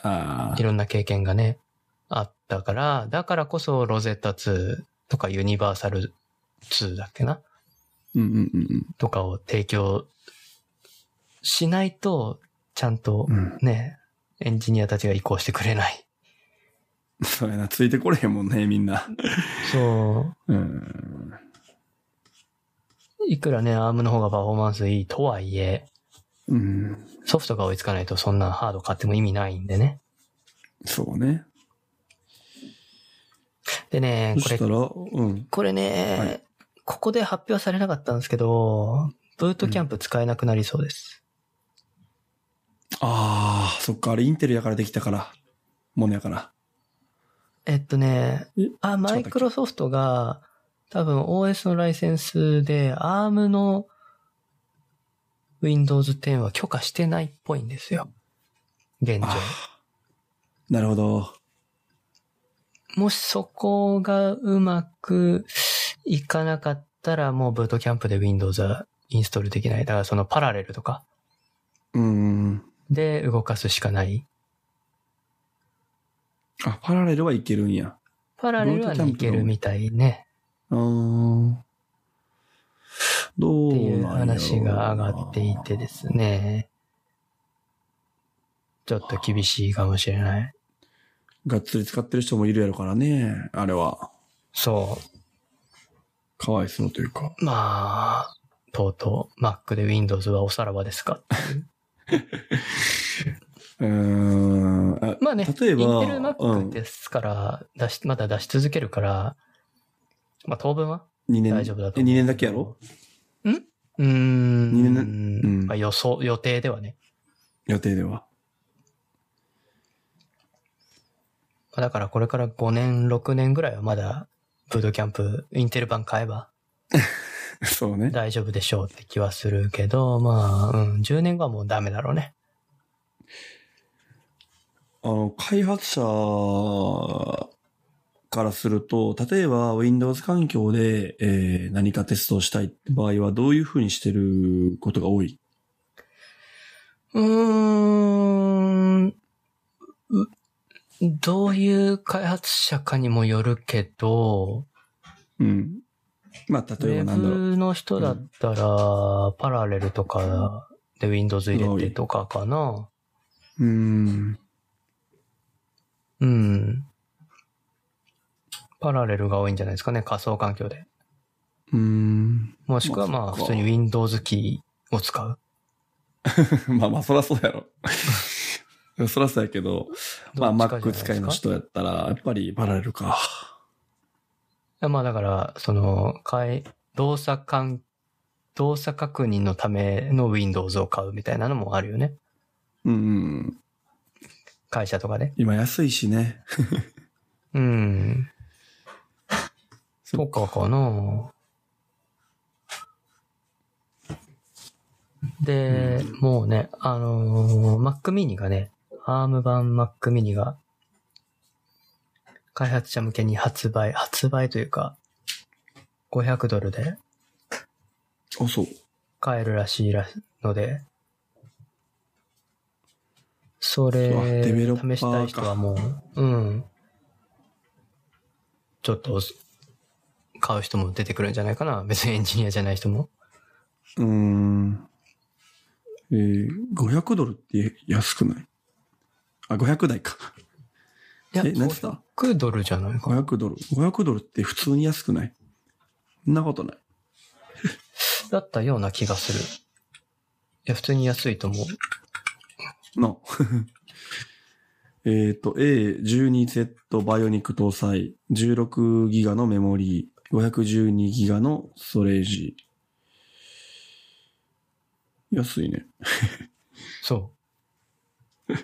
[SPEAKER 1] あ
[SPEAKER 2] いろんな経験がね、あったから、だからこそロゼッタ2とかユニバーサル2だっけな
[SPEAKER 1] うんうんうん
[SPEAKER 2] とかを提供しないと、ちゃんと
[SPEAKER 1] うん。うん。
[SPEAKER 2] ね、エンジニアたちが移行してくれない。
[SPEAKER 1] そうやな、ついてこれへんもんね、みんな。
[SPEAKER 2] そ
[SPEAKER 1] うん。
[SPEAKER 2] う。いくらね、アームの方がパフォーマンスいいとはいえ、
[SPEAKER 1] うん。
[SPEAKER 2] ソフトが追いつかないとそんなハード買っても意味ないんでね。
[SPEAKER 1] そうね。
[SPEAKER 2] でね
[SPEAKER 1] そ、
[SPEAKER 2] こ
[SPEAKER 1] し
[SPEAKER 2] れ
[SPEAKER 1] た、ら、うん。
[SPEAKER 2] これね、
[SPEAKER 1] はい
[SPEAKER 2] ここで発表されなかったんですけど、ブートキャンプ使えなくなりそうです。
[SPEAKER 1] ああ、そっか、あれインテルやからできたから、ものやから。
[SPEAKER 2] えっとね
[SPEAKER 1] え、
[SPEAKER 2] あ、
[SPEAKER 1] っ
[SPEAKER 2] マ
[SPEAKER 1] と
[SPEAKER 2] イクロソフトが多分 OS のライセンスで ARM の Windows 10は許可してないっぽいんですよ。現状。
[SPEAKER 1] あーなるほど。
[SPEAKER 2] もしそこがうまくいかなかったらもうブートキャンプで Windows はインストールできない。だからそのパラレルとか
[SPEAKER 1] うん。
[SPEAKER 2] で動かすしかない。
[SPEAKER 1] あ、パラレルはいけるんや。
[SPEAKER 2] パラレルはね
[SPEAKER 1] ブー
[SPEAKER 2] い
[SPEAKER 1] トキャンプ
[SPEAKER 2] け
[SPEAKER 1] の
[SPEAKER 2] るみたいね。
[SPEAKER 1] うーん。ど
[SPEAKER 2] っ
[SPEAKER 1] う
[SPEAKER 2] ていう
[SPEAKER 1] なんやろ
[SPEAKER 2] 話が上がっていてですね。ちょっと厳しいかもしれない。
[SPEAKER 1] がっつり使ってる人もいるやろからね、あれは。
[SPEAKER 2] そ
[SPEAKER 1] かわいそうというか。
[SPEAKER 2] う。まあ、とうとう Mac で Windows はおさらばですか。
[SPEAKER 1] うーん。あ
[SPEAKER 2] まあね、
[SPEAKER 1] 例えば
[SPEAKER 2] Intel
[SPEAKER 1] う
[SPEAKER 2] Mac
[SPEAKER 1] ん
[SPEAKER 2] ですから、出し、まだ出し続けるから、まあ当分は
[SPEAKER 1] 2年、
[SPEAKER 2] 大丈夫だと
[SPEAKER 1] え
[SPEAKER 2] 思う。
[SPEAKER 1] 二年だけやろ
[SPEAKER 2] んうーん。
[SPEAKER 1] 二年うん
[SPEAKER 2] まあ予想、予定ではね。
[SPEAKER 1] 予定では。
[SPEAKER 2] まあだからこれから5年、6年ぐらいはまだ、ブートキャンプ、インテル版買えば、
[SPEAKER 1] そうね。
[SPEAKER 2] 大丈夫でしょうって気はするけど、まあ、うん、10年後はもうダメだろうね。
[SPEAKER 1] あの、開発者からすると、例えば Windows 環境で、えー何かテストをしたいって場合は、どういうふうにしてることが多いう
[SPEAKER 2] ーん、どういう開発者かにもよるけど、
[SPEAKER 1] うん。まあ、
[SPEAKER 2] ウ
[SPEAKER 1] 例えばなんだろう。
[SPEAKER 2] ェブの人だったら、パラレルとかで Windows 入れてとかかな。
[SPEAKER 1] うーん。
[SPEAKER 2] うん。パラレルが多いんじゃないですかね、仮想環境で。
[SPEAKER 1] うーん。
[SPEAKER 2] もしくはま
[SPEAKER 1] まあそっ
[SPEAKER 2] あ、普
[SPEAKER 1] か
[SPEAKER 2] 通に Windows キーを使う。
[SPEAKER 1] まあまあ、そらそうやろ。 そらそうやけど、まあ、
[SPEAKER 2] どっちかじゃ
[SPEAKER 1] Mac
[SPEAKER 2] なです
[SPEAKER 1] 使
[SPEAKER 2] か
[SPEAKER 1] いの人やったら、やっぱりパラレルか。
[SPEAKER 2] まあだから、その、変え、動作間、動作確認のための Windows を買うみたいなのもあるよね。
[SPEAKER 1] うんうん。
[SPEAKER 2] 会社とかで。
[SPEAKER 1] 今安いしね。
[SPEAKER 2] うん。
[SPEAKER 1] そ
[SPEAKER 2] とかかなで、もうね、あのー Mac mini がね、ARM 版 Mac mini が、開発者向けに発売、発売というか、500ドルで
[SPEAKER 1] あ、そう。
[SPEAKER 2] 買えるらしいらので、それ
[SPEAKER 1] そうデベロ、ッパーか
[SPEAKER 2] 試したい人はもう、うん。ちょっと、買う人も出てくるんじゃないかな。別にエンジニアじゃない人も。
[SPEAKER 1] うーん。えー、500ドルって安くないあ、500台か。
[SPEAKER 2] いや、
[SPEAKER 1] え、何つった
[SPEAKER 2] 500ドルじゃないかな。
[SPEAKER 1] ?500 ドル。500ドルって普通に安くないそんなことない。
[SPEAKER 2] だったような気がする。いや、普通に安いと思う。
[SPEAKER 1] の。 えっと、A12Z バイオニック搭載、16ギガのメモリー、512ギガのストレージ。安いね。
[SPEAKER 2] そう。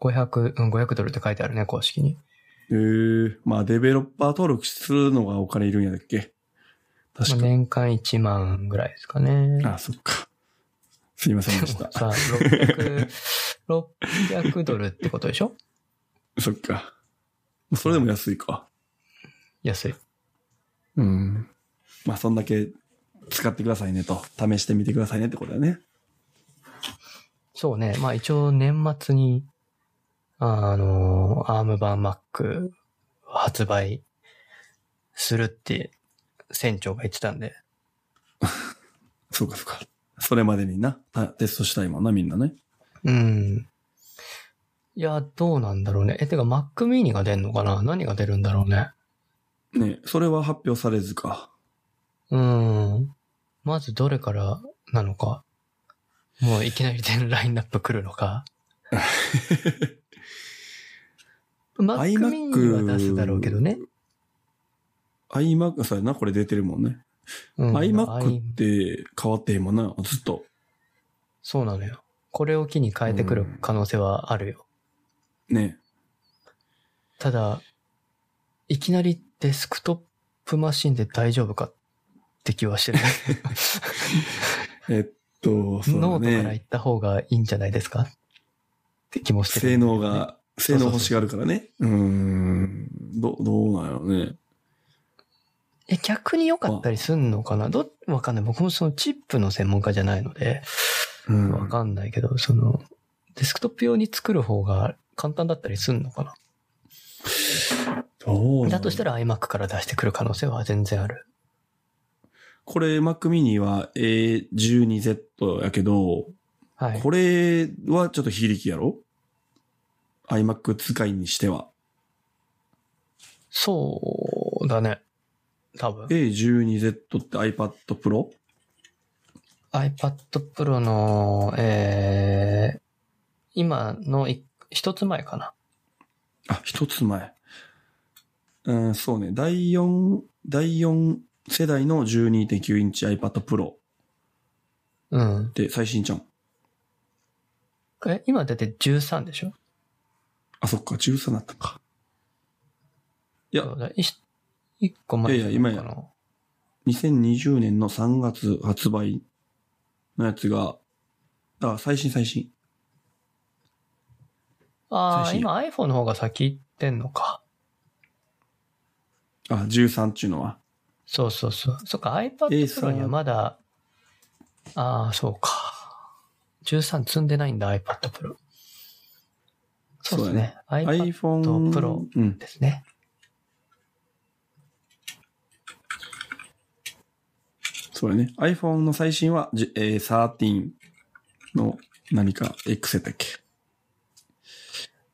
[SPEAKER 2] 500、うん、500ドルって書いてあるね、公式に。
[SPEAKER 1] ええまあデベロッパー登録するのがお金いるんやだっけ確
[SPEAKER 2] ま
[SPEAKER 1] か
[SPEAKER 2] あ、年間1万ぐらいですかね。
[SPEAKER 1] あそっか。すいませんでした。
[SPEAKER 2] さあ、600、600ドルってことでしょ
[SPEAKER 1] そっか。それでも安いか。
[SPEAKER 2] 安い。
[SPEAKER 1] うん。まあそんだけ使ってくださいねと、試してみてくださいねってことだね。
[SPEAKER 2] そうね。まあ一応年末に、あの、アーム版 Mac 発売するって船長が言ってたんで、
[SPEAKER 1] そうかそうか。それまでにな、たテストしたいもんな、みんなね。
[SPEAKER 2] うん。いや、どうなんだろうね。え、てか Mac mini が出んのかな何が出るんだろうね。
[SPEAKER 1] ねそれは発表されずか。
[SPEAKER 2] うん。まずどれからなのか。もういきなり全ラインナップ来るの か。Mac
[SPEAKER 1] iMac
[SPEAKER 2] mini は出すだろうけどね。
[SPEAKER 1] iMac、そうやな、これ出てるもんね。
[SPEAKER 2] うん、
[SPEAKER 1] iMac
[SPEAKER 2] i-
[SPEAKER 1] って変わってへんもんな、ずっと。
[SPEAKER 2] そうなのよ。これを機に変えてくる可能性はあるよ。
[SPEAKER 1] ね
[SPEAKER 2] ただ、いきなりデスクトップマシンで大丈夫かって気 はしてる。
[SPEAKER 1] えっと、そうだ
[SPEAKER 2] ノートから行
[SPEAKER 1] ね。
[SPEAKER 2] った方がいいんじゃないですかって気もしてる。
[SPEAKER 1] 性能が、性能
[SPEAKER 2] そうそうそう
[SPEAKER 1] 欲しがるからね。うーん。ど、どうなんやろうね。
[SPEAKER 2] え、逆に良かったりすんのかなど、わかんない。僕もそのチップの専門家じゃないので、
[SPEAKER 1] うん。
[SPEAKER 2] わかんないけど、その、デスクトップ用に作る方が簡単だったりすんのか
[SPEAKER 1] どう
[SPEAKER 2] な
[SPEAKER 1] な
[SPEAKER 2] だ
[SPEAKER 1] ん
[SPEAKER 2] としたら iMac から出してくる可能性は全然ある。
[SPEAKER 1] これ Mac mini は A12Z やけど、
[SPEAKER 2] はい。
[SPEAKER 1] これはちょっと非力やろ ?iMac 使いにしては。
[SPEAKER 2] そうだね。多分。
[SPEAKER 1] A12Z って iPad Pro?
[SPEAKER 2] iPad Pro の、えー、今のい一つ前かな。
[SPEAKER 1] あ、一つ前。うん、そうね。第4、第4世代の12.9インチ iPad Pro っ
[SPEAKER 2] うん。
[SPEAKER 1] て最新じゃん。
[SPEAKER 2] え、今出て13でしょ
[SPEAKER 1] あ、そっか、13だったか。いや
[SPEAKER 2] そうだい一個前
[SPEAKER 1] いやいや今や
[SPEAKER 2] かな。
[SPEAKER 1] 2020年の3月発売のやつが、あ、最新最新。
[SPEAKER 2] ああ、
[SPEAKER 1] 最新
[SPEAKER 2] 今 iPhone の方が先行ってんのか。
[SPEAKER 1] あ、13っていうのは。
[SPEAKER 2] そうそうそう。そっか、iPad
[SPEAKER 1] A さ
[SPEAKER 2] Pro にはまだ、ああ、そうか。13積んでないんだ、iPad Pro。そうですね。iPad
[SPEAKER 1] iPhone
[SPEAKER 2] Pro
[SPEAKER 1] うん。
[SPEAKER 2] ですね。
[SPEAKER 1] そうやね。iPhone の最新は、じえー、13の何か X やったっけっ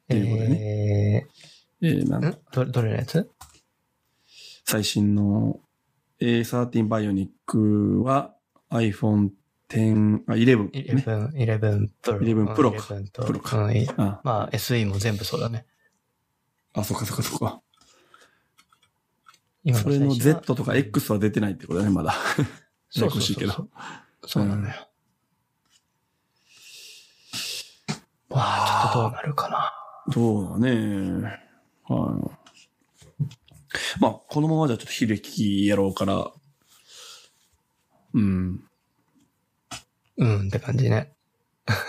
[SPEAKER 1] ていうことでえー、なん
[SPEAKER 2] えー、んどどれのやつ
[SPEAKER 1] 最新の A13 バイオニックは iPhone 10、あ、11ね。
[SPEAKER 2] 11、11 Pro。
[SPEAKER 1] 11 Pro か
[SPEAKER 2] 11と
[SPEAKER 1] Pro か
[SPEAKER 2] うんいい
[SPEAKER 1] あ、
[SPEAKER 2] まあ SE も全部そうだね。
[SPEAKER 1] あ、そっかそっかそっか。
[SPEAKER 2] 今
[SPEAKER 1] それの
[SPEAKER 2] 最新は
[SPEAKER 1] Z とか X は出てないってことだね、まだ。
[SPEAKER 2] そうそうそう
[SPEAKER 1] やや
[SPEAKER 2] そ
[SPEAKER 1] こ
[SPEAKER 2] う。そうなんだよ。まあ、ちょっとどうなるかな。
[SPEAKER 1] どうだね。はい。まあ、このままじゃちょっと秀樹やろうから、うん、
[SPEAKER 2] うんって感じね。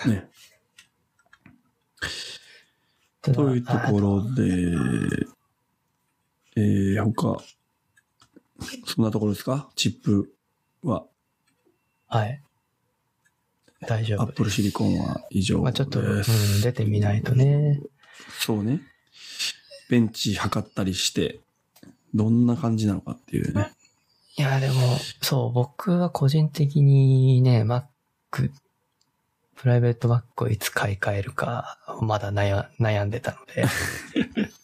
[SPEAKER 1] ね。
[SPEAKER 2] ただ
[SPEAKER 1] というところで、えー、他、そんなところですかチップは、
[SPEAKER 2] あはい。大丈
[SPEAKER 1] ア
[SPEAKER 2] 夫
[SPEAKER 1] ッ
[SPEAKER 2] です。
[SPEAKER 1] プルシリコンは以上です。
[SPEAKER 2] まあちょっと、うん、出てみないとね。
[SPEAKER 1] そうね。ベンチ測ったりして、どんな感じなのかっていうね。
[SPEAKER 2] いや、でも、そう、僕は個人的にね、Mac、プラ イベート Mac をいつ買い替えるか、まだ悩悩んでたので。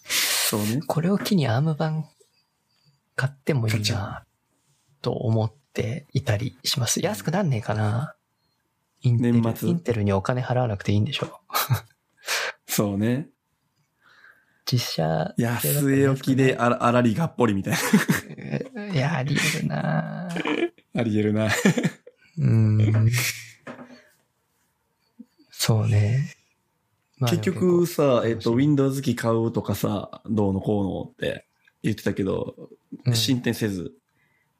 [SPEAKER 1] そうね。
[SPEAKER 2] これを機にアーム版買ってもい
[SPEAKER 1] 買
[SPEAKER 2] い
[SPEAKER 1] っち
[SPEAKER 2] なと思っていたりします。安くなんねえかなインテル
[SPEAKER 1] 年末
[SPEAKER 2] インテルにお金払わなくていいんでしょ
[SPEAKER 1] そうね。
[SPEAKER 2] 実写系だったら安
[SPEAKER 1] 安
[SPEAKER 2] くない。
[SPEAKER 1] え置きであらあらりがっぽりみたい
[SPEAKER 2] いや、あり得るな
[SPEAKER 1] な。ありえるな。
[SPEAKER 2] うん。そうね。ま あ
[SPEAKER 1] 結局、さ、えっと、
[SPEAKER 2] 楽し
[SPEAKER 1] Windows 機買うとかさ、どうのこうのって言ってたけど、
[SPEAKER 2] でも結構うん
[SPEAKER 1] 進展せず。
[SPEAKER 2] い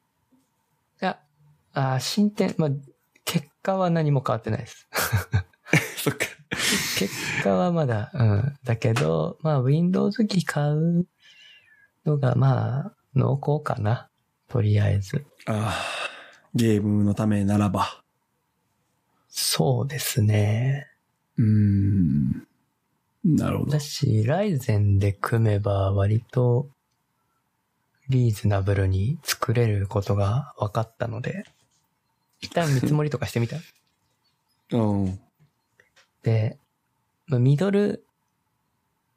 [SPEAKER 2] や、あー進展、まあ、結果は何も変わってない です。
[SPEAKER 1] そっか。
[SPEAKER 2] 結果はまだ、うん。だけど、まあ、Windows 機買うのが、まあ、濃厚かな。とりあえず。
[SPEAKER 1] ああ、ゲームのためならば。
[SPEAKER 2] そうですね。
[SPEAKER 1] うーん。なるほど
[SPEAKER 2] だ。し、ライゼンで組めば、割と、リーズナブルに作れることが分かったので、一旦見積もりとかしてみた。
[SPEAKER 1] うん。
[SPEAKER 2] で、まあミドル、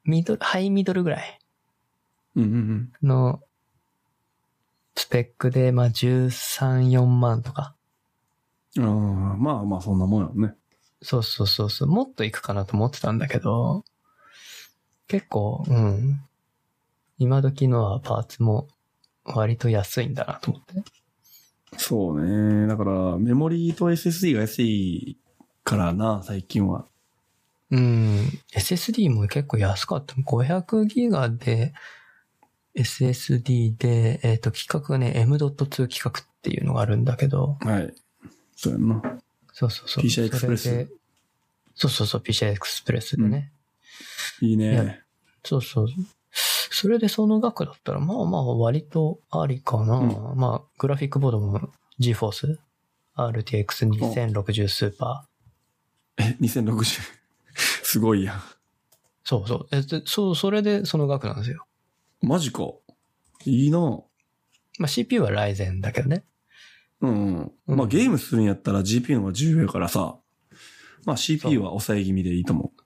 [SPEAKER 2] ミドル、ハイミドルぐらい。
[SPEAKER 1] うんうん
[SPEAKER 2] のスペックで、まあ、13、4万とか。
[SPEAKER 1] うん。ああ、まあまあそんなもんやろね。
[SPEAKER 2] そうそうそうそう。もっといくかなと思ってたんだけど、結構、うん。今時のはパーツも割と安いんだなと思って。
[SPEAKER 1] そうね。だから、メモリーと SSD が安いからな、最近は。
[SPEAKER 2] うん。SSD も結構安かった。500ギガで、SSD で、えっ、と、規格がね、M.2 規格っていうのがあるんだけど、
[SPEAKER 1] はい。そうやんな。
[SPEAKER 2] そうそうそう。
[SPEAKER 1] PCI エクスプレス
[SPEAKER 2] それで。そうそうそう、PCI エクスプレスでね。
[SPEAKER 1] うんいい
[SPEAKER 2] いや
[SPEAKER 1] ね。
[SPEAKER 2] そうそう。それでその額だったら、まあまあ割とありかな。
[SPEAKER 1] う
[SPEAKER 2] まあ、グラフィックボードも GForce RTX2060 スーパー。
[SPEAKER 1] え、2060。す ごいやん。
[SPEAKER 2] そうそう。え、でそう、それでその額なんですよ。
[SPEAKER 1] マジか。いいな。
[SPEAKER 2] まあ CPU は Ryzen だけどね。
[SPEAKER 1] うん、うん。
[SPEAKER 2] うん
[SPEAKER 1] まあゲームするんやったら GPU の方が重要やからさ。まあ
[SPEAKER 2] そう
[SPEAKER 1] CPU は抑え気味でいいと思う。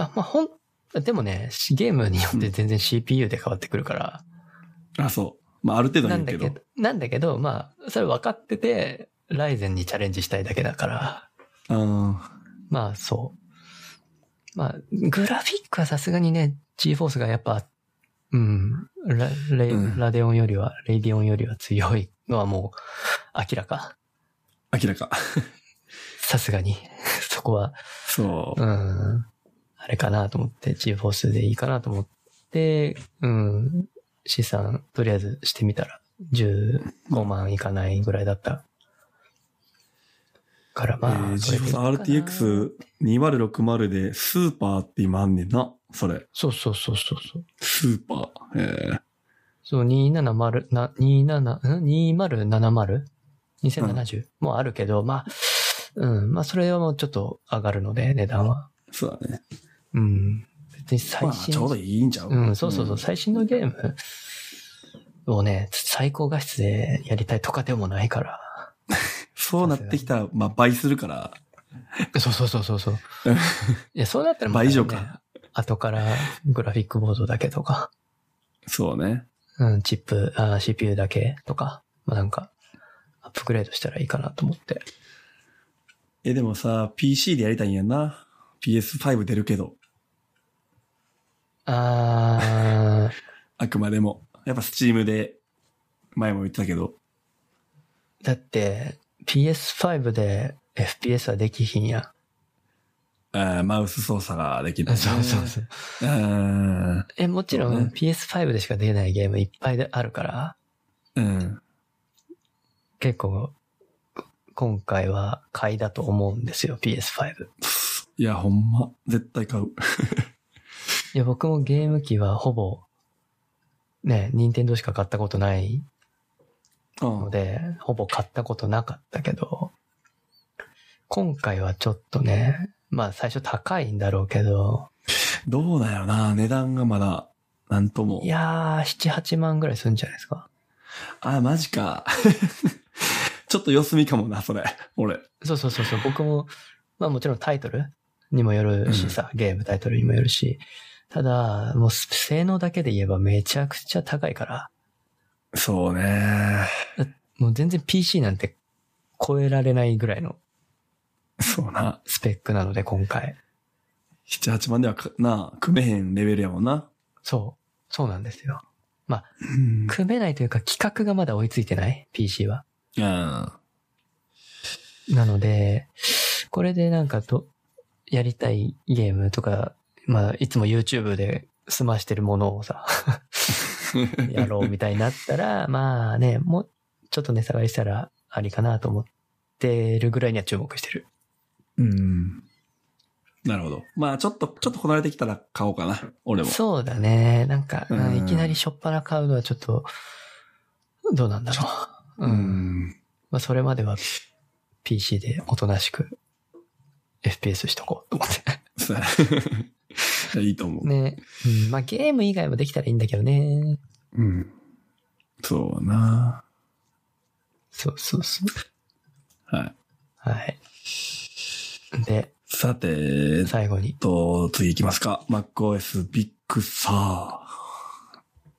[SPEAKER 2] あまあほん、でもね、しゲームによって全然 CPU で変わってくるから。
[SPEAKER 1] あ、そう。まあある程度
[SPEAKER 2] な
[SPEAKER 1] なん
[SPEAKER 2] ん
[SPEAKER 1] や
[SPEAKER 2] だ
[SPEAKER 1] け
[SPEAKER 2] け
[SPEAKER 1] ど
[SPEAKER 2] ど。、なんだけど、まあ、それ分かってて、Ryzen にチャレンジしたいだけだから。
[SPEAKER 1] あ
[SPEAKER 2] まあそう。まあ、グラフィックはさすがにね、GForce がやっぱ、うん、ラレ
[SPEAKER 1] うん
[SPEAKER 2] ラデオンよりは、レディオンよりは強いのはもう明らか。
[SPEAKER 1] あ、明らか。
[SPEAKER 2] さすがに。そこは、
[SPEAKER 1] そうう。
[SPEAKER 2] ん、あれかなと思って、GForce でいいかなと思って、うん、資産とりあえずしてみたら、15万いかないぐらいだった。からまあ、
[SPEAKER 1] えー、
[SPEAKER 2] それでいいかな
[SPEAKER 1] GeForce RTX2060 でスーパーって今あんねんな。それ。
[SPEAKER 2] そうそうそうそうそう。
[SPEAKER 1] スーパー。えー
[SPEAKER 2] そう、270、な、27、ん ?2070?2070 2070もあるけど、まあ、うん、まあそれはもうちょっと上がるので、値段は。
[SPEAKER 1] そうだね。
[SPEAKER 2] うん。別に
[SPEAKER 1] ま
[SPEAKER 2] 最
[SPEAKER 1] あ
[SPEAKER 2] 新、
[SPEAKER 1] ちょうどいいんちゃう
[SPEAKER 2] うん、そうそうそう、最新のゲームをね、最高画質でやりたいとかでもないから。
[SPEAKER 1] そうなってきたら、まあ倍するから。
[SPEAKER 2] そうそうそうそうそう。いや、そうなったらまた
[SPEAKER 1] 倍以上か。
[SPEAKER 2] 後からグラフィックボードだけとか。
[SPEAKER 1] そうね。
[SPEAKER 2] うん、チップ、あー CPU だけとか、まあ、なんか、アップグレードしたらいいかなと思って。
[SPEAKER 1] え、でもさ、PC でやりたいんやな。PS5 出るけど。
[SPEAKER 2] あ
[SPEAKER 1] あくまでも。やっぱ Steam で、前も言ってたけど。
[SPEAKER 2] ー、だって、PS5 で FPS はできひんや。
[SPEAKER 1] あーマウス操作ができる、
[SPEAKER 2] そう。
[SPEAKER 1] う。うん。
[SPEAKER 2] え、もちろ
[SPEAKER 1] そうんね
[SPEAKER 2] PS5 でしかできないゲームいっぱいであるから、
[SPEAKER 1] うん。
[SPEAKER 2] 結構、今回は買いだと思うんですよ、PS5。
[SPEAKER 1] いや、ほんま。絶対買う。
[SPEAKER 2] いや、僕もゲーム機はほぼ、ね、任天堂しか買ったことない
[SPEAKER 1] うん
[SPEAKER 2] ので、ほぼ買ったことなかったけど、今回はちょっとね、まあ最初高いんだろうけど、
[SPEAKER 1] どうだよな。値段がまだ、なんとも
[SPEAKER 2] い。やー、7、8万ぐらいするんじゃないですか。
[SPEAKER 1] あー、マジか。 ちょっと様子見かもな、それ。俺。
[SPEAKER 2] そうそうそうそう、僕も、まあもちろんタイトルにもよるしさ、ゲームタイトルにもよるし、ただ、もう性能だけで言えばめちゃくちゃ高いから、
[SPEAKER 1] そうね。
[SPEAKER 2] もう全然 PC なんて超えられないぐらいの
[SPEAKER 1] そうな。
[SPEAKER 2] スペックなので今回。
[SPEAKER 1] 7、8万ではかな、組めへんレベルやもんな。
[SPEAKER 2] そう。そうなんですよ。
[SPEAKER 1] うん。
[SPEAKER 2] 組めないというか規格がまだ追いついてない ?PC は。
[SPEAKER 1] うん。
[SPEAKER 2] なので、これでなんかと、やりたいゲームとか、まあ、いつも YouTube で済ましてるものをさ、やろうみたいになったら、まあね、もうちょっと値下がりしたらありかなと思ってるぐらいには注目してる。
[SPEAKER 1] うん。なるほど。まあ、ちょっと、ちょっとこなれてきたら買おうかな。俺も。
[SPEAKER 2] そうだね。なんか、
[SPEAKER 1] うん
[SPEAKER 2] うんいきなりしょっぱな買うのはちょっと、どうなんだろう。う ん。
[SPEAKER 1] うん。
[SPEAKER 2] まあ、それまでは PC でおとなしく FPS しとこうと 思って。
[SPEAKER 1] そうやないいと思う。
[SPEAKER 2] ね。うん、まあ、ゲーム以外もできたらいいんだけどね。
[SPEAKER 1] うん。そうやな。
[SPEAKER 2] そうそうそう。
[SPEAKER 1] はい。
[SPEAKER 2] はい。で、
[SPEAKER 1] さて、えっ
[SPEAKER 2] 最後に。
[SPEAKER 1] と、次行きますか。MacOS ビッグサ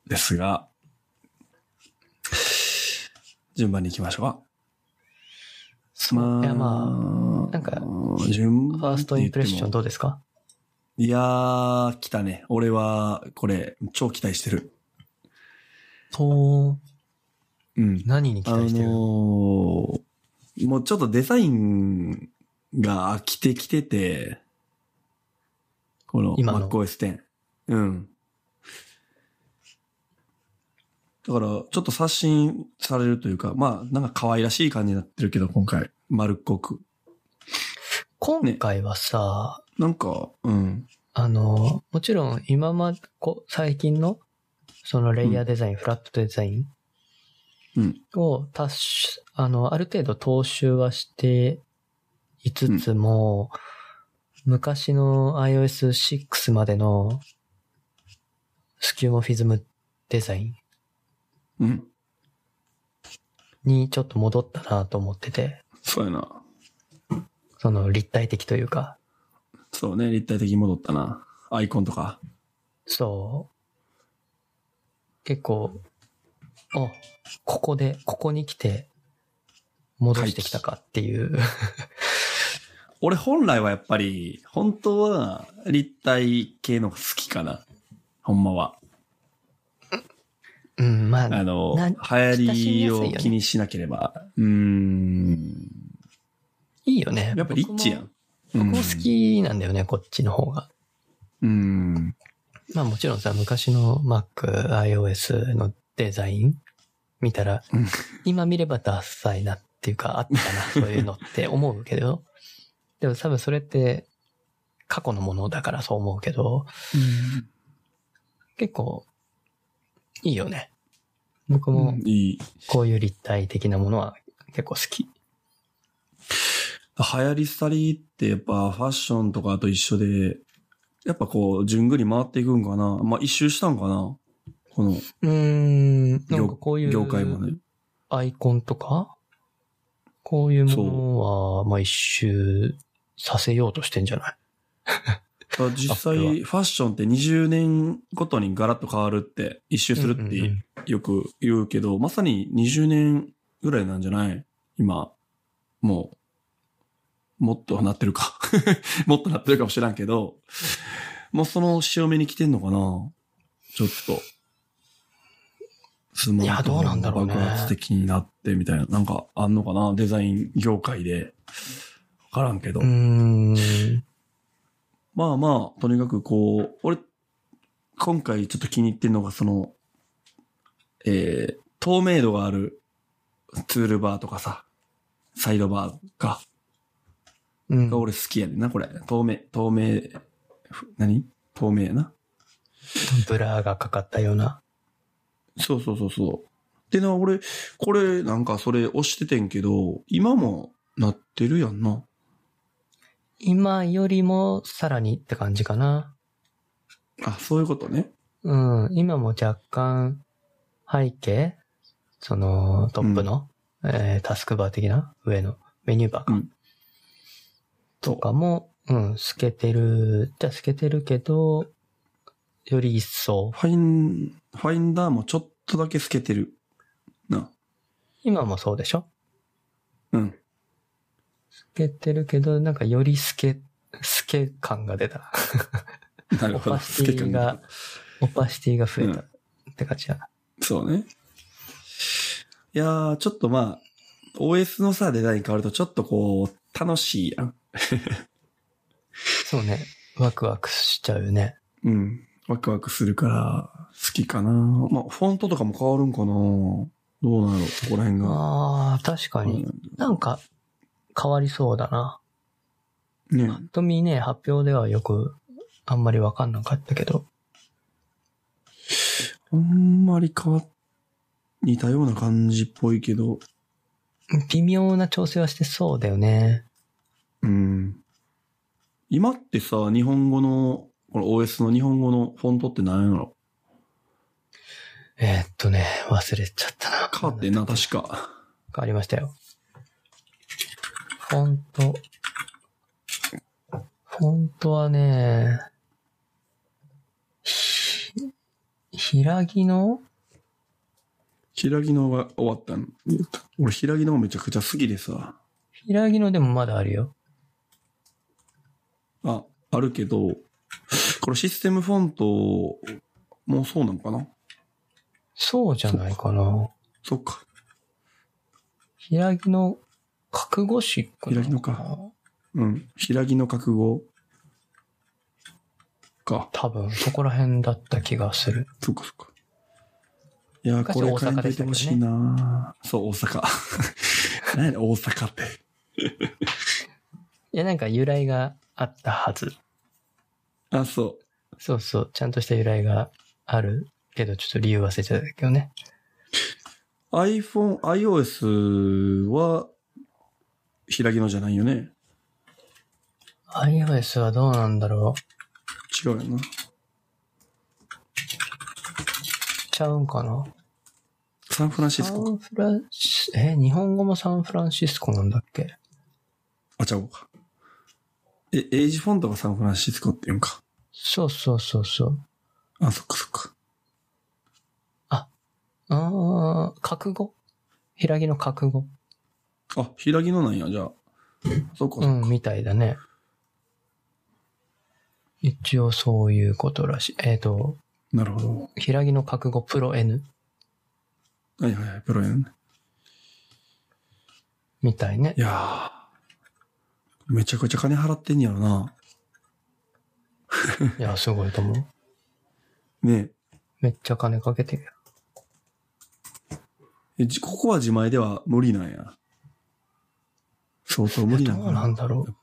[SPEAKER 1] ーですが、順番に行きましょうか。
[SPEAKER 2] そう。いや、ま
[SPEAKER 1] ま
[SPEAKER 2] なんか、
[SPEAKER 1] 順
[SPEAKER 2] あ、
[SPEAKER 1] 番
[SPEAKER 2] ファーストインプレッション
[SPEAKER 1] って
[SPEAKER 2] どうですか
[SPEAKER 1] 言ってもいやー、来たね。俺は、これ、超期待してる。
[SPEAKER 2] と、
[SPEAKER 1] うん。
[SPEAKER 2] 何に期
[SPEAKER 1] あの
[SPEAKER 2] 待して
[SPEAKER 1] ー
[SPEAKER 2] る
[SPEAKER 1] もうちょっとデザインが飽きてきてて、この
[SPEAKER 2] 今の
[SPEAKER 1] MacOS10。うん。だから、ちょっと刷新されるというか、まあ、なんか可愛らしい感じになってるけど、今回、丸っこく。
[SPEAKER 2] 今回はさ、
[SPEAKER 1] なんか、うん。
[SPEAKER 2] あの、もちろん今まで、こ最近の、そのレイヤーデザイン、フラットデザイン
[SPEAKER 1] うん。
[SPEAKER 2] を達し、あの、ある程度踏襲はしていつつも、昔の iOS6 までのスキューモフィズムデザイン
[SPEAKER 1] うん。
[SPEAKER 2] にちょっと戻ったなと思ってて、
[SPEAKER 1] そうやな。
[SPEAKER 2] その立体的というか、
[SPEAKER 1] そうね、立体的に戻ったな。アイコンとか。
[SPEAKER 2] そう。結構、あ、ここで、ここに来て、戻してきたかっていう。
[SPEAKER 1] 俺本来はやっぱり、本当は立体系のが好きかな。ほんまは。
[SPEAKER 2] うん、ま
[SPEAKER 1] あ
[SPEAKER 2] あ、
[SPEAKER 1] の、
[SPEAKER 2] な
[SPEAKER 1] 流行りを気にしなければ。うーん。
[SPEAKER 2] いいよね。
[SPEAKER 1] やっぱリッチやん。僕
[SPEAKER 2] 僕も。僕も好きなんだよね、こっちの方が。
[SPEAKER 1] うん。
[SPEAKER 2] まあもちろんさ、昔の Mac、iOS のデザイン見たら
[SPEAKER 1] うん、
[SPEAKER 2] 今見ればダッサいなっていうか、あったな、 そういうのって思うけど、でも多分それって過去のものだからそう思うけど、結構いいよね。僕も
[SPEAKER 1] うんいい。
[SPEAKER 2] こういう立体的なものは結構好き。
[SPEAKER 1] 流行り廃りってやっぱファッションとかと一緒で、やっぱこう、じゅんぐり回っていくんかな。まあ、一周したんかな。この
[SPEAKER 2] うーん、なんか
[SPEAKER 1] 業
[SPEAKER 2] こういう
[SPEAKER 1] 業界もね。
[SPEAKER 2] アイコンとか、こういうものは、まあ一周させようとしてんじゃない
[SPEAKER 1] だから実際、
[SPEAKER 2] アッ
[SPEAKER 1] フ
[SPEAKER 2] プ
[SPEAKER 1] ァ
[SPEAKER 2] ル
[SPEAKER 1] ッションって20年ごとにガラッと変わるって、一周するって
[SPEAKER 2] うん
[SPEAKER 1] よく言うけど、まさに20年ぐらいなんじゃない今、もう、もっとなってるか。 もっとなってるかもしらんけど、もうその潮目に来てんのかなちょっと。スマ
[SPEAKER 2] いや
[SPEAKER 1] ート
[SPEAKER 2] ど
[SPEAKER 1] フ
[SPEAKER 2] う
[SPEAKER 1] ォ
[SPEAKER 2] な
[SPEAKER 1] ン
[SPEAKER 2] んだ
[SPEAKER 1] が
[SPEAKER 2] ろうね
[SPEAKER 1] 爆発的になってみたいな、なんかあんのかなデザイン業界で。わからんけど。
[SPEAKER 2] うん。うーん。
[SPEAKER 1] まあまあ、とにかくこう、俺、今回ちょっと気に入ってるのが、その、えー、透明度があるツールバーとかさ、サイドバーが、
[SPEAKER 2] うん
[SPEAKER 1] が俺好きやねんな、これ。透明、透明、ふ何透明やな。
[SPEAKER 2] ブラーがかかったような。
[SPEAKER 1] そうそうそうそう。でな、俺、これなんかそれ押しててんけど、今もなってるやんな。
[SPEAKER 2] 今よりもさらにって感じかな。
[SPEAKER 1] あ、そういうことね。
[SPEAKER 2] うん。今も若干背景そのトップの、えータスクバー的な上のメニューバーか。
[SPEAKER 1] うん
[SPEAKER 2] とかも、うん、透けてるじゃ透けてるけど、より一層。
[SPEAKER 1] ファイン、ファインダーもちょっとだけ透けてる。な。
[SPEAKER 2] 今もそうでしょ
[SPEAKER 1] うん。
[SPEAKER 2] 透けてるけど、なんかより透け、透け感が出た。
[SPEAKER 1] なる
[SPEAKER 2] オ
[SPEAKER 1] ほど。
[SPEAKER 2] パシティ
[SPEAKER 1] が
[SPEAKER 2] が、オパシティが増えた
[SPEAKER 1] う
[SPEAKER 2] って感じだな。
[SPEAKER 1] そうね。いやー、ちょっとまあ、OS のさ、デザイン変わるとちょっとこう、楽しいやん。
[SPEAKER 2] そうね。ワクワクしちゃうよね。
[SPEAKER 1] うん。ワクワクするから、好きかな。まあ、フォントとかも変わるんかな。どうなのそこら辺が。
[SPEAKER 2] ああ、確かに。なんか、変わりそうだな。
[SPEAKER 1] うんね。
[SPEAKER 2] ぱっと見ね、発表ではよく、あんまりわかんなかったけど。
[SPEAKER 1] あんまり変わっ、似たような感じっぽいけど、
[SPEAKER 2] 微妙な調整はしてそうだよね。
[SPEAKER 1] うん。今ってさ、日本語の、この OS の日本語のフォントって何やろ
[SPEAKER 2] えーっとね、忘れちゃったな。
[SPEAKER 1] 変わってんな、確か。
[SPEAKER 2] 変わりましたよ。フォント。フォントはね、ひ、らぎの
[SPEAKER 1] 平木のが終わったん。俺、平木のめちゃくちゃ好きでさ。
[SPEAKER 2] ひらぎのでもまだあるよ。
[SPEAKER 1] あ、あるけど、これシステムフォントもそうなんかな
[SPEAKER 2] そうじゃないかな。
[SPEAKER 1] そっか。
[SPEAKER 2] ひらぎの覚悟詞かな
[SPEAKER 1] ひらぎのかうん。平木の覚悟か。
[SPEAKER 2] 多分、そこら辺だった気がする。
[SPEAKER 1] そっかそっか。いやー、
[SPEAKER 2] 昔
[SPEAKER 1] これ
[SPEAKER 2] 大
[SPEAKER 1] 変え
[SPEAKER 2] 阪
[SPEAKER 1] と
[SPEAKER 2] で
[SPEAKER 1] い
[SPEAKER 2] してたけどね
[SPEAKER 1] ほしいなーそう、大 阪。何やねん大阪って。
[SPEAKER 2] いや、なんか由来があったはず。
[SPEAKER 1] あ、そう。
[SPEAKER 2] そうそう、ちゃんとした由来があるけど、ちょっと理由忘れちゃったけどね。
[SPEAKER 1] iPhone、iOS は、開きのじゃないよね。
[SPEAKER 2] iOS はどうなんだろう
[SPEAKER 1] 違うよな。
[SPEAKER 2] ちゃうんかな
[SPEAKER 1] サンフランシス
[SPEAKER 2] サ
[SPEAKER 1] コか。
[SPEAKER 2] ンフランシえ、日本語もサンフランシスコなんだっけ
[SPEAKER 1] あ、ちゃうか。え、エイジフォントがサンフランシスコって言うんか。
[SPEAKER 2] そうそうそうそう。
[SPEAKER 1] あ、そっかそっか。
[SPEAKER 2] ああ、覚悟平木の覚悟
[SPEAKER 1] あ、開きのなんや、じゃあ。そっかそっ
[SPEAKER 2] う
[SPEAKER 1] か。
[SPEAKER 2] ん、みたいだね。一応そういうことらしい。えっ、と、
[SPEAKER 1] なるほど。
[SPEAKER 2] 平木の覚悟プロ N
[SPEAKER 1] はいはいはい、プロやね。
[SPEAKER 2] みたいね
[SPEAKER 1] い。やー。めちゃくちゃ金払ってんやろな。
[SPEAKER 2] いや、すごいと思う。
[SPEAKER 1] ね
[SPEAKER 2] めっちゃ金かけてるよ。
[SPEAKER 1] え。えじここは自前では無理なんや。相当無理なん
[SPEAKER 2] どう
[SPEAKER 1] かな
[SPEAKER 2] な。んだろう。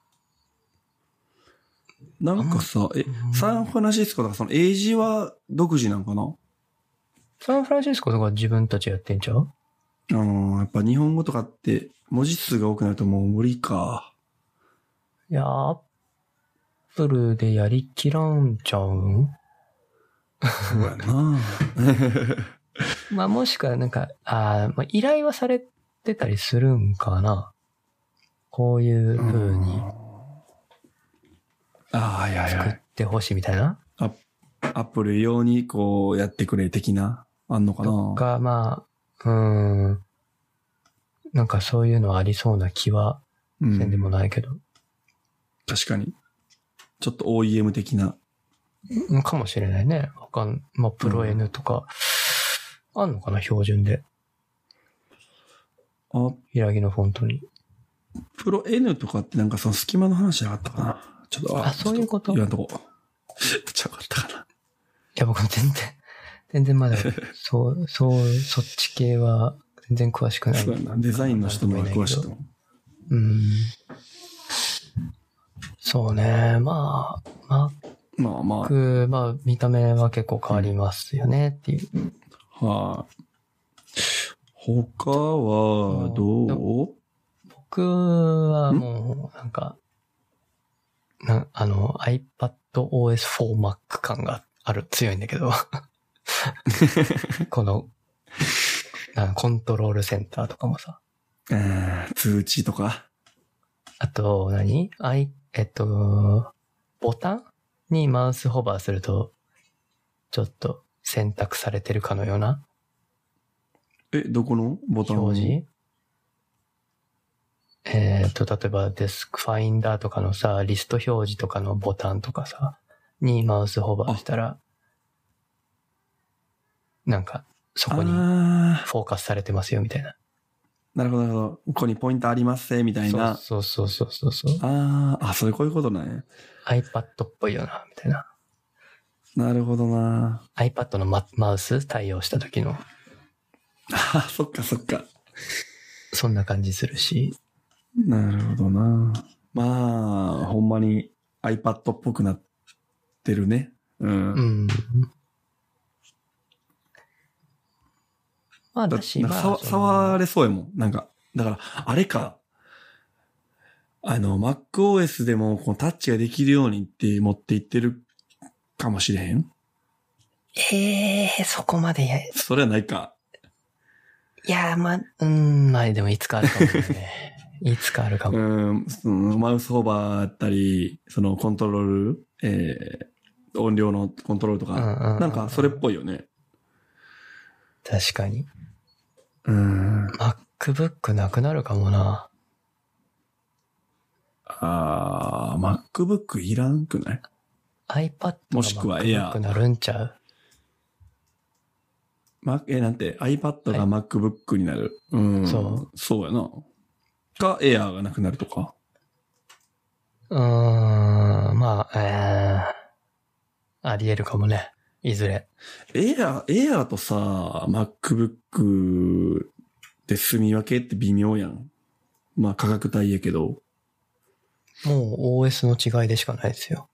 [SPEAKER 1] なんかさ、え
[SPEAKER 2] う、ん
[SPEAKER 1] サンフランシスコだからその英字は独自なんかな
[SPEAKER 2] サンフランシスコとか自分たちやってんちゃう
[SPEAKER 1] あのーやっぱ日本語とかって文字数が多くなるともう無理か。
[SPEAKER 2] いやー、アップルでやりきらんちゃうん
[SPEAKER 1] そうやな
[SPEAKER 2] まあ、もしくはなんか、あーまあ、依頼はされてたりするんかなこういう風に
[SPEAKER 1] ああ、はいはいは
[SPEAKER 2] 作っ
[SPEAKER 1] い。
[SPEAKER 2] てほしいみたいな。
[SPEAKER 1] アップル用にこうやってくれ的な、あんのか
[SPEAKER 2] と
[SPEAKER 1] な
[SPEAKER 2] か、まあ、うーん。なんかそういうのありそうな気は
[SPEAKER 1] う
[SPEAKER 2] せんでも
[SPEAKER 1] ん。
[SPEAKER 2] ないけど。
[SPEAKER 1] 確かに。ちょっと OEM 的な。
[SPEAKER 2] うんかもしれないね。わかん、まあ、プロ N とか、あんのかな標準で。
[SPEAKER 1] あ、
[SPEAKER 2] 平木のフォントに。
[SPEAKER 1] プロ N とかってなんかその隙間の話じゃなかったかなちょっと、
[SPEAKER 2] あそういうこと
[SPEAKER 1] ちょっ今のとこ。ちゃうかったかな。
[SPEAKER 2] いや、僕も全然、 全 然まだ、そう、そう、そっち系は全然詳しくない。
[SPEAKER 1] そうやな。デザインの人の詳しいと思う。
[SPEAKER 2] うん。そうね。まあ、
[SPEAKER 1] まあま
[SPEAKER 2] Mac、まあ、見た目は結構変わりますよねっていう。
[SPEAKER 1] あ、はい。他は、
[SPEAKER 2] で
[SPEAKER 1] どう
[SPEAKER 2] 僕はもう、なんか、なあの、iPadOS4Mac 感がある、強いんだけど。この、なんかコントロールセンターとかもさ。
[SPEAKER 1] えー通知とか。
[SPEAKER 2] あと何、あい、えっと、ボタンにマウスホバーすると、ちょっと選択されてるかのような
[SPEAKER 1] え、どこのボタン
[SPEAKER 2] 表示。えっ、と、例えばデスクファインダーとかのさ、リスト表示とかのボタンとかさ、にマウスホバーしたら、なんか、そこに
[SPEAKER 1] あ
[SPEAKER 2] フォーカスされてますよみたいな。
[SPEAKER 1] ーなるほど、なるほど。ここにポイントありますね、みたいな。
[SPEAKER 2] そうそうそうそうそう。
[SPEAKER 1] ああ、あ、それこういうことね。
[SPEAKER 2] iPad っぽいよな、みたいな。
[SPEAKER 1] なるほどな。
[SPEAKER 2] iPad のママウス対応した時の、
[SPEAKER 1] ああ、そっかそっか。
[SPEAKER 2] そんな感じするし。
[SPEAKER 1] なるほどな。まあ、ほんまに iPad っぽくなってるね。うん。
[SPEAKER 2] うん。まあ
[SPEAKER 1] だ
[SPEAKER 2] だし、
[SPEAKER 1] なんか
[SPEAKER 2] まあ
[SPEAKER 1] 触
[SPEAKER 2] その
[SPEAKER 1] 触れそうやもん。なんか、だから、あれか。あの、MacOS でもこのタッチができるようにって持っていってるかもしれへん。
[SPEAKER 2] ええそこまでや、い
[SPEAKER 1] それはないか。
[SPEAKER 2] や、まあ、うん、まあでもいつかあるかも ね。いつかあるかも。
[SPEAKER 1] うん、そのマウスホーバーだったり、そのコントロール、えー音量のコントロールと
[SPEAKER 2] うんう
[SPEAKER 1] か、
[SPEAKER 2] う
[SPEAKER 1] なんかそれっぽいよね。
[SPEAKER 2] 確かに。
[SPEAKER 1] うん。
[SPEAKER 2] MacBook なくなるかもな。
[SPEAKER 1] あー、MacBook いらんくない
[SPEAKER 2] iPad が
[SPEAKER 1] もしくは Air
[SPEAKER 2] MacBook なるんちゃう
[SPEAKER 1] Mac- え、なんて iPad が
[SPEAKER 2] はい
[SPEAKER 1] MacBook になる。うん。。
[SPEAKER 2] そう
[SPEAKER 1] そうやな。か、Air がなくなるとか。
[SPEAKER 2] うーん、まあ、えー、あり得るかもね。いずれ。
[SPEAKER 1] Air、Air とさ、MacBook で住み分けって微妙やん。まあ価格帯やけど。
[SPEAKER 2] もう OS の違いでしかないですよ。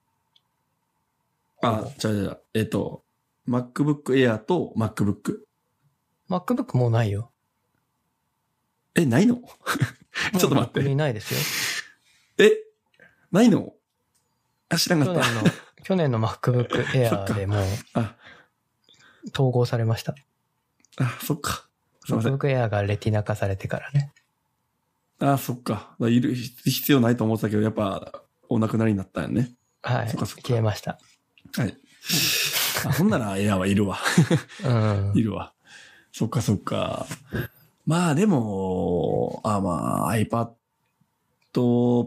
[SPEAKER 1] あ、じゃじゃえっと、MacBook Air と MacBook。
[SPEAKER 2] MacBook もうないよ。
[SPEAKER 1] え、ないの ちょっと待って
[SPEAKER 2] もう Mac にないですよ。
[SPEAKER 1] えないのあ、知らん
[SPEAKER 2] 去
[SPEAKER 1] か
[SPEAKER 2] 年
[SPEAKER 1] っ
[SPEAKER 2] の
[SPEAKER 1] た。、
[SPEAKER 2] 去年の MacBook
[SPEAKER 1] そっか
[SPEAKER 2] Air でもう
[SPEAKER 1] あ、
[SPEAKER 2] 統合されました。
[SPEAKER 1] あ、そっか。すいません。
[SPEAKER 2] MacBook Air がレティナ化されてからね。
[SPEAKER 1] あ、そっか。いる、必要ないと思ってたけど、やっぱ、お亡くなりになったんやね。
[SPEAKER 2] はい。
[SPEAKER 1] そっかそっか
[SPEAKER 2] 消えました。
[SPEAKER 1] はい。あほんならエアはいるわ。
[SPEAKER 2] うん
[SPEAKER 1] い。るわ。そっかそっか。まあでも、あまあ iPad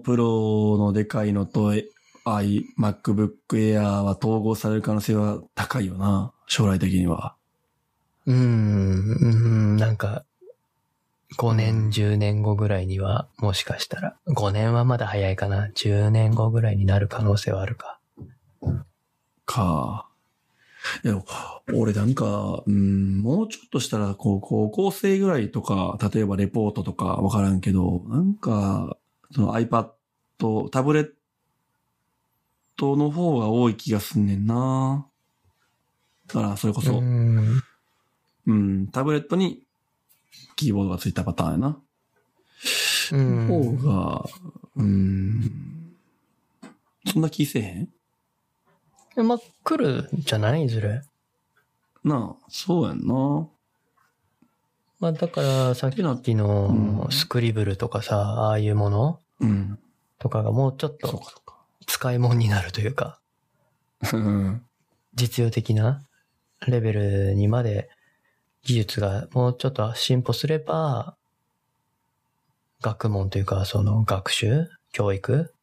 [SPEAKER 1] Pro のでかいのとえ i MacBook Air は統合される可能性は高いよな。将来的には。
[SPEAKER 2] うーん、うんなんか、5年、10年後ぐらいには、もしかしたら、5年はまだ早いかな。10年後ぐらいになる可能性はあるか。
[SPEAKER 1] か。いや、俺なんか、うん、もうちょっとしたら、こう、高校生ぐらいとか、例えばレポートとかわからんけど、なんか、その iPad、タブレットの方が多い気がすんねんな。だから、それこそ、
[SPEAKER 2] う
[SPEAKER 1] う
[SPEAKER 2] ー
[SPEAKER 1] ん、
[SPEAKER 2] ん。
[SPEAKER 1] タブレットにキーボードがついたパターンやな。
[SPEAKER 2] う
[SPEAKER 1] 方
[SPEAKER 2] ん。
[SPEAKER 1] が、うん、そんな気せえへん
[SPEAKER 2] えまあ、来るんじゃないいずれ。
[SPEAKER 1] なあ、そうやんな。
[SPEAKER 2] まあ、だから、さっきの
[SPEAKER 1] うん
[SPEAKER 2] スクリブルとかさ、ああいうもの
[SPEAKER 1] うん。
[SPEAKER 2] とかがもうちょっ
[SPEAKER 1] そう
[SPEAKER 2] と
[SPEAKER 1] かそうか。
[SPEAKER 2] 使い物になるというか、
[SPEAKER 1] うん
[SPEAKER 2] 実用的なレベルにまで技術がもうちょっと進歩すれば、学問というか、その学習、教育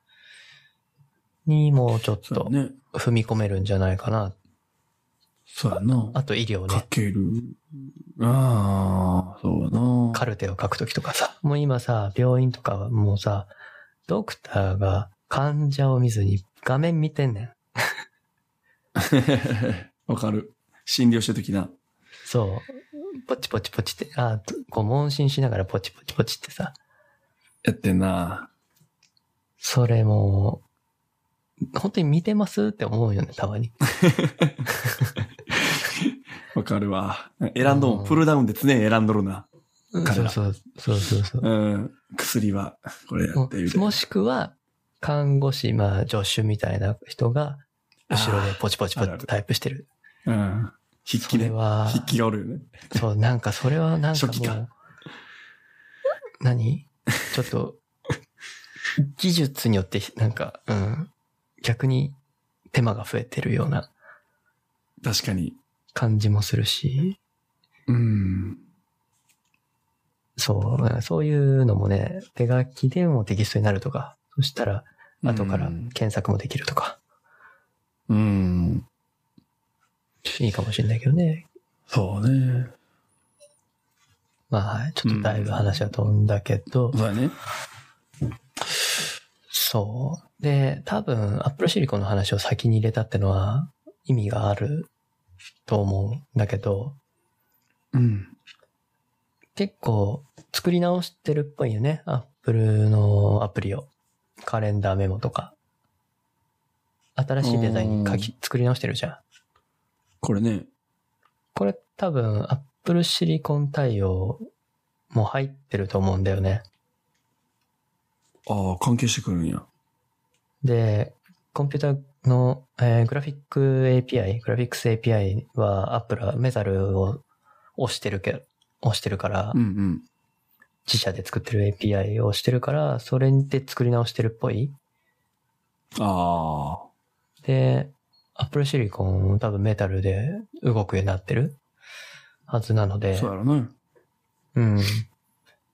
[SPEAKER 2] にもうちょっ
[SPEAKER 1] そうや
[SPEAKER 2] と
[SPEAKER 1] ね。
[SPEAKER 2] 踏み込めるんじゃないかな。
[SPEAKER 1] そうやな。
[SPEAKER 2] あと医療
[SPEAKER 1] か
[SPEAKER 2] ね。
[SPEAKER 1] ける。ああ、そうやな。
[SPEAKER 2] カルテを書くときとかさ。もう今さ、病院とかはもうさ、ドクターが患者を見ずに画面見てんねん。
[SPEAKER 1] わかる。診療して的な。
[SPEAKER 2] そう。ポチポチポチって、あ、こう問診しながらポチポチポチってさ。
[SPEAKER 1] やってんな。
[SPEAKER 2] それも、本当に見てますって思うよね、たまに。
[SPEAKER 1] わかるわ。選んど。
[SPEAKER 2] うんん
[SPEAKER 1] プルダウンで常に選んどるな。
[SPEAKER 2] うん
[SPEAKER 1] 彼
[SPEAKER 2] そう
[SPEAKER 1] ら
[SPEAKER 2] そう、そうそうそう。
[SPEAKER 1] うん。薬は、これや
[SPEAKER 2] も
[SPEAKER 1] って言うて。
[SPEAKER 2] もしくは、看護師、まあ、助手みたいな人が、後ろでポチポチポチ
[SPEAKER 1] あるある
[SPEAKER 2] タイプしてる。
[SPEAKER 1] うん。筆
[SPEAKER 2] そ
[SPEAKER 1] 記
[SPEAKER 2] れ
[SPEAKER 1] ね。
[SPEAKER 2] は、
[SPEAKER 1] 筆記がおるよね。
[SPEAKER 2] そう、なんかそれはなんか
[SPEAKER 1] 初期
[SPEAKER 2] もう
[SPEAKER 1] か、
[SPEAKER 2] 何ちょっと、技術によって、なんか、うん、逆に手間が増えてるような
[SPEAKER 1] 確かに。
[SPEAKER 2] 感じもするし、
[SPEAKER 1] うん。
[SPEAKER 2] そう、そういうのもね、手書きでもテキストになるとか、そしたら後から
[SPEAKER 1] うん
[SPEAKER 2] 検索もできるとか、
[SPEAKER 1] うん。
[SPEAKER 2] いいかもしれないけどね。
[SPEAKER 1] そうね。
[SPEAKER 2] まあはい、ちょっとだいぶ話は飛んだけど、
[SPEAKER 1] そうだね。
[SPEAKER 2] そう。で、多分 Apple Silicon の話を先に入れたってのは意味があると思うんだけど、
[SPEAKER 1] うん。
[SPEAKER 2] 結構作り直してるっぽいよね。Apple のアプリを。カレンダーメモとか。新しいデザインに書き、作り直してるじゃん。
[SPEAKER 1] これね。
[SPEAKER 2] これ多分 Apple Silicon 対応も入ってると思うんだよね。
[SPEAKER 1] ああ、関係してくるんや。
[SPEAKER 2] で、コンピュータの、えーグラフィック API、グラフィックス API は Apple はメザルを押してるけ、押してるから、
[SPEAKER 1] うんうん。
[SPEAKER 2] 自社で作ってる API をしてるから、それで作り直してるっぽい。
[SPEAKER 1] ああ。
[SPEAKER 2] で、Apple Silicon も多分メタルで動くようになってるはずなので、
[SPEAKER 1] そうやろね。
[SPEAKER 2] うん。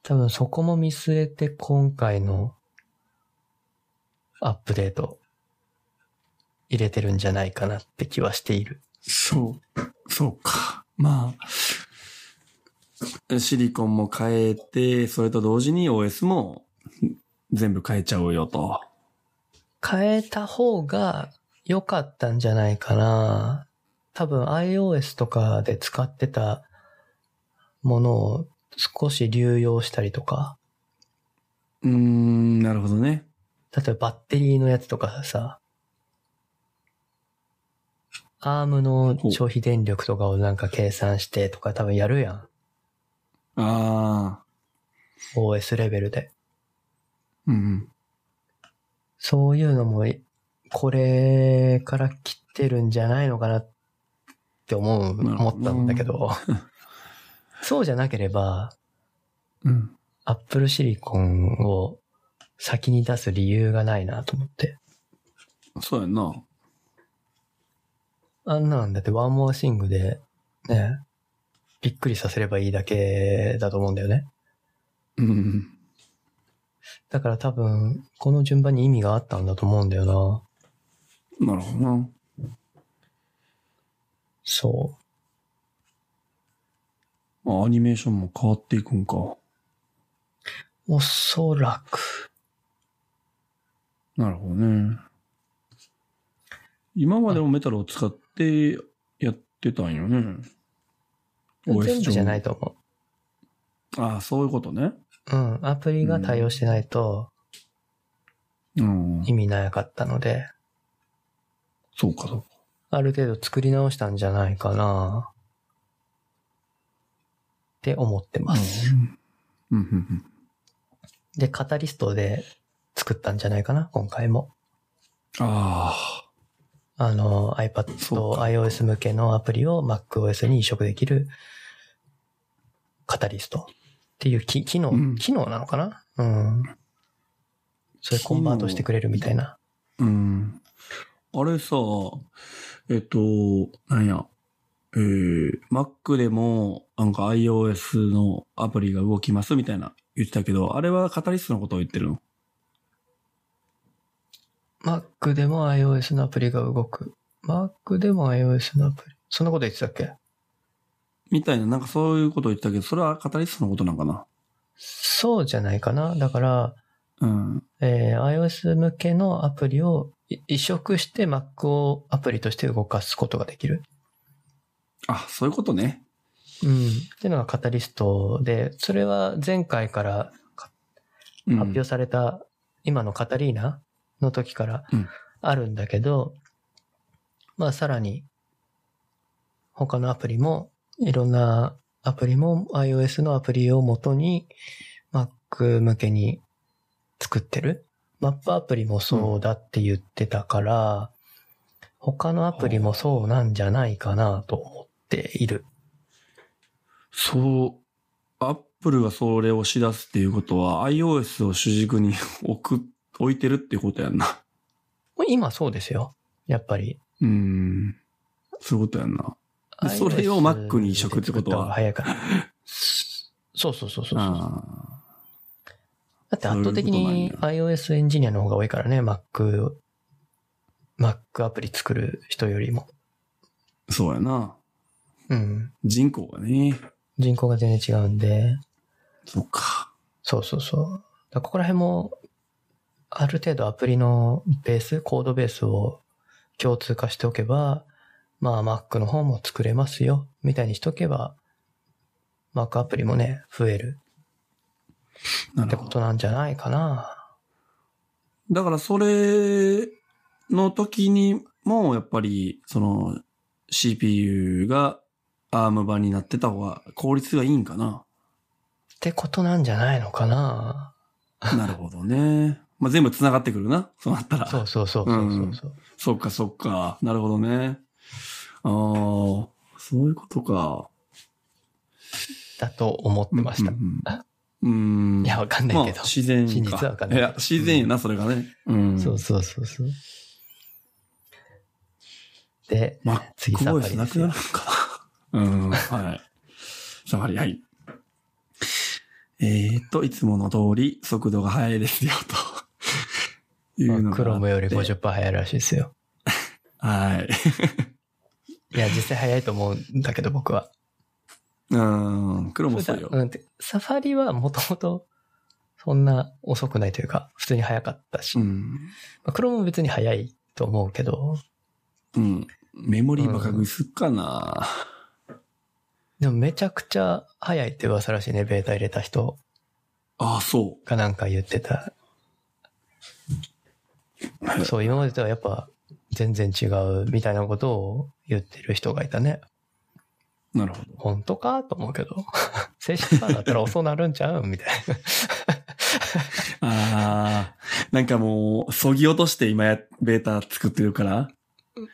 [SPEAKER 2] 多分そこも見据えて今回のアップデート入れてるんじゃないかなって気はしている。
[SPEAKER 1] そう。そうか。まあ。シリコンも変えて、それと同時に OS も全部変えちゃおうよと。
[SPEAKER 2] 変えた方が良かったんじゃないかな。多分 iOS とかで使ってたものを少し流用したりとか、
[SPEAKER 1] うーん、なるほどね。
[SPEAKER 2] 例えばバッテリーのやつとかさ、アームの消費電力とかをなんか計算してとか多分やるやん。
[SPEAKER 1] ああ。
[SPEAKER 2] OS レベルで。
[SPEAKER 1] うんうん。
[SPEAKER 2] そういうのも、これから来てるんじゃないのかなって思う、
[SPEAKER 1] なるほ
[SPEAKER 2] 思
[SPEAKER 1] ど
[SPEAKER 2] ったんだけ ど、そうじゃなければ、
[SPEAKER 1] うん。
[SPEAKER 2] Apple Silicon を先に出す理由がないなと思って。
[SPEAKER 1] そうやんな。
[SPEAKER 2] あんなんだってワンモアシングで、ね、びっくりさせればいいだけだと思うんだよね。
[SPEAKER 1] うんうん。
[SPEAKER 2] だから多分、この順番に意味があったんだと思うんだよな。
[SPEAKER 1] なるほどな。
[SPEAKER 2] そう。
[SPEAKER 1] あアニメーションも変わっていくんか。
[SPEAKER 2] おそらく。
[SPEAKER 1] なるほどね。今までもメタルを使ってやってたんよね。OS
[SPEAKER 2] 全部じゃない
[SPEAKER 1] 上
[SPEAKER 2] と思
[SPEAKER 1] ああ、そういうことね。
[SPEAKER 2] う。うん。アプリが対応してないと
[SPEAKER 1] うん。
[SPEAKER 2] 意味なかったので、
[SPEAKER 1] そうか、そうか。
[SPEAKER 2] ある程度作り直したんじゃないかな。って思ってます。
[SPEAKER 1] うん。うん、うん、
[SPEAKER 2] で、カタリストで作ったんじゃないかな、今回も。
[SPEAKER 1] うん。あ
[SPEAKER 2] あの、iPad
[SPEAKER 1] そう
[SPEAKER 2] と
[SPEAKER 1] か
[SPEAKER 2] iOS 向けのアプリを MacOS に移植できるカタリストっていう機機能、
[SPEAKER 1] うん
[SPEAKER 2] 機能なのかなうん。それコンバートしてくれるみたいな。
[SPEAKER 1] あ。うん。あれさ、えっと、なんや。えー、Mac でも、なんか iOS のアプリが動きますみたいな言ってたけど、あれはカタリストのことを言ってるの
[SPEAKER 2] Mac でも iOS のアプリが動く。Mac でも iOS のアプリ。そんなこと言ってたっけ
[SPEAKER 1] みたいな、なんかそういうことを言ってたけど、それはカタリストのことなんかな。
[SPEAKER 2] そうじゃないかな。だから、
[SPEAKER 1] うん。
[SPEAKER 2] えー iOS 向けのアプリをい移植して Mac をアプリとして動かすことができる。
[SPEAKER 1] あ、そういうことね。
[SPEAKER 2] うん。っていうのがカタリストで、それは前回から
[SPEAKER 1] うん、
[SPEAKER 2] 発表された今のカタリーナの時から
[SPEAKER 1] うん
[SPEAKER 2] あるんだけど、まあさらに他のアプリもいろんなアプリも iOS のアプリを元に Mac 向けに作ってる。マップアプリもそうだって言ってたから、他のアプリもそうなんじゃないかなと思っている。
[SPEAKER 1] そう、アップルがそれをし出すっていうことは、iOS を主軸に 置く、置いてるっていうことやんな。
[SPEAKER 2] 今そうですよ。やっぱり
[SPEAKER 1] うん。そういうことやんな。でそれを Mac に移植ってことは
[SPEAKER 2] iOS で 作った方が早いから。そうそうそうそうそう。だ
[SPEAKER 1] あ
[SPEAKER 2] って圧倒的
[SPEAKER 1] そういう
[SPEAKER 2] に
[SPEAKER 1] こと
[SPEAKER 2] iOS エンジニアの方が多いからね、Mac、Mac アプリ作る人よりも。
[SPEAKER 1] あ、そうやな。
[SPEAKER 2] うん。
[SPEAKER 1] 人口がね。
[SPEAKER 2] 人口が全然違うんで。
[SPEAKER 1] そっか。
[SPEAKER 2] そうそうそう。だからここら辺も、ある程度アプリのベース、コードベースを共通化しておけば、まあ Mac の方も作れますよ、みたいにしとけば、Mac アプリもね、増える
[SPEAKER 1] な
[SPEAKER 2] って
[SPEAKER 1] る
[SPEAKER 2] こ
[SPEAKER 1] ほど。
[SPEAKER 2] となんじゃないかな。
[SPEAKER 1] だからそれの時にも、やっぱり、その、CPU が ARM 版になってた方が効率がいいんか な。
[SPEAKER 2] ってことなんじゃないのかな。
[SPEAKER 1] なるほどね。まあ、全部繋がってくるな。そうなったら。
[SPEAKER 2] そうそうそうそうそうそう、
[SPEAKER 1] そっかそっか。なるほどね。ああ、そういうことか。
[SPEAKER 2] だと思ってました。
[SPEAKER 1] うんうんうん。うん
[SPEAKER 2] いや、わかんな
[SPEAKER 1] まあ
[SPEAKER 2] いけど。、
[SPEAKER 1] 自然か。
[SPEAKER 2] 真実はわかんない
[SPEAKER 1] や、自然やな、それがね。うん。
[SPEAKER 2] そうそうそうそう。で、
[SPEAKER 1] マッ
[SPEAKER 2] 次
[SPEAKER 1] ク
[SPEAKER 2] サフ
[SPEAKER 1] ボ
[SPEAKER 2] ァ
[SPEAKER 1] イ
[SPEAKER 2] リ
[SPEAKER 1] ス
[SPEAKER 2] ですよ
[SPEAKER 1] なくなるのかな。うん、はい。サファリ、はい。えー、っと、いつもの通り、速度が速いですよ、と。いうの
[SPEAKER 2] まあ
[SPEAKER 1] が。
[SPEAKER 2] クロムより。50%早いらしいですよ。
[SPEAKER 1] はい。
[SPEAKER 2] いや、実際早いと思うんだけど、僕は。
[SPEAKER 1] うん、クロム遅いよ
[SPEAKER 2] 普。段うんてサファリはもともと、そんな遅くないというか、普通に早かったし、
[SPEAKER 1] う
[SPEAKER 2] ま
[SPEAKER 1] ん。
[SPEAKER 2] あ、クロームも別に早いと思うけど、
[SPEAKER 1] うん。メモリーバカグすっかな、
[SPEAKER 2] でもめちゃくちゃ早いって噂らしいね、ベータ入れた人
[SPEAKER 1] ああ、そ
[SPEAKER 2] がなんか言ってた。
[SPEAKER 1] う。
[SPEAKER 2] そう、今までとはやっぱ全然違うみたいなことを言ってる人がいたね。
[SPEAKER 1] なるほど。
[SPEAKER 2] 本当かと思うけど。 正式版だったら遅なるんちゃうみたいな。
[SPEAKER 1] ああ、なんかもう、そぎ落として今や、ベータ作ってるから。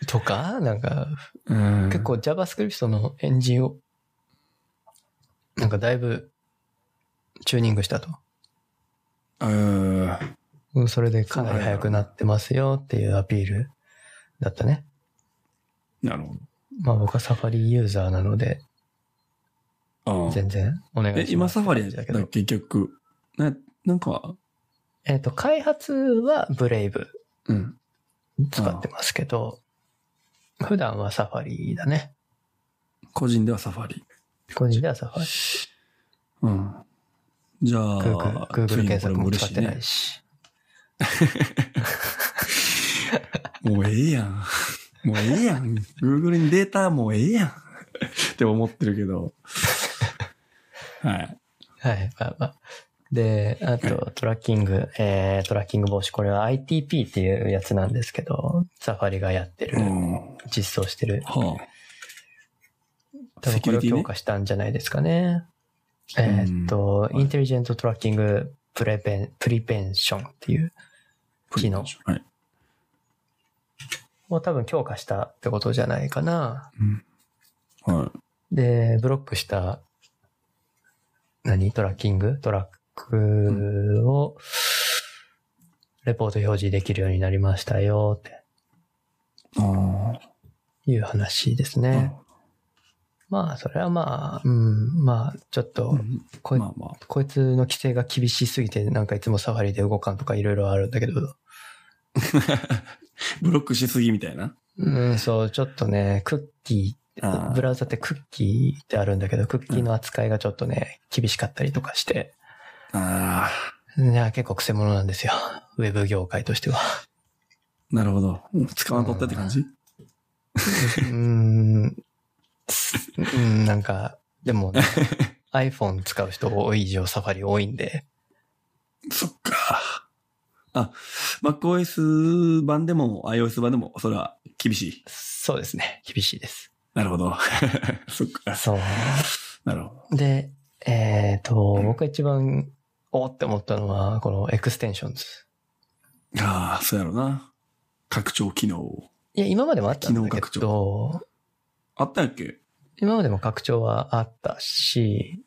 [SPEAKER 2] とか、なんか、
[SPEAKER 1] うん
[SPEAKER 2] 結構 JavaScript のエンジンを、なんかだいぶチューニングしたと。
[SPEAKER 1] うん。
[SPEAKER 2] うんそれでかなり速くなってますよっていうアピールだったね。
[SPEAKER 1] なるほ
[SPEAKER 2] まあ僕はサファリユーザーなので、
[SPEAKER 1] ど。あー
[SPEAKER 2] 全然お願いしま
[SPEAKER 1] え、
[SPEAKER 2] す。
[SPEAKER 1] 今サファリ
[SPEAKER 2] だ
[SPEAKER 1] だ
[SPEAKER 2] けど。
[SPEAKER 1] 結局。な、なんか、
[SPEAKER 2] えっ、と、開発はブレイブ
[SPEAKER 1] うん。
[SPEAKER 2] 使ってますけど、普段はサファリだね。
[SPEAKER 1] 個人ではサファリ。
[SPEAKER 2] 個人ではサファリ。
[SPEAKER 1] うん。じゃあ、
[SPEAKER 2] Google, Google
[SPEAKER 1] ついに
[SPEAKER 2] 検索も使
[SPEAKER 1] こ
[SPEAKER 2] っ
[SPEAKER 1] れ
[SPEAKER 2] て
[SPEAKER 1] 嬉
[SPEAKER 2] ないし。
[SPEAKER 1] しいねもうええやん。 もうええやん。Google にデータもうええやん。 って思ってるけ ど。はい。
[SPEAKER 2] はい、まあまあ。で、あと、トラッキング、えー、トラッキング防止、これは ITP っていうやつなんですけど、サファリがやってる
[SPEAKER 1] う、ん。
[SPEAKER 2] 実装してる。
[SPEAKER 1] はあ。
[SPEAKER 2] 多分
[SPEAKER 1] セ
[SPEAKER 2] こ
[SPEAKER 1] キュリ
[SPEAKER 2] れを
[SPEAKER 1] ティ
[SPEAKER 2] 強
[SPEAKER 1] ね。
[SPEAKER 2] 化したんじゃないですかね。
[SPEAKER 1] うん
[SPEAKER 2] えーっと、
[SPEAKER 1] はい
[SPEAKER 2] インテリジェントトラッキングプレベン、プリペンションっていう機能
[SPEAKER 1] はい。
[SPEAKER 2] を多分強化したってことじゃないかな。
[SPEAKER 1] は
[SPEAKER 2] で、ブロックした、何トラッキングトラックを、レポート表示できるようになりましたよっ
[SPEAKER 1] い。あ
[SPEAKER 2] ていう話です
[SPEAKER 1] あ。
[SPEAKER 2] ね。まあ、それはまあ、うん、まあ、ちょっと、こい
[SPEAKER 1] まあ まあ。
[SPEAKER 2] こいつの規制が厳しすぎて、なんかいつもサファリで動かんとかいろいろあるんだけど、
[SPEAKER 1] ブロックしすぎみたいな。
[SPEAKER 2] うん、そう、ちょっとね、クッキー、ブラウザってクッキーってあるんだけど、クッキーの扱いがちょっとね、厳しかったりとかして、
[SPEAKER 1] あ
[SPEAKER 2] いや、結構癖者なんですよ。 ウェブ業界としては。
[SPEAKER 1] ーなるほど。使わんとったって感じ
[SPEAKER 2] うーん、すうんなんか、でもね、iPhone 使う人多い以上サファリ多いんで、
[SPEAKER 1] そっか。あ、MacOS 版でも iOS 版でも、それは厳しい。
[SPEAKER 2] そうですね、厳しいです。
[SPEAKER 1] なるほど。 そっか。
[SPEAKER 2] そう。
[SPEAKER 1] なるほ
[SPEAKER 2] で、えっ、と、僕が一番、おーって思ったのは、このエクステンションズ。
[SPEAKER 1] ど。ああ、そうやろな。拡張機能。
[SPEAKER 2] いや、今までもあったんだ
[SPEAKER 1] 機能拡
[SPEAKER 2] けど、
[SPEAKER 1] あったんやっけ
[SPEAKER 2] 今までも拡張はあったし、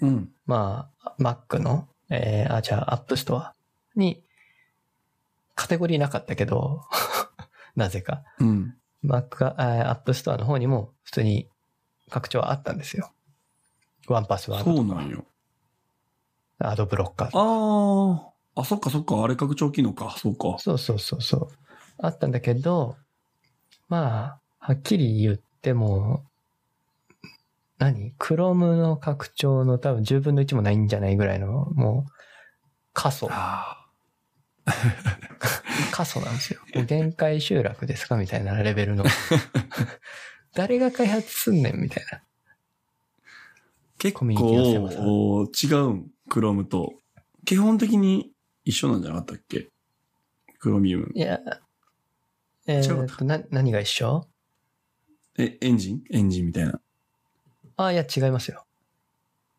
[SPEAKER 1] うん。
[SPEAKER 2] まあ、Mac の、えー、あ、じゃあ、App Store に、カテゴリーなかったけど、なぜか。
[SPEAKER 1] うん。
[SPEAKER 2] Mac が、えー App Store の方にも普通に拡張はあったんですよ。ワンパスワー
[SPEAKER 1] そ
[SPEAKER 2] ド、
[SPEAKER 1] うなんよ。
[SPEAKER 2] アドブロッカーとか
[SPEAKER 1] ああ、あ、そっかそっか、あれ拡張機能か、そうか。
[SPEAKER 2] そうそうそうそう。あったんだけど、まあ、はっきり言っても、何 ?Chrome の拡張の多分10分の1もないんじゃないぐらいの、もう、過疎。
[SPEAKER 1] あ
[SPEAKER 2] 過疎なんですよ。もう限界集落ですかみたいなレベ ルの。誰が開発すんねんみたいな。
[SPEAKER 1] ー結
[SPEAKER 2] コ
[SPEAKER 1] 構、
[SPEAKER 2] ミュニティの狭さ
[SPEAKER 1] おー違うん、クロームと。基本的に一緒なんじゃなかったっけクロミウム。
[SPEAKER 2] いや、え
[SPEAKER 1] 違う
[SPEAKER 2] ー、
[SPEAKER 1] か
[SPEAKER 2] と、な、何が一緒
[SPEAKER 1] え、エンジンエンジンみたいな。
[SPEAKER 2] あ、いや、違いますよ。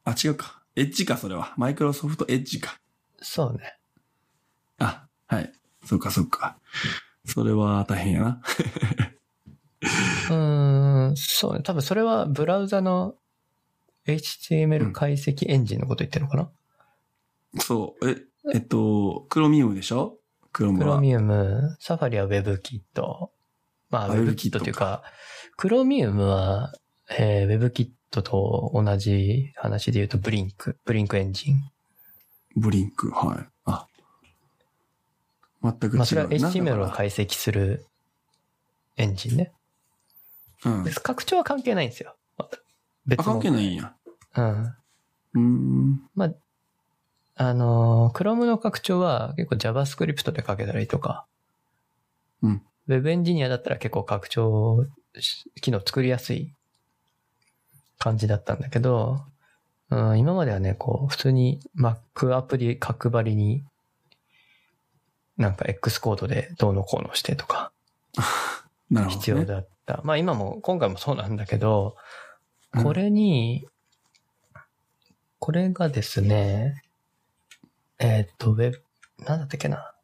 [SPEAKER 1] あ、違うか。エッジか、それは。マイクロソフトエッジか。
[SPEAKER 2] そうね。
[SPEAKER 1] あ、はい。そうか、そうか。それは大変やな。
[SPEAKER 2] うーん、そうね。多分それはブラウザの HTML 解析エンジンのこと言ってるのかな、
[SPEAKER 1] そう。え、えっと、クロミウムでしょクロム
[SPEAKER 2] クロ
[SPEAKER 1] は。
[SPEAKER 2] ミウム、サファリは WebKit。まあ
[SPEAKER 1] あ
[SPEAKER 2] WebKit というか、クロミウムは、えー、WebKit と同じ話で言うとブリンク、ブリンクエンジン。
[SPEAKER 1] ブリンク、はい。あ。全く違うな。
[SPEAKER 2] まあそれは
[SPEAKER 1] だ
[SPEAKER 2] HTML
[SPEAKER 1] か
[SPEAKER 2] を
[SPEAKER 1] ら
[SPEAKER 2] 解析するエンジンね。
[SPEAKER 1] うん
[SPEAKER 2] で。拡張は関係ないんですよ。また
[SPEAKER 1] あ、
[SPEAKER 2] 別
[SPEAKER 1] 関
[SPEAKER 2] の。
[SPEAKER 1] 係ないんや。
[SPEAKER 2] うん。
[SPEAKER 1] うーん。
[SPEAKER 2] あのー、Chrome の拡張は結構 JavaScript で書けたらいいとか。
[SPEAKER 1] うん。
[SPEAKER 2] Web エンジニアだったら結構拡張し機能作りやすい感じだったんだけど、うん、今まではね、こう、普通に Mac アプリ角張りに、なんか X コードでどうのこうのしてとか
[SPEAKER 1] なるほど、ね。
[SPEAKER 2] 必要だった。まあ今も、今回もそうなんだけど、
[SPEAKER 1] うん
[SPEAKER 2] これに、これがですね、えーっ、と、ウェブ、なんだったっけな。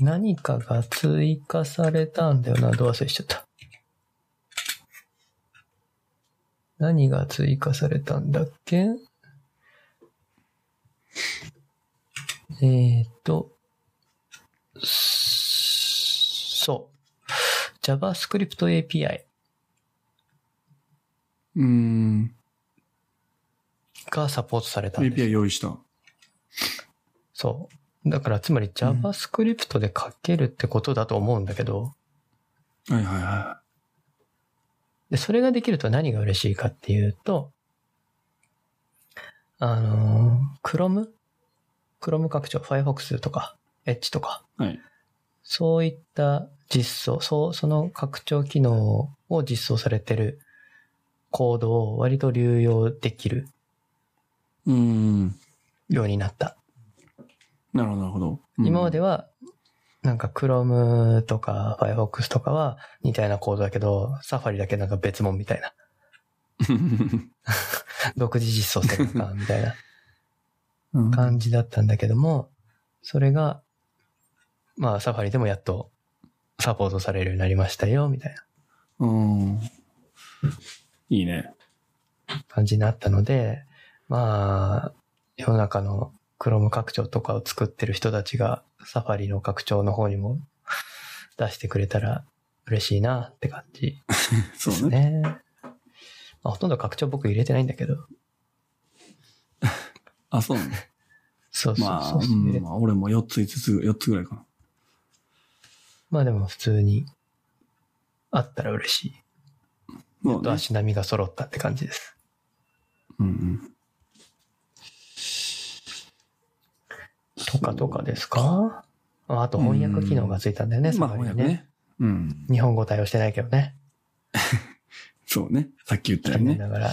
[SPEAKER 2] 何かが追加されたんだよな。どう忘れしちゃった。何が追加されたんだっけえーっ、と、すそう。JavaScript API。
[SPEAKER 1] うーん。
[SPEAKER 2] がサポートされたんです
[SPEAKER 1] API 用意した。
[SPEAKER 2] そう。だから、つまり JavaScript で書けるってことだと思うんだけど、
[SPEAKER 1] はいはいは
[SPEAKER 2] で、それができると何が嬉しいかっていうと、あのー Chrome? Chrome 拡張、Firefox とか、Edge とか、
[SPEAKER 1] い。はい。
[SPEAKER 2] そういった実装、そう、その拡張機能を実装されてるコードを割と流用できる
[SPEAKER 1] うーん。
[SPEAKER 2] ようになった。
[SPEAKER 1] なるほど、なるほど。うん
[SPEAKER 2] 今までは、なんか Chrome とか Firefox とかは似たようなコードだけど、Safari だけなんか別物みたいな。 独自実装してる のか、みたいな
[SPEAKER 1] うん
[SPEAKER 2] 感じだったんだけども、それが、まあ Safari でもやっとサポートされるようになりましたよ、みたいな
[SPEAKER 1] うん。いいね。
[SPEAKER 2] 感じになったので、まあ、世の中の Chrome 拡張とかを作ってる人たちが Safari の拡張の方にも出してくれたら嬉しいなって感じ
[SPEAKER 1] そうね。
[SPEAKER 2] ね。まあ、ほとんど拡張僕入れてないんだけど。
[SPEAKER 1] あ、そうね。
[SPEAKER 2] そうそう
[SPEAKER 1] まあ、
[SPEAKER 2] そううそう。入れ
[SPEAKER 1] ん、まあ、俺も4つ、5つ、4つぐらいかな。
[SPEAKER 2] まあでも普通にあったら嬉しい。
[SPEAKER 1] そう
[SPEAKER 2] と
[SPEAKER 1] ね。
[SPEAKER 2] 足並みが揃ったって感じです。
[SPEAKER 1] うんうん。
[SPEAKER 2] とかとかですかああと翻訳機能がついたんだよね、
[SPEAKER 1] まあ、
[SPEAKER 2] サファリ
[SPEAKER 1] 翻
[SPEAKER 2] に
[SPEAKER 1] 訳ね。うん。
[SPEAKER 2] 日本語対応してないけどね。
[SPEAKER 1] そうね。さっき言ったよう
[SPEAKER 2] 残
[SPEAKER 1] に
[SPEAKER 2] 念
[SPEAKER 1] ね。
[SPEAKER 2] ながら。うん。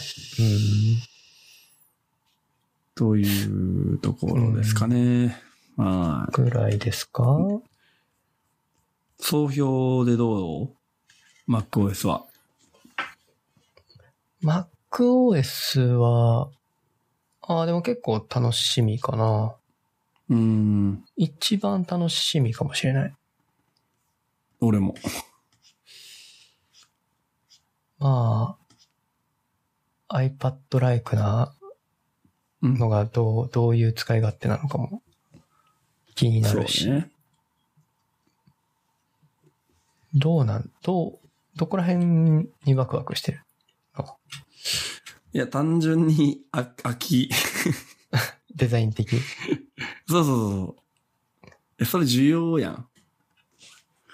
[SPEAKER 1] というところですかね。まあ、
[SPEAKER 2] ぐらいですか
[SPEAKER 1] 総評でどう ?MacOS は。
[SPEAKER 2] ?MacOS は、ああ、でも結構楽しみかな。
[SPEAKER 1] うん。
[SPEAKER 2] 一番楽しみかもしれない。
[SPEAKER 1] 俺も。
[SPEAKER 2] まあ、iPad-like な
[SPEAKER 1] うん
[SPEAKER 2] のがどう、どういう使い勝手なのかも気にな
[SPEAKER 1] そう
[SPEAKER 2] るし。
[SPEAKER 1] ね。
[SPEAKER 2] どうなん、どう、どこら辺にワクワクしてる
[SPEAKER 1] いや、単純に、あ、飽き。
[SPEAKER 2] デザイン
[SPEAKER 1] そ
[SPEAKER 2] 的。
[SPEAKER 1] うそうそうそう。え、それ重要やん。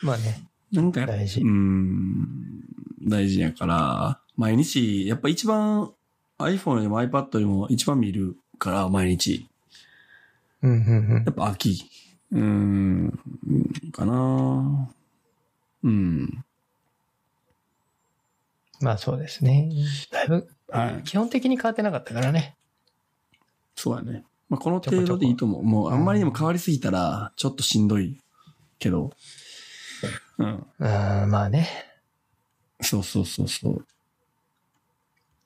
[SPEAKER 2] まあね、
[SPEAKER 1] なんかやっぱ
[SPEAKER 2] 大事
[SPEAKER 1] うーん。大事やから、毎日、やっぱ一番 iPhone よりも iPad よりも一番見るから、毎日。
[SPEAKER 2] うんうん
[SPEAKER 1] やっぱ秋。うーん。かなうん。
[SPEAKER 2] うん。まあそうですね。だいぶ、
[SPEAKER 1] はい
[SPEAKER 2] 基本的に変わってなかったからね。
[SPEAKER 1] そうやね。まあ、この程度でいいと思う。もう、あんまりにも変わりすぎたら、ちょっとしんどいけど。うん。
[SPEAKER 2] うん、まあね。
[SPEAKER 1] そうそうそうそう。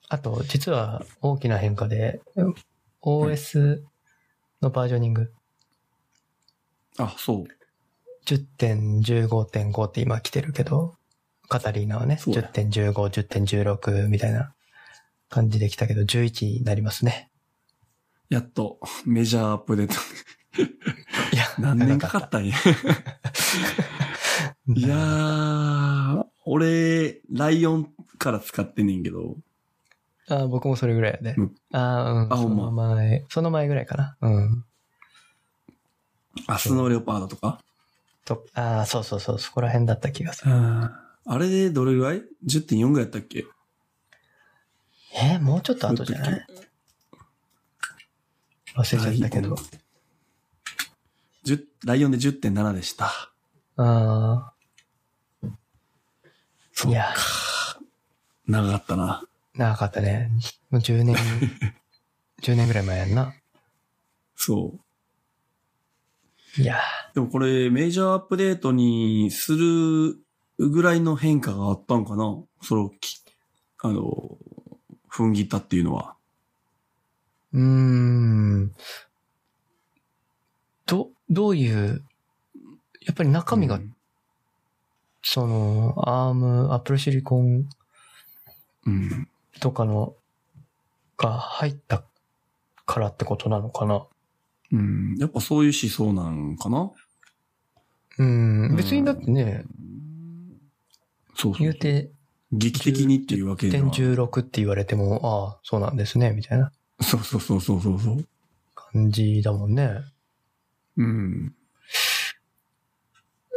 [SPEAKER 2] あと、実は大きな変化で、OS のバージョニング、
[SPEAKER 1] あ、そう。
[SPEAKER 2] 10.15.5って今来てるけど、カタリーナはね、
[SPEAKER 1] そうだ
[SPEAKER 2] 10.15、10.16みたいな感じで来たけど、11になりますね。
[SPEAKER 1] やっと、メジャーアップデート。
[SPEAKER 2] い や、
[SPEAKER 1] 何年かかったんや。いや
[SPEAKER 2] うん
[SPEAKER 1] ー、俺、ライオンから使ってんねんけど、
[SPEAKER 2] あ僕もそれぐらいやで。
[SPEAKER 1] うん
[SPEAKER 2] あー
[SPEAKER 1] あ
[SPEAKER 2] うん。
[SPEAKER 1] ほ
[SPEAKER 2] そ
[SPEAKER 1] んま
[SPEAKER 2] の前、その前ぐらいかな。うん。
[SPEAKER 1] 明日のレオパードとか。
[SPEAKER 2] と、ああ、そうそうそう、そこら辺だった気がする。
[SPEAKER 1] あれでどれぐらい ?10.4 ぐらいやったっけ
[SPEAKER 2] えーもうちょっと後じゃない忘れちゃったけど。。
[SPEAKER 1] 10ライオンで10.7でした。
[SPEAKER 2] ああ、
[SPEAKER 1] そ。
[SPEAKER 2] いうや、
[SPEAKER 1] 長かったな。
[SPEAKER 2] 長かったね。もう10年、10年ぐらい前やんな。
[SPEAKER 1] そう。
[SPEAKER 2] いや
[SPEAKER 1] でもこれ、メジャーアップデートにするぐらいの変化があったんかなそれをき、あの、踏ん切ったっていうのは。
[SPEAKER 2] ー、うーん。ど、どういう、やっぱり中身が、
[SPEAKER 1] うん
[SPEAKER 2] その、アーム、アップルシリコン
[SPEAKER 1] うん。
[SPEAKER 2] とかの、が入ったからってことなのかな。
[SPEAKER 1] うん。やっぱそういう思想なんかな
[SPEAKER 2] うん、別にだってね、
[SPEAKER 1] そうそ
[SPEAKER 2] 言う
[SPEAKER 1] う。
[SPEAKER 2] て、
[SPEAKER 1] 劇的にっていうわけでは。
[SPEAKER 2] 10.16って言われても、ああ、そうなんですね、みたいな
[SPEAKER 1] そうそうそうそうそうそう。
[SPEAKER 2] 感じだもんね。
[SPEAKER 1] うん。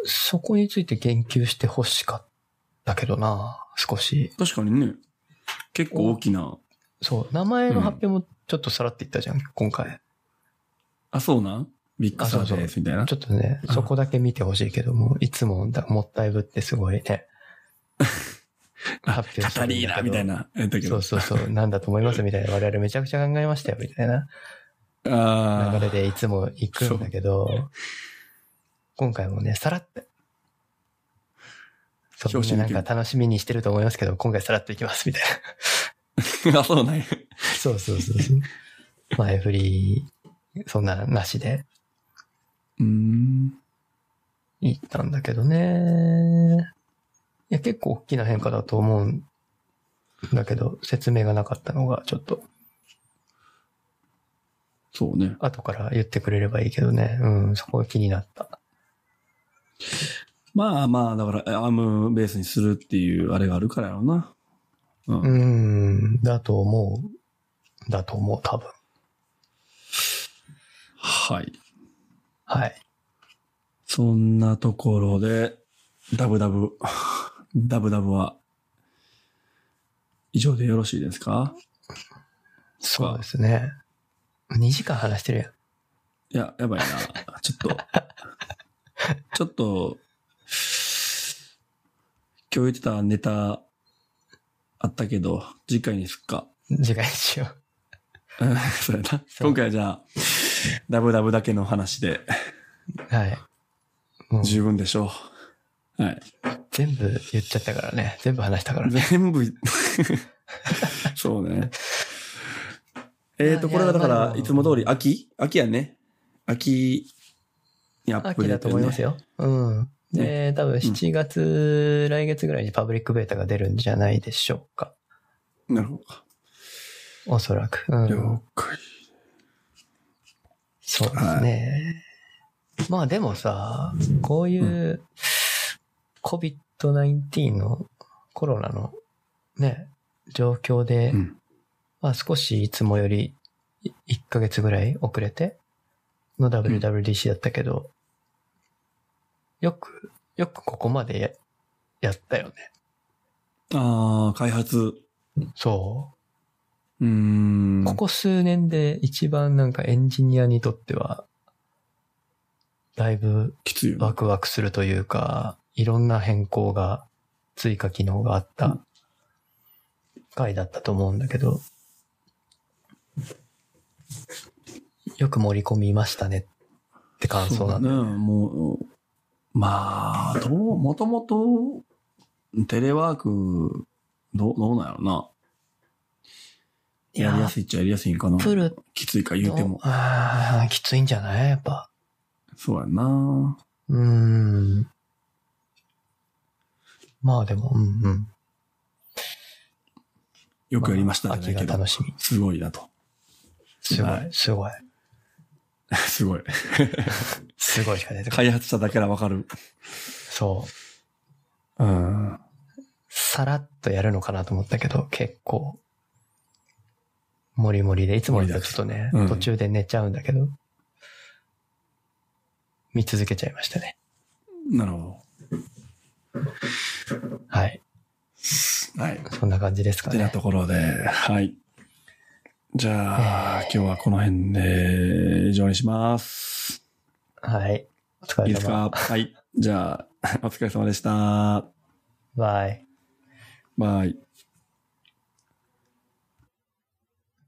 [SPEAKER 2] そこについて言及してほしかったけどな、少し。
[SPEAKER 1] 確かにね。結構大きな。
[SPEAKER 2] そう、名前の発表もちょっとさらっていったじゃん、今回。
[SPEAKER 1] あ、そうなんビッグサ
[SPEAKER 2] あそ
[SPEAKER 1] ー
[SPEAKER 2] う
[SPEAKER 1] ビ
[SPEAKER 2] そ
[SPEAKER 1] スみたいな。
[SPEAKER 2] ちょっとね、そこだけ見てほしいけども、いつもだもったいぶってすごいね。発表
[SPEAKER 1] カ
[SPEAKER 2] して
[SPEAKER 1] タ
[SPEAKER 2] るんだけど
[SPEAKER 1] リーナみたいな。えだけ
[SPEAKER 2] そ
[SPEAKER 1] ど
[SPEAKER 2] う。そうそう、なんだと思いますみたいな。我々めちゃくちゃ考えましたよ、みたいな
[SPEAKER 1] あ
[SPEAKER 2] 流れ
[SPEAKER 1] あ。
[SPEAKER 2] でいつも行くんだけど、今回もね、さらって。そう、み
[SPEAKER 1] 表紙
[SPEAKER 2] んな
[SPEAKER 1] 抜け
[SPEAKER 2] なんか楽しみにしてると思いますけど、今回さらっていきます、みたいな。
[SPEAKER 1] あ、そうなんや。
[SPEAKER 2] そうそうそうそう。前振り、そんななしで
[SPEAKER 1] うん。
[SPEAKER 2] 行ったんだけどね。いや、結構大きな変化だと思うんだけど、説明がなかったのが、ちょっと、
[SPEAKER 1] そうね。
[SPEAKER 2] 後から言ってくれればいいけどね。うん、そこが気になった。
[SPEAKER 1] まあまあ、だから、アームベースにするっていうあれがあるからやろうな。うん。
[SPEAKER 2] うん、だと思う。だと思う、多分。
[SPEAKER 1] はい。
[SPEAKER 2] はい。
[SPEAKER 1] そんなところで、ダブダブ、 ダブダブは、以上でよろしいですか
[SPEAKER 2] そうですね。2時間話してるやん。
[SPEAKER 1] いや、やばいな。ちょっと、ちょっと、今日言ってたネタあったけど、次回にすっか。
[SPEAKER 2] 次回にしよう。
[SPEAKER 1] うんそうやな。
[SPEAKER 2] そう
[SPEAKER 1] 今回はじゃあ、ダブダブだけの話で
[SPEAKER 2] はい。もう
[SPEAKER 1] 十分でしょう。はい。
[SPEAKER 2] 全部言っちゃったからね。全部話したからね。
[SPEAKER 1] 全部、 そうね。えっ、と、
[SPEAKER 2] いや
[SPEAKER 1] これはだか
[SPEAKER 2] いやま
[SPEAKER 1] ら
[SPEAKER 2] あ、
[SPEAKER 1] いつも通り秋秋やね。秋にアップ
[SPEAKER 2] 秋
[SPEAKER 1] デー
[SPEAKER 2] だ
[SPEAKER 1] ト
[SPEAKER 2] と
[SPEAKER 1] ね
[SPEAKER 2] 思いますよ。うん。で、多分7月、来月ぐらいにパブリックベータが出るんじゃないでしょうか。
[SPEAKER 1] なるほど。
[SPEAKER 2] おそらく。うん。
[SPEAKER 1] 了解。
[SPEAKER 2] そうですね。まあでもさ、こういう COVID COVID-19 のコロナのね、状況で、
[SPEAKER 1] うん。
[SPEAKER 2] まあ少しいつもよりい1ヶ月ぐらい遅れての WWDC だったけど、よく、よくここまでややったよね。
[SPEAKER 1] ああ、開発。
[SPEAKER 2] そう
[SPEAKER 1] ー
[SPEAKER 2] う。
[SPEAKER 1] ん。
[SPEAKER 2] ここ数年で一番なんかエンジニアにとっては、だいぶ
[SPEAKER 1] きついよね
[SPEAKER 2] ワクワクするというか、いろんな変更が、追加機能があった回だったと思うんだけど、よく盛り込みましたねって感想なんだ。
[SPEAKER 1] そうだね。もう、まあ、どう、もともと、テレワーク、どう、どうなんやろな。
[SPEAKER 2] い
[SPEAKER 1] やりや
[SPEAKER 2] や、
[SPEAKER 1] すいっちゃやりやすいんかな。
[SPEAKER 2] プル
[SPEAKER 1] きついか言うて
[SPEAKER 2] と
[SPEAKER 1] も、。
[SPEAKER 2] あーきついんじゃないやっぱ。
[SPEAKER 1] そうやんな。
[SPEAKER 2] うーん。まあでも、うんうん。
[SPEAKER 1] よくやりましたじゃ
[SPEAKER 2] 秋
[SPEAKER 1] な
[SPEAKER 2] が
[SPEAKER 1] いけど
[SPEAKER 2] 楽。しみ。
[SPEAKER 1] すごいなと。
[SPEAKER 2] すご
[SPEAKER 1] はい
[SPEAKER 2] い、すごい。
[SPEAKER 1] すごい。
[SPEAKER 2] すごいしか出 てこない。
[SPEAKER 1] 開発者だけらわかる。
[SPEAKER 2] そう。
[SPEAKER 1] うん。
[SPEAKER 2] さらっとやるのかなと思ったけど、結構、もりもりで、いつもよりちょっとね、
[SPEAKER 1] うん
[SPEAKER 2] 途中で寝ちゃうんだけど、見続けちゃいましたね。
[SPEAKER 1] なるほ
[SPEAKER 2] はい。
[SPEAKER 1] ど。はい。
[SPEAKER 2] そんな感じですか
[SPEAKER 1] てな
[SPEAKER 2] ね。
[SPEAKER 1] ところで、はい。じゃあ、今日はこの辺で以上にします。
[SPEAKER 2] はい。お疲
[SPEAKER 1] いい
[SPEAKER 2] れ
[SPEAKER 1] です
[SPEAKER 2] 様。
[SPEAKER 1] かはい。じゃあ、お疲れ様でした。
[SPEAKER 2] バイ。
[SPEAKER 1] バイ。